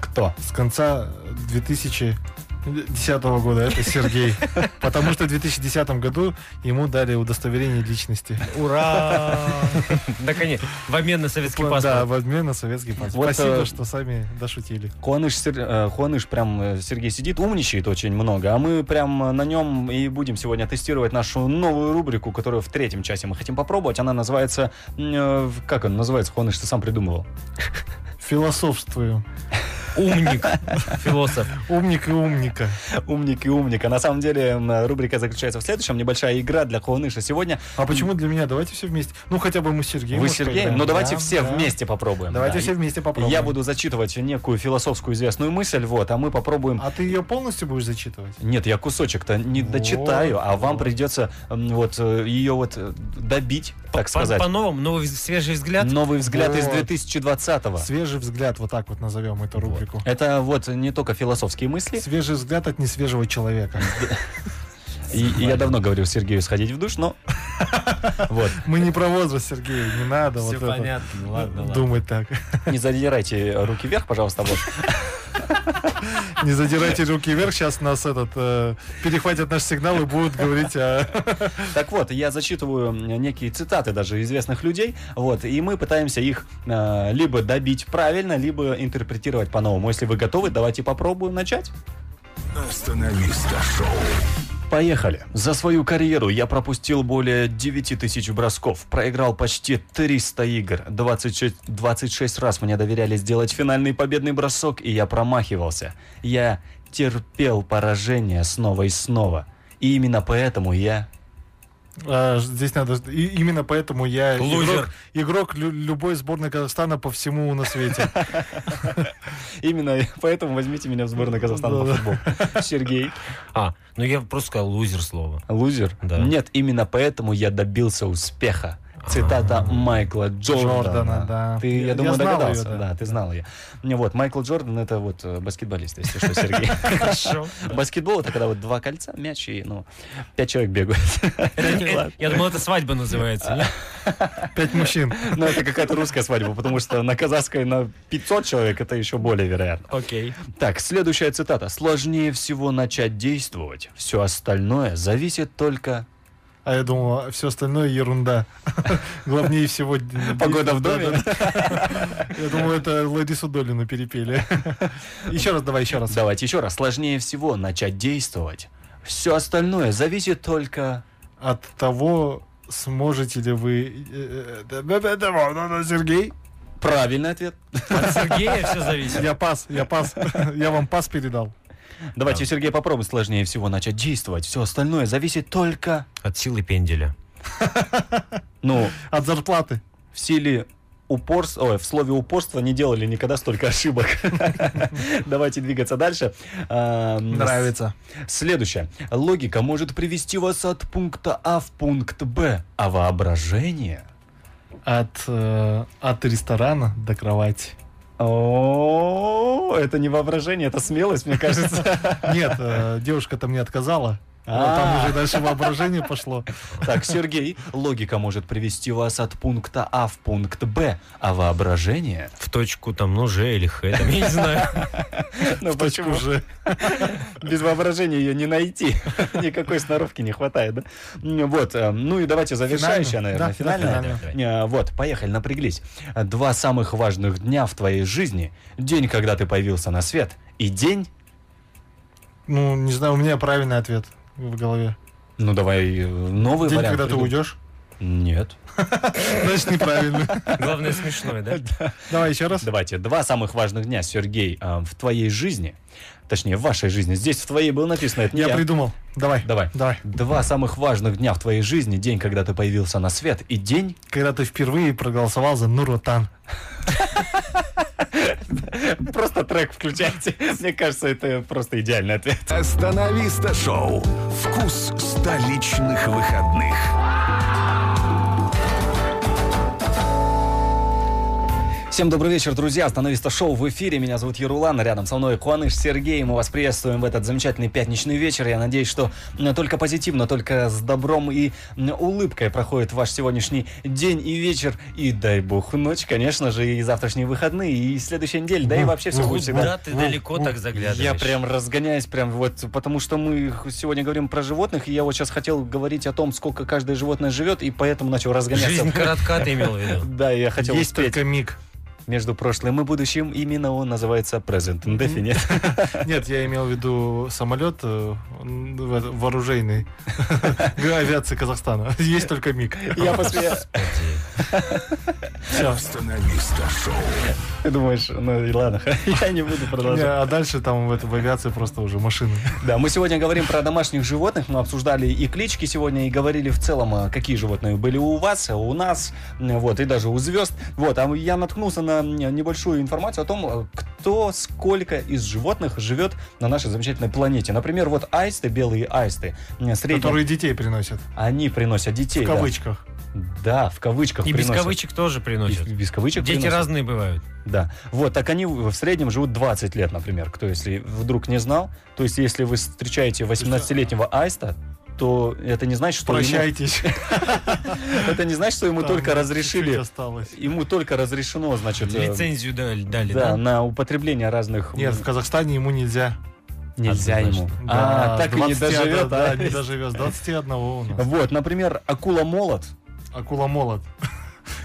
Speaker 7: Кто?
Speaker 4: с конца 2010 года. Это
Speaker 7: (laughs)
Speaker 4: Сергей. Потому что в 2010 году ему дали удостоверение личности.
Speaker 3: Ура! (laughs) Наконец, в обмен на советский
Speaker 4: Да,
Speaker 3: паспорт.
Speaker 4: в обмен на советский паспорт.
Speaker 7: Вот,
Speaker 4: Спасибо,
Speaker 7: э,
Speaker 4: что сами дошутили.
Speaker 7: Хуаныш, Сер- э, Хуаныш прям, э, Сергей сидит, умничает очень много, а мы прям э, на нем и будем сегодня тестировать нашу новую рубрику, которую в третьем часе мы хотим попробовать. Она называется... м, э, в- Как она называется, Хуаныш, ты сам придумывал?
Speaker 4: Философствую.
Speaker 3: Умник, философ.
Speaker 4: Умник и умника.
Speaker 7: Умник и умник. А на самом деле м, рубрика заключается в следующем. Небольшая игра для Хуаныша сегодня.
Speaker 4: А почему для меня? Давайте все вместе. Ну, хотя бы мы с Сергеем.
Speaker 7: Вы с
Speaker 4: может,
Speaker 7: Сергеем?
Speaker 4: поиграем.
Speaker 7: Ну давайте
Speaker 4: Да,
Speaker 7: все
Speaker 4: да.
Speaker 7: вместе попробуем.
Speaker 4: Давайте
Speaker 7: Да.
Speaker 4: все вместе попробуем.
Speaker 7: Я буду зачитывать некую философскую известную мысль, вот, а мы попробуем...
Speaker 4: А ты ее полностью будешь зачитывать?
Speaker 7: Нет, я кусочек-то не
Speaker 4: Вот,
Speaker 7: дочитаю, а вам
Speaker 4: вот.
Speaker 7: придется м, вот э, ее вот э, добить, так
Speaker 3: По-
Speaker 7: сказать.
Speaker 3: По-новому, новый свежий взгляд.
Speaker 7: Новый взгляд из
Speaker 4: Вот.
Speaker 7: 2020-го.
Speaker 4: Свежий взгляд, вот так вот назовем эту рубрику.
Speaker 7: Это вот не только философские мысли.
Speaker 4: Свежий взгляд от несвежего человека.
Speaker 7: И, и я давно говорил Сергею сходить в душ, но... Вот,
Speaker 4: Мы не про возраст, Сергей, не надо вот
Speaker 3: Все
Speaker 4: это
Speaker 3: понятно, ладно, ладно.
Speaker 4: думать так.
Speaker 7: не задирайте руки вверх, пожалуйста, вот.
Speaker 4: Не задирайте руки вверх, сейчас нас этот э, перехватят наш сигнал и будут говорить о...
Speaker 7: Так вот, я зачитываю некие цитаты даже известных людей, вот, и мы пытаемся их э, либо добить правильно, либо интерпретировать по-новому. Если вы готовы, давайте попробуем начать.
Speaker 2: «Остановиста» шоу
Speaker 7: Поехали. За свою карьеру я пропустил более 9 тысяч бросков, проиграл почти 300 игр, 26, 26 раз мне доверяли сделать финальный победный бросок, и я промахивался. Я терпел поражение снова и снова. И именно поэтому я
Speaker 4: А, здесь надо... и- именно поэтому я
Speaker 3: Лузер.
Speaker 4: игрок, игрок лю- любой сборной Казахстана по всему на свете.
Speaker 7: Именно (laughs) поэтому возьмите меня в сборную Казахстана по
Speaker 4: Да-да.
Speaker 7: футболу. Сергей.
Speaker 3: А, ну я просто сказал лузер слово.
Speaker 7: Лузер?
Speaker 3: Да.
Speaker 7: Нет, именно поэтому я добился успеха. Цитата Майкла Джордана.
Speaker 4: А. Джордана, да.
Speaker 7: Ты, я,
Speaker 4: Я-
Speaker 7: думаю,
Speaker 4: я знал
Speaker 7: догадался.
Speaker 4: её,
Speaker 7: да.
Speaker 4: да.
Speaker 7: ты знал ее. Вот, Майкл Джордан это вот э, баскетболист, если
Speaker 4: (laughs)
Speaker 7: что, Сергей.
Speaker 3: Хорошо.
Speaker 7: Баскетбол это когда вот два кольца, мяч и, ну, пять человек бегают. (laughs) Ладно.
Speaker 3: Я думал, это свадьба называется. нет?
Speaker 4: Пять мужчин.
Speaker 7: Но Ну, это какая-то русская свадьба, потому что на казахской на 500 человек это еще более вероятно.
Speaker 3: (laughs) Окей.
Speaker 7: Так, следующая цитата. Сложнее всего начать действовать. Все остальное зависит только...
Speaker 4: А я думал, все остальное ерунда. Главнее всего... д-
Speaker 7: Погода в
Speaker 4: да,
Speaker 7: доме?
Speaker 4: да, да. Я думал, это Владису Долину перепели. Еще раз давай, еще раз.
Speaker 7: Давайте еще раз. Сложнее всего начать действовать. Все остальное зависит только...
Speaker 4: От того, сможете ли вы... э, э, да, да, да, да, да, да, Сергей?
Speaker 7: Правильный ответ.
Speaker 3: От Сергея все зависит.
Speaker 4: Я пас, я пас. Я вам пас передал.
Speaker 7: Давайте, Сергей, попробуй сложнее всего начать действовать. Все остальное зависит только...
Speaker 3: От силы пенделя.
Speaker 7: Ну,
Speaker 4: От зарплаты.
Speaker 7: в силе упорства, ой, в слове упорства не делали никогда столько ошибок. (laughs) Давайте двигаться дальше. Эм, Следующее. Логика может привести вас от пункта А в пункт Б, а воображение...
Speaker 4: От, э, от ресторана до кровати.
Speaker 7: О, это не воображение, это смелость, мне кажется.
Speaker 4: Нет, э, девушка-то мне отказала. Вот
Speaker 7: А.
Speaker 4: Там уже дальше воображение пошло.
Speaker 7: Так, Сергей, логика может привести вас от пункта А в пункт Б,
Speaker 4: (laughs)
Speaker 7: а воображение...
Speaker 3: В точку там, ну, Ж или Х, там, я не знаю.
Speaker 7: Ну почему же? (laughs) Без воображения ее не найти. (laughs) Никакой сноровки не хватает, да? М, Вот, э, ну и давайте завершающая,
Speaker 4: Финальную?
Speaker 7: наверное,
Speaker 4: Да,
Speaker 7: финальная.
Speaker 4: да,
Speaker 7: Э, Вот, поехали, напряглись. Э, Два самых важных дня в твоей жизни. День, когда ты появился на свет, и день...
Speaker 4: Ну, не знаю, у меня правильный ответ в голове.
Speaker 7: Ну давай э, новый
Speaker 4: День,
Speaker 7: вариант.
Speaker 4: когда ты
Speaker 7: придумай.
Speaker 4: уйдешь,
Speaker 7: Нет.
Speaker 4: значит неправильный.
Speaker 7: (laughs)
Speaker 3: Главное, смешное, да?
Speaker 4: Давай еще раз.
Speaker 7: Давайте, два самых важных дня, Сергей, э, в твоей жизни, точнее, в вашей жизни. Здесь в твоей было написано, это не
Speaker 4: Я
Speaker 7: я.
Speaker 4: придумал. Давай.
Speaker 7: Давай.
Speaker 4: Давай.
Speaker 7: Два самых важных дня в твоей жизни, день, когда ты появился на свет, и день...
Speaker 4: Когда ты впервые проголосовал за Нуротан.
Speaker 7: Просто трек включайте. Мне кажется, это просто идеальный ответ.
Speaker 2: Остановиста шоу. Вкус столичных выходных.
Speaker 7: Всем добрый вечер, друзья. Остановиста шоу в эфире. Меня зовут Ерулан. Рядом со мной Куаныш Сергей. Мы вас приветствуем в этот замечательный пятничный вечер. Я надеюсь, что м, только позитивно, только с добром и м, улыбкой проходит ваш сегодняшний день и вечер. И дай бог ночь, конечно же, и завтрашние выходные, и следующая неделя, да и вообще все будет всегда.
Speaker 3: Ну, Куда ты далеко так заглядываешь?
Speaker 7: Я прям разгоняюсь, прям вот, потому что мы х- сегодня говорим про животных, и я вот сейчас хотел говорить о том, сколько каждое животное живет, и поэтому начал разгоняться.
Speaker 3: Жизнь коротка, ты имел в виду?
Speaker 7: Да, я хотел
Speaker 4: Есть
Speaker 7: успеть.
Speaker 4: только миг.
Speaker 7: Между прошлым и будущим именно он называется Present Ну, and Definite.
Speaker 4: Нет, я имел в виду самолет э, он в это- вооружейный
Speaker 7: (laughs)
Speaker 4: авиации Казахстана. (laughs) Есть только миг. А
Speaker 7: Я после...
Speaker 2: Остановиста шоу.
Speaker 7: (laughs) Ты думаешь, ну и ладно, (laughs) я не буду продолжать.
Speaker 4: А дальше там в это- в авиации просто уже машины.
Speaker 7: Да, мы сегодня говорим про домашних животных, мы обсуждали и клички сегодня, и говорили в целом, э, какие животные были у вас, э, у нас, э, вот, и даже у звезд. Вот, а я наткнулся на м, небольшую информацию о том, э, кто сколько из животных живет на нашей замечательной планете. Например, вот аисты, белые аисты, э, средние,
Speaker 4: Которые детей приносят.
Speaker 7: они приносят детей.
Speaker 4: В
Speaker 7: да.
Speaker 4: кавычках.
Speaker 7: Да, в кавычках
Speaker 3: И без
Speaker 7: приносят.
Speaker 3: кавычек тоже
Speaker 7: И
Speaker 3: приносят.
Speaker 7: без кавычек
Speaker 3: Дети
Speaker 7: приносят.
Speaker 3: разные бывают.
Speaker 7: Да. Вот, так они в в среднем живут 20 лет, например. Кто, если вдруг не знал, то есть, если вы встречаете 18-летнего аиста, то это не значит, что ему,
Speaker 4: Прощайтесь.
Speaker 7: (laughs) это не значит, что ему
Speaker 4: Там
Speaker 7: только
Speaker 4: чуть-чуть
Speaker 7: разрешили,
Speaker 4: осталось.
Speaker 7: ему только разрешено, значит, э,
Speaker 3: Лицензию дали, дали,
Speaker 7: да,
Speaker 3: да?
Speaker 7: на употребление разных
Speaker 4: Нет, в Казахстане ему нельзя.
Speaker 7: нельзя
Speaker 3: Однозначно.
Speaker 7: ему.
Speaker 4: Да,
Speaker 7: а, так и не
Speaker 4: 21,
Speaker 7: доживет.
Speaker 4: Да,
Speaker 7: а?
Speaker 4: не доживет. С 21 у нас.
Speaker 7: Вот, например, акула молот.
Speaker 4: Акула молот. (laughs)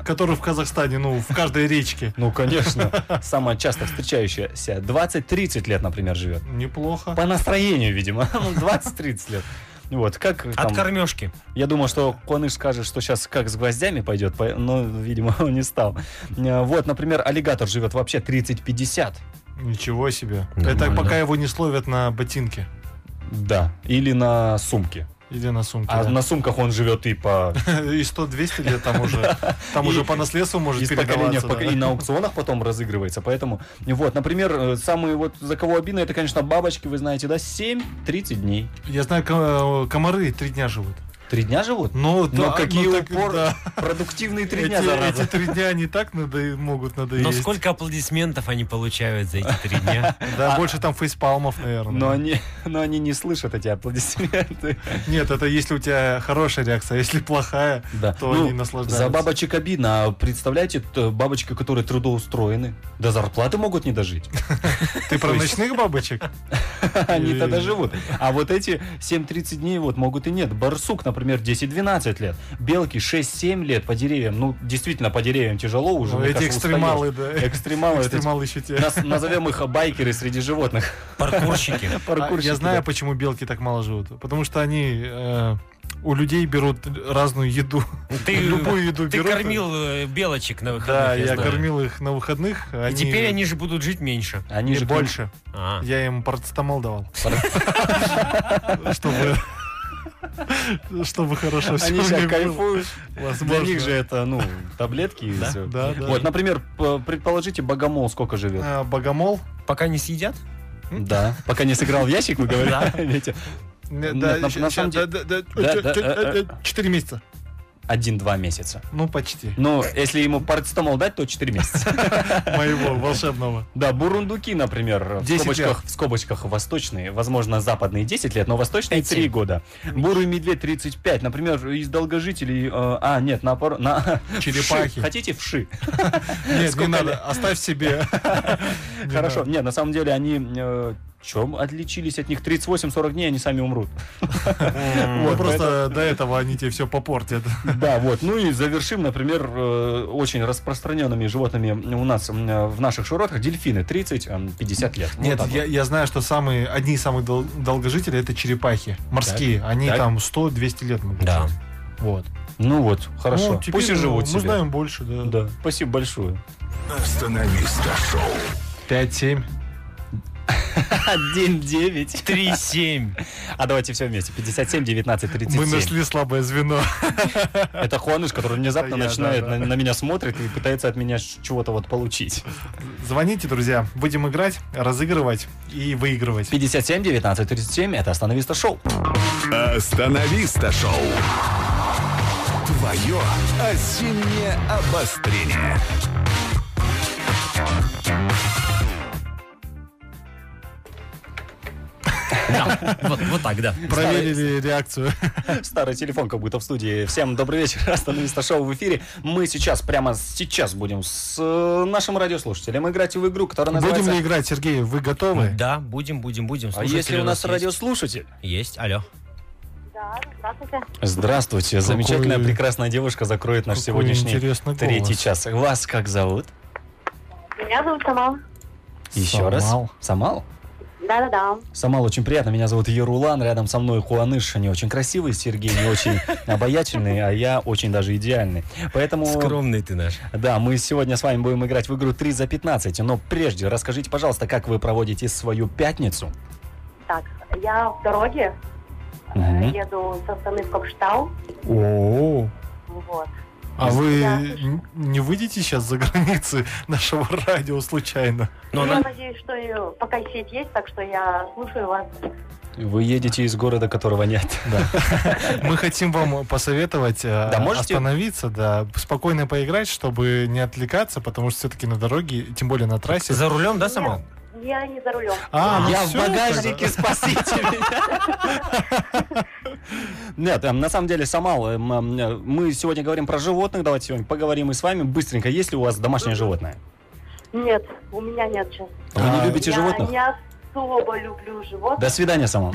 Speaker 4: Который в Казахстане, ну, в каждой речке.
Speaker 7: Ну, конечно, (laughs) самая часто встречающаяся 20-30 лет, например, живет.
Speaker 4: Неплохо.
Speaker 7: По настроению, видимо. (laughs) 20-30 лет. Вот, как
Speaker 3: От
Speaker 7: там-
Speaker 3: кормежки.
Speaker 7: Я думал, что Коныш скажет, что сейчас как с гвоздями пойдет, по- но, видимо, (laughs) он не стал. Э, Вот, например, аллигатор живет вообще 30-50.
Speaker 4: Ничего себе.
Speaker 3: Нормально.
Speaker 4: Это пока его не словят на ботинке.
Speaker 7: Да. Или на сумке.
Speaker 4: Или на сумке.
Speaker 7: А
Speaker 4: да.
Speaker 7: на сумках он живет и (laughs) по
Speaker 4: (laughs) И 100-200 лет там
Speaker 7: (laughs)
Speaker 4: уже. Там
Speaker 7: И-
Speaker 4: уже по наследству может
Speaker 7: из поколения в
Speaker 4: передаваться.
Speaker 7: поколение, и на аукционах потом разыгрывается, поэтому... Вот, например, э, самые вот, за кого обидно, это, конечно, бабочки, вы знаете, да, 7-30 дней.
Speaker 4: да. Я знаю, ко- э, комары три дня живут.
Speaker 7: Три дня живут?
Speaker 4: Ну,
Speaker 7: Но
Speaker 4: да,
Speaker 7: какие
Speaker 4: ну, так,
Speaker 7: упор...
Speaker 4: да.
Speaker 7: (laughs) Продуктивные три
Speaker 4: Эти-
Speaker 7: дня, зараза.
Speaker 4: Эти три дня они так надо- могут надоесть.
Speaker 3: Но сколько аплодисментов они получают за эти три
Speaker 4: (laughs)
Speaker 3: дня?
Speaker 4: Да, больше там фейспалмов, наверное.
Speaker 7: Но они, но они не слышат эти аплодисменты.
Speaker 4: Нет, это если у тебя хорошая реакция, а если плохая,
Speaker 7: Да.
Speaker 4: то
Speaker 7: Ну,
Speaker 4: они наслаждаются.
Speaker 7: За бабочек обидно. А представляете, т- бабочки, которые трудоустроены, до зарплаты могут не дожить. (laughs)
Speaker 4: Ты про
Speaker 7: То есть-
Speaker 4: ночных бабочек?
Speaker 7: Они
Speaker 4: Э.
Speaker 7: тогда живут. А вот эти 7-30 дней вот могут и нет. Барсук, например, 10-12 лет. Белки 6-7 лет по деревьям. Ну, действительно, по деревьям тяжело уже.
Speaker 4: Ну,
Speaker 7: мне
Speaker 4: Эти
Speaker 7: кажется,
Speaker 4: экстремалы,
Speaker 7: устаешь.
Speaker 4: да.
Speaker 7: Экстремалы. это-
Speaker 4: Экстремалы еще те.
Speaker 7: нас- назовем их байкеры среди животных.
Speaker 3: Паркурщики.
Speaker 4: А,
Speaker 7: Паркурщики,
Speaker 4: Я знаю,
Speaker 7: да.
Speaker 4: почему белки так мало живут. Потому что они э, у людей берут разную еду.
Speaker 3: Ты-
Speaker 4: Любую еду
Speaker 3: Ты
Speaker 4: берут.
Speaker 3: кормил э, белочек на выходных,
Speaker 4: Да, я
Speaker 3: знаю.
Speaker 4: кормил их на выходных.
Speaker 3: И теперь они же будут жить меньше.
Speaker 7: Они
Speaker 4: не
Speaker 7: же к ним-
Speaker 4: больше.
Speaker 3: А.
Speaker 4: Я им парацетамол давал. (laughs) Чтобы... Чтобы хорошо все
Speaker 7: Они сейчас кайфуют. Для
Speaker 4: Возможно.
Speaker 7: них же это, ну, таблетки и все.
Speaker 4: Да, да.
Speaker 7: Вот, например, п- предположите, богомол сколько живет?
Speaker 4: А, Богомол.
Speaker 3: Пока не съедят?
Speaker 7: Да. Пока не сыграл в ящик, вы (laughs) говорите. Витя.
Speaker 4: Не,
Speaker 7: Нет,
Speaker 4: да,
Speaker 7: на-
Speaker 4: щ-
Speaker 7: на
Speaker 4: щ-
Speaker 7: самом
Speaker 4: да, да, да,
Speaker 7: Да, да,
Speaker 4: чё- чё-
Speaker 7: э, э,
Speaker 4: э, э, Четыре месяца.
Speaker 7: Один-два месяца.
Speaker 4: Ну, почти.
Speaker 7: Ну, если ему парацетамол дать, то 4 месяца.
Speaker 4: (laughs) Моего волшебного.
Speaker 7: Да, бурундуки, например, в
Speaker 4: 10
Speaker 7: скобочках, в скобочках восточные, возможно, западные 10 лет, но восточные 3 года. Бурый медведь 35, например, из долгожителей... э, а, нет, наоборот, на... (laughs)
Speaker 4: Черепахи.
Speaker 7: вши. Хотите вши?
Speaker 4: Нет, не
Speaker 7: Сколько
Speaker 4: надо,
Speaker 7: лет?
Speaker 4: оставь
Speaker 7: (laughs)
Speaker 4: себе. Не
Speaker 7: Хорошо.
Speaker 4: надо.
Speaker 7: Нет, на самом деле они... чем отличились от них? 38-40 дней они сами умрут.
Speaker 4: Ну,
Speaker 7: Вот,
Speaker 4: просто до этого они тебе все попортят.
Speaker 7: (laughs) Да, вот. Ну и завершим, например, э, очень распространенными животными у нас м, в наших широтах дельфины 30-50 лет. Вот
Speaker 4: Нет,
Speaker 7: так вот.
Speaker 4: я, я знаю, что самые, одни из самых дол- долгожителей это черепахи. Морские. они
Speaker 7: так.
Speaker 4: там 100-200 лет могут
Speaker 3: Да.
Speaker 4: жить. Вот.
Speaker 7: Ну вот,
Speaker 4: Ну,
Speaker 7: хорошо.
Speaker 4: теперь
Speaker 7: Пусть и
Speaker 4: мы-
Speaker 7: живут
Speaker 4: Мы
Speaker 7: себе.
Speaker 4: знаем больше, да.
Speaker 7: Да. Спасибо большое.
Speaker 2: Остановиста шоу.
Speaker 4: 5-7.
Speaker 7: 1-9.
Speaker 3: 3-7.
Speaker 7: (laughs) А давайте все вместе. 57, 19,
Speaker 4: Мы
Speaker 7: 37.
Speaker 4: нашли слабое звено. (laughs)
Speaker 7: Это Хуаныш, который
Speaker 4: Это
Speaker 7: внезапно
Speaker 4: я,
Speaker 7: начинает
Speaker 4: да, да.
Speaker 7: на на меня смотрит и пытается от меня ш- чего-то
Speaker 4: (laughs)
Speaker 7: вот получить.
Speaker 4: Звоните, друзья. Будем играть, разыгрывать и выигрывать.
Speaker 7: 57, 19, 37. Это «Остановиста шоу».
Speaker 2: Остановиста шоу. Твое осеннее обострение.
Speaker 3: Да, Вот вот так, да.
Speaker 4: Проверили реакцию.
Speaker 7: Старый телефон как будто в студии. Всем добрый вечер. (laughs) «Остановиста шоу» в эфире. Мы сейчас, прямо сейчас будем с э, нашим радиослушателем играть в игру, которая
Speaker 4: Будем ли
Speaker 7: называется...
Speaker 4: играть, Сергей? Вы готовы?
Speaker 3: Да, будем, будем, будем.
Speaker 7: А
Speaker 3: Слушатели
Speaker 7: если у нас
Speaker 3: есть?
Speaker 7: радиослушатель?
Speaker 3: Есть, алло.
Speaker 6: Да, здравствуйте.
Speaker 7: Здравствуйте. Замечательная, прекрасная девушка закроет наш
Speaker 4: какой
Speaker 7: сегодняшний
Speaker 4: интересный
Speaker 7: третий
Speaker 4: голос.
Speaker 7: час. Вас как зовут?
Speaker 6: Меня зовут Самал.
Speaker 7: Еще
Speaker 4: Самал.
Speaker 7: раз. Самал?
Speaker 6: Да-да-да.
Speaker 7: Самал, очень приятно. Меня зовут Ерулан. Рядом со мной Хуаныш. Не очень красивый, Сергей не очень (laughs) обаятельный, а я очень даже идеальный. Поэтому,
Speaker 3: Скромный ты наш.
Speaker 7: да, мы сегодня с вами будем играть в игру 3 за 15. Но прежде расскажите, пожалуйста, как вы проводите свою пятницу?
Speaker 6: Так, я в дороге. Э,
Speaker 7: Мгм.
Speaker 6: Еду со стороны в Копштаун.
Speaker 4: О,
Speaker 6: Вот.
Speaker 4: а вы
Speaker 6: Я-
Speaker 4: н- не выйдете сейчас за (laughs) границы нашего радио случайно?
Speaker 3: Но
Speaker 6: я
Speaker 3: она-
Speaker 6: надеюсь, что э, пока сеть есть, так что я слушаю вас.
Speaker 7: Вы едете из города, которого нет.
Speaker 4: Мы хотим вам посоветовать э,
Speaker 7: Да, можете?
Speaker 4: остановиться, да, спокойно поиграть, чтобы не отвлекаться, потому что все-таки на дороге, тем более на трассе.
Speaker 3: За рулем, да, Самал?
Speaker 6: Я не за рулем.
Speaker 4: А, ну
Speaker 7: Я в
Speaker 4: всё
Speaker 7: багажнике, спасите меня. (laughs) Нет, э, на самом деле, Самал, э, м, э, мы сегодня говорим про животных, давайте сегодня поговорим и с вами быстренько. Есть ли у вас домашнее животное?
Speaker 6: Нет, у меня нет сейчас.
Speaker 7: Вы не
Speaker 4: А,
Speaker 7: любите
Speaker 6: я
Speaker 7: животных?
Speaker 6: не особо люблю животных.
Speaker 7: До
Speaker 6: (laughs)
Speaker 7: свидания, Самал.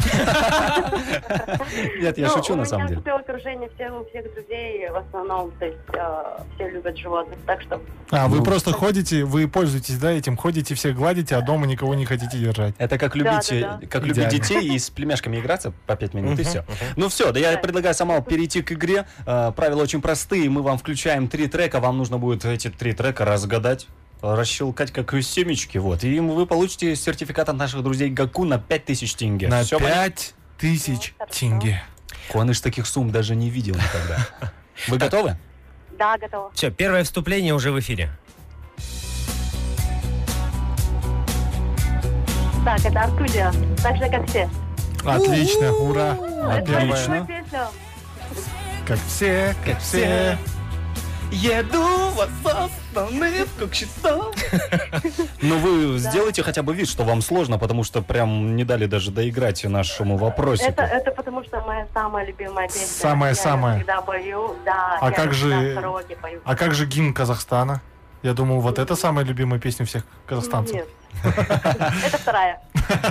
Speaker 7: Нет, я
Speaker 6: Ну,
Speaker 7: шучу, на
Speaker 6: У
Speaker 7: самом
Speaker 6: меня
Speaker 7: деле.
Speaker 6: все окружение, все, у всех друзей в основном, то есть э, все любят животных, так что
Speaker 4: А, вы
Speaker 7: Ну.
Speaker 4: просто ходите, вы пользуетесь, да, этим, ходите, всех гладите, а дома никого не хотите держать.
Speaker 7: Это как любить,
Speaker 6: да,
Speaker 7: э, как любить
Speaker 4: Идеально.
Speaker 7: детей и с племяшками играться по 5 минут, и
Speaker 3: Мгм,
Speaker 7: все. Ну все, да я предлагаю, Самал, перейти к игре. Э, Правила очень простые. Мы вам включаем три трека. Вам нужно будет эти три трека разгадать расщелкать как семечки, вот. И вы получите сертификат от наших друзей Гаку на 5000 тенге.
Speaker 4: На
Speaker 7: Всё понятно?
Speaker 4: пять тысяч
Speaker 6: Ну, хорошо.
Speaker 4: тенге.
Speaker 7: Куаныш таких сумм даже не видел никогда. (laughs) Вы готовы?
Speaker 6: Да, готова.
Speaker 3: Все, первое вступление уже в эфире.
Speaker 6: Так, это Аркудия. Так же, как все.
Speaker 4: Отлично, ура.
Speaker 7: Отлично.
Speaker 4: Первое.
Speaker 6: Мою песню.
Speaker 4: Как все, как все.
Speaker 7: Еду вас Но Ну, вы сделайте хотя бы вид, что вам сложно, потому что прям не дали даже доиграть нашему вопросику.
Speaker 6: Это, это потому что моя самая любимая песня.
Speaker 4: Самая-
Speaker 6: я
Speaker 4: самая.
Speaker 6: её всегда пою, да.
Speaker 4: А
Speaker 6: я
Speaker 4: как же-
Speaker 6: всегда в караоке пою.
Speaker 4: А как же гимн Казахстана? Я думал, вот это самая любимая песня всех казахстанцев.
Speaker 6: Ну, Нет. (laughs) Это вторая.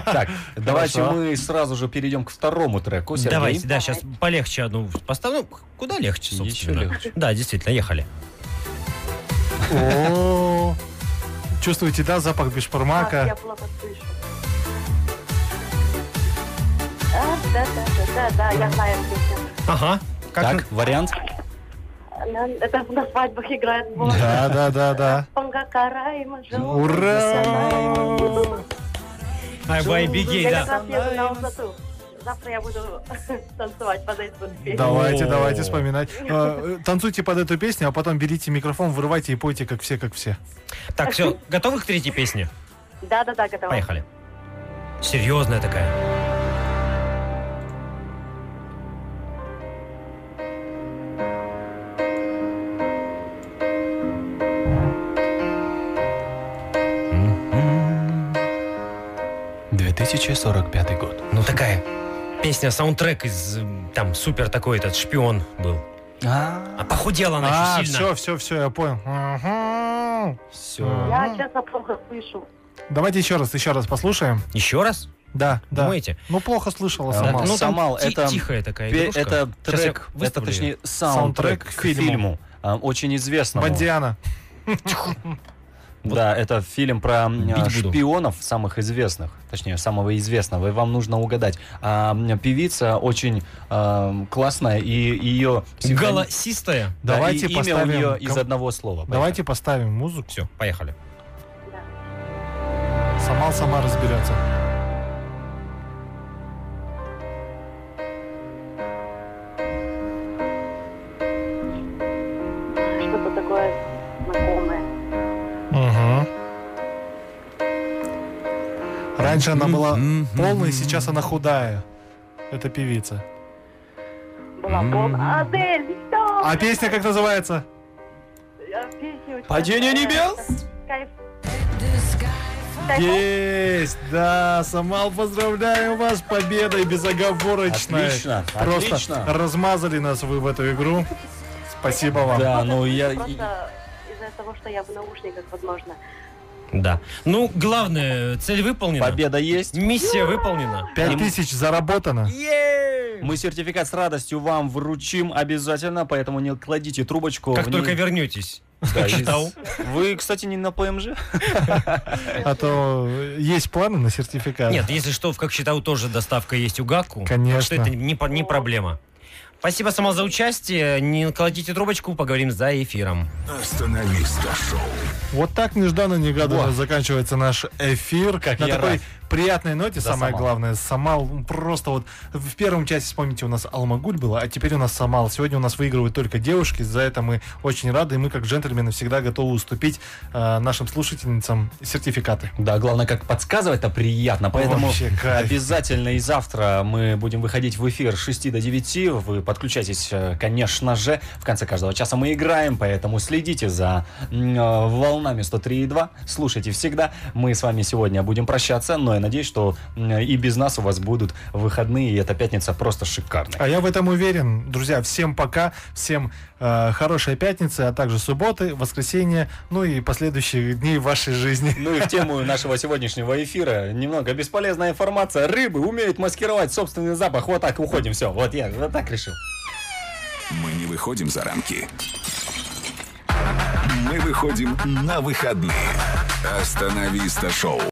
Speaker 7: Так, давайте
Speaker 4: Хорошо.
Speaker 7: мы сразу же перейдем к второму треку. Сергей.
Speaker 3: Давайте, да, сейчас полегче одну поставлю. Ну, Куда легче,
Speaker 7: Еще
Speaker 3: собственно.
Speaker 7: легче.
Speaker 3: Да, действительно, ехали.
Speaker 4: О, Чувствуете, да, запах
Speaker 6: Как Я
Speaker 4: бешпармака?
Speaker 6: плохо слышу. А, Да, да, да, да, да, я знаю эту песню.
Speaker 3: Ага. Как?
Speaker 7: Так, вариант?
Speaker 6: Она- Это на свадьбах играет. вот.
Speaker 4: Да, да, да, да.
Speaker 6: Понга карай, мажор.
Speaker 4: Ура!
Speaker 3: Ай, бай, беги,
Speaker 6: Я как
Speaker 3: да.
Speaker 6: раз еду на высоту. Завтра я буду (laughs) танцевать под эту песню.
Speaker 4: Давайте,
Speaker 7: О.
Speaker 4: давайте вспоминать. Э, э, Танцуйте под эту песню, а потом берите микрофон, вырывайте и пойте, как все, как все.
Speaker 3: Так, все, готовы к третьей песне?
Speaker 6: Да, да, да, готова.
Speaker 3: Поехали. Серьезная такая.
Speaker 7: М-м. 2045 год.
Speaker 3: Ну, такая песня, саундтрек из э, там супер такой этот шпион был. А похудела она
Speaker 4: А,
Speaker 3: еще сильно.
Speaker 4: все, все, все, я понял. Мгм.
Speaker 7: Все.
Speaker 6: Я, честно, плохо слышу.
Speaker 4: Давайте еще раз, еще раз послушаем.
Speaker 3: Еще раз?
Speaker 4: Да, да.
Speaker 3: Думаете?
Speaker 4: Ну, плохо слышала
Speaker 7: Да.
Speaker 4: сама.
Speaker 7: Ну,
Speaker 3: там
Speaker 7: Самал,
Speaker 3: ти-
Speaker 7: это-
Speaker 3: тихая такая
Speaker 7: Пе-
Speaker 3: игрушка.
Speaker 7: Это
Speaker 3: Сейчас я
Speaker 7: трек, это
Speaker 3: выставлю её.
Speaker 7: точнее саундтрек к фильму. а, Очень известному.
Speaker 4: Бандиана.
Speaker 7: Да, это фильм про м, а,
Speaker 3: Бить буду.
Speaker 7: шпионов самых известных, точнее самого известного, и вам нужно угадать. А, м, певица очень а, классная и ее
Speaker 3: Голосистая.
Speaker 4: Давайте
Speaker 7: Давайте имя у
Speaker 4: поставим
Speaker 7: нее
Speaker 4: ком-
Speaker 7: из одного слова.
Speaker 4: Давайте поставим музыку.
Speaker 3: Все, поехали.
Speaker 4: Сама сама разберется.
Speaker 6: Что-то такое знакомое.
Speaker 4: Раньше она была
Speaker 3: Мгм.
Speaker 4: полная, сейчас она худая. Это певица.
Speaker 6: Была пол... Адель, что?
Speaker 4: А песня как называется?
Speaker 6: А песня у тебя
Speaker 7: Падение
Speaker 6: такая,
Speaker 7: небес?
Speaker 6: Кайф. Кайф.
Speaker 4: Есть, да, Самал, поздравляем вас с победой безоговорочной.
Speaker 7: Отлично,
Speaker 4: Просто
Speaker 7: отлично.
Speaker 4: размазали нас вы в эту игру. Спасибо вам.
Speaker 7: Да, ну я...
Speaker 6: Просто из-за того, что я в наушниках, возможно.
Speaker 3: Да. Ну, главное, цель выполнена.
Speaker 7: Победа есть.
Speaker 3: Миссия выполнена.
Speaker 4: Пять тысяч заработано.
Speaker 7: Мы сертификат с радостью вам вручим обязательно, поэтому не кладите трубочку.
Speaker 3: Как
Speaker 7: в
Speaker 3: только
Speaker 7: ней-
Speaker 3: вернетесь.
Speaker 7: Да, и-
Speaker 3: читал.
Speaker 7: Вы, кстати, не на ПМЖ?
Speaker 4: А то есть планы на сертификат.
Speaker 3: Нет, если что, в как считал, тоже доставка есть у Гаку.
Speaker 4: Конечно.
Speaker 3: Так что это не, по- не проблема. Спасибо, Самал, за участие. Не кладите трубочку, поговорим за эфиром.
Speaker 2: Остановиста шоу.
Speaker 4: Вот так нежданно-негаданно заканчивается наш эфир.
Speaker 7: Как
Speaker 4: На
Speaker 7: я
Speaker 4: такой
Speaker 7: рад.
Speaker 4: приятной ноте,
Speaker 7: За
Speaker 4: самое
Speaker 7: Самал.
Speaker 4: главное. Самал м, просто вот... В первом части, вспомните, у нас Алмагуль была, а теперь у нас Самал. Сегодня у нас выигрывают только девушки. За это мы очень рады. И мы, как джентльмены, всегда готовы уступить э, нашим слушательницам сертификаты.
Speaker 7: Да, главное, как подсказывать-то приятно, поэтому
Speaker 4: Вообще кайф.
Speaker 7: обязательно и завтра мы будем выходить в эфир с 6 до 9. Вы подключайтесь, э, конечно же. В конце каждого часа мы играем, поэтому следите за м, э, волнами 103.2, слушайте всегда. Мы с вами сегодня будем прощаться, но я надеюсь, что м, и без нас у вас будут выходные, и эта пятница просто шикарная.
Speaker 4: А я в этом уверен. Друзья, всем пока, всем э, хорошей пятницы, а также субботы, воскресенья, ну и последующих дней вашей жизни.
Speaker 7: Ну и в тему нашего сегодняшнего эфира немного бесполезная информация. Рыбы умеют маскировать собственный запах. Вот так уходим. Все, вот я вот так решил.
Speaker 2: Мы не выходим за рамки. Мы выходим на выходные. Остановиста шоу.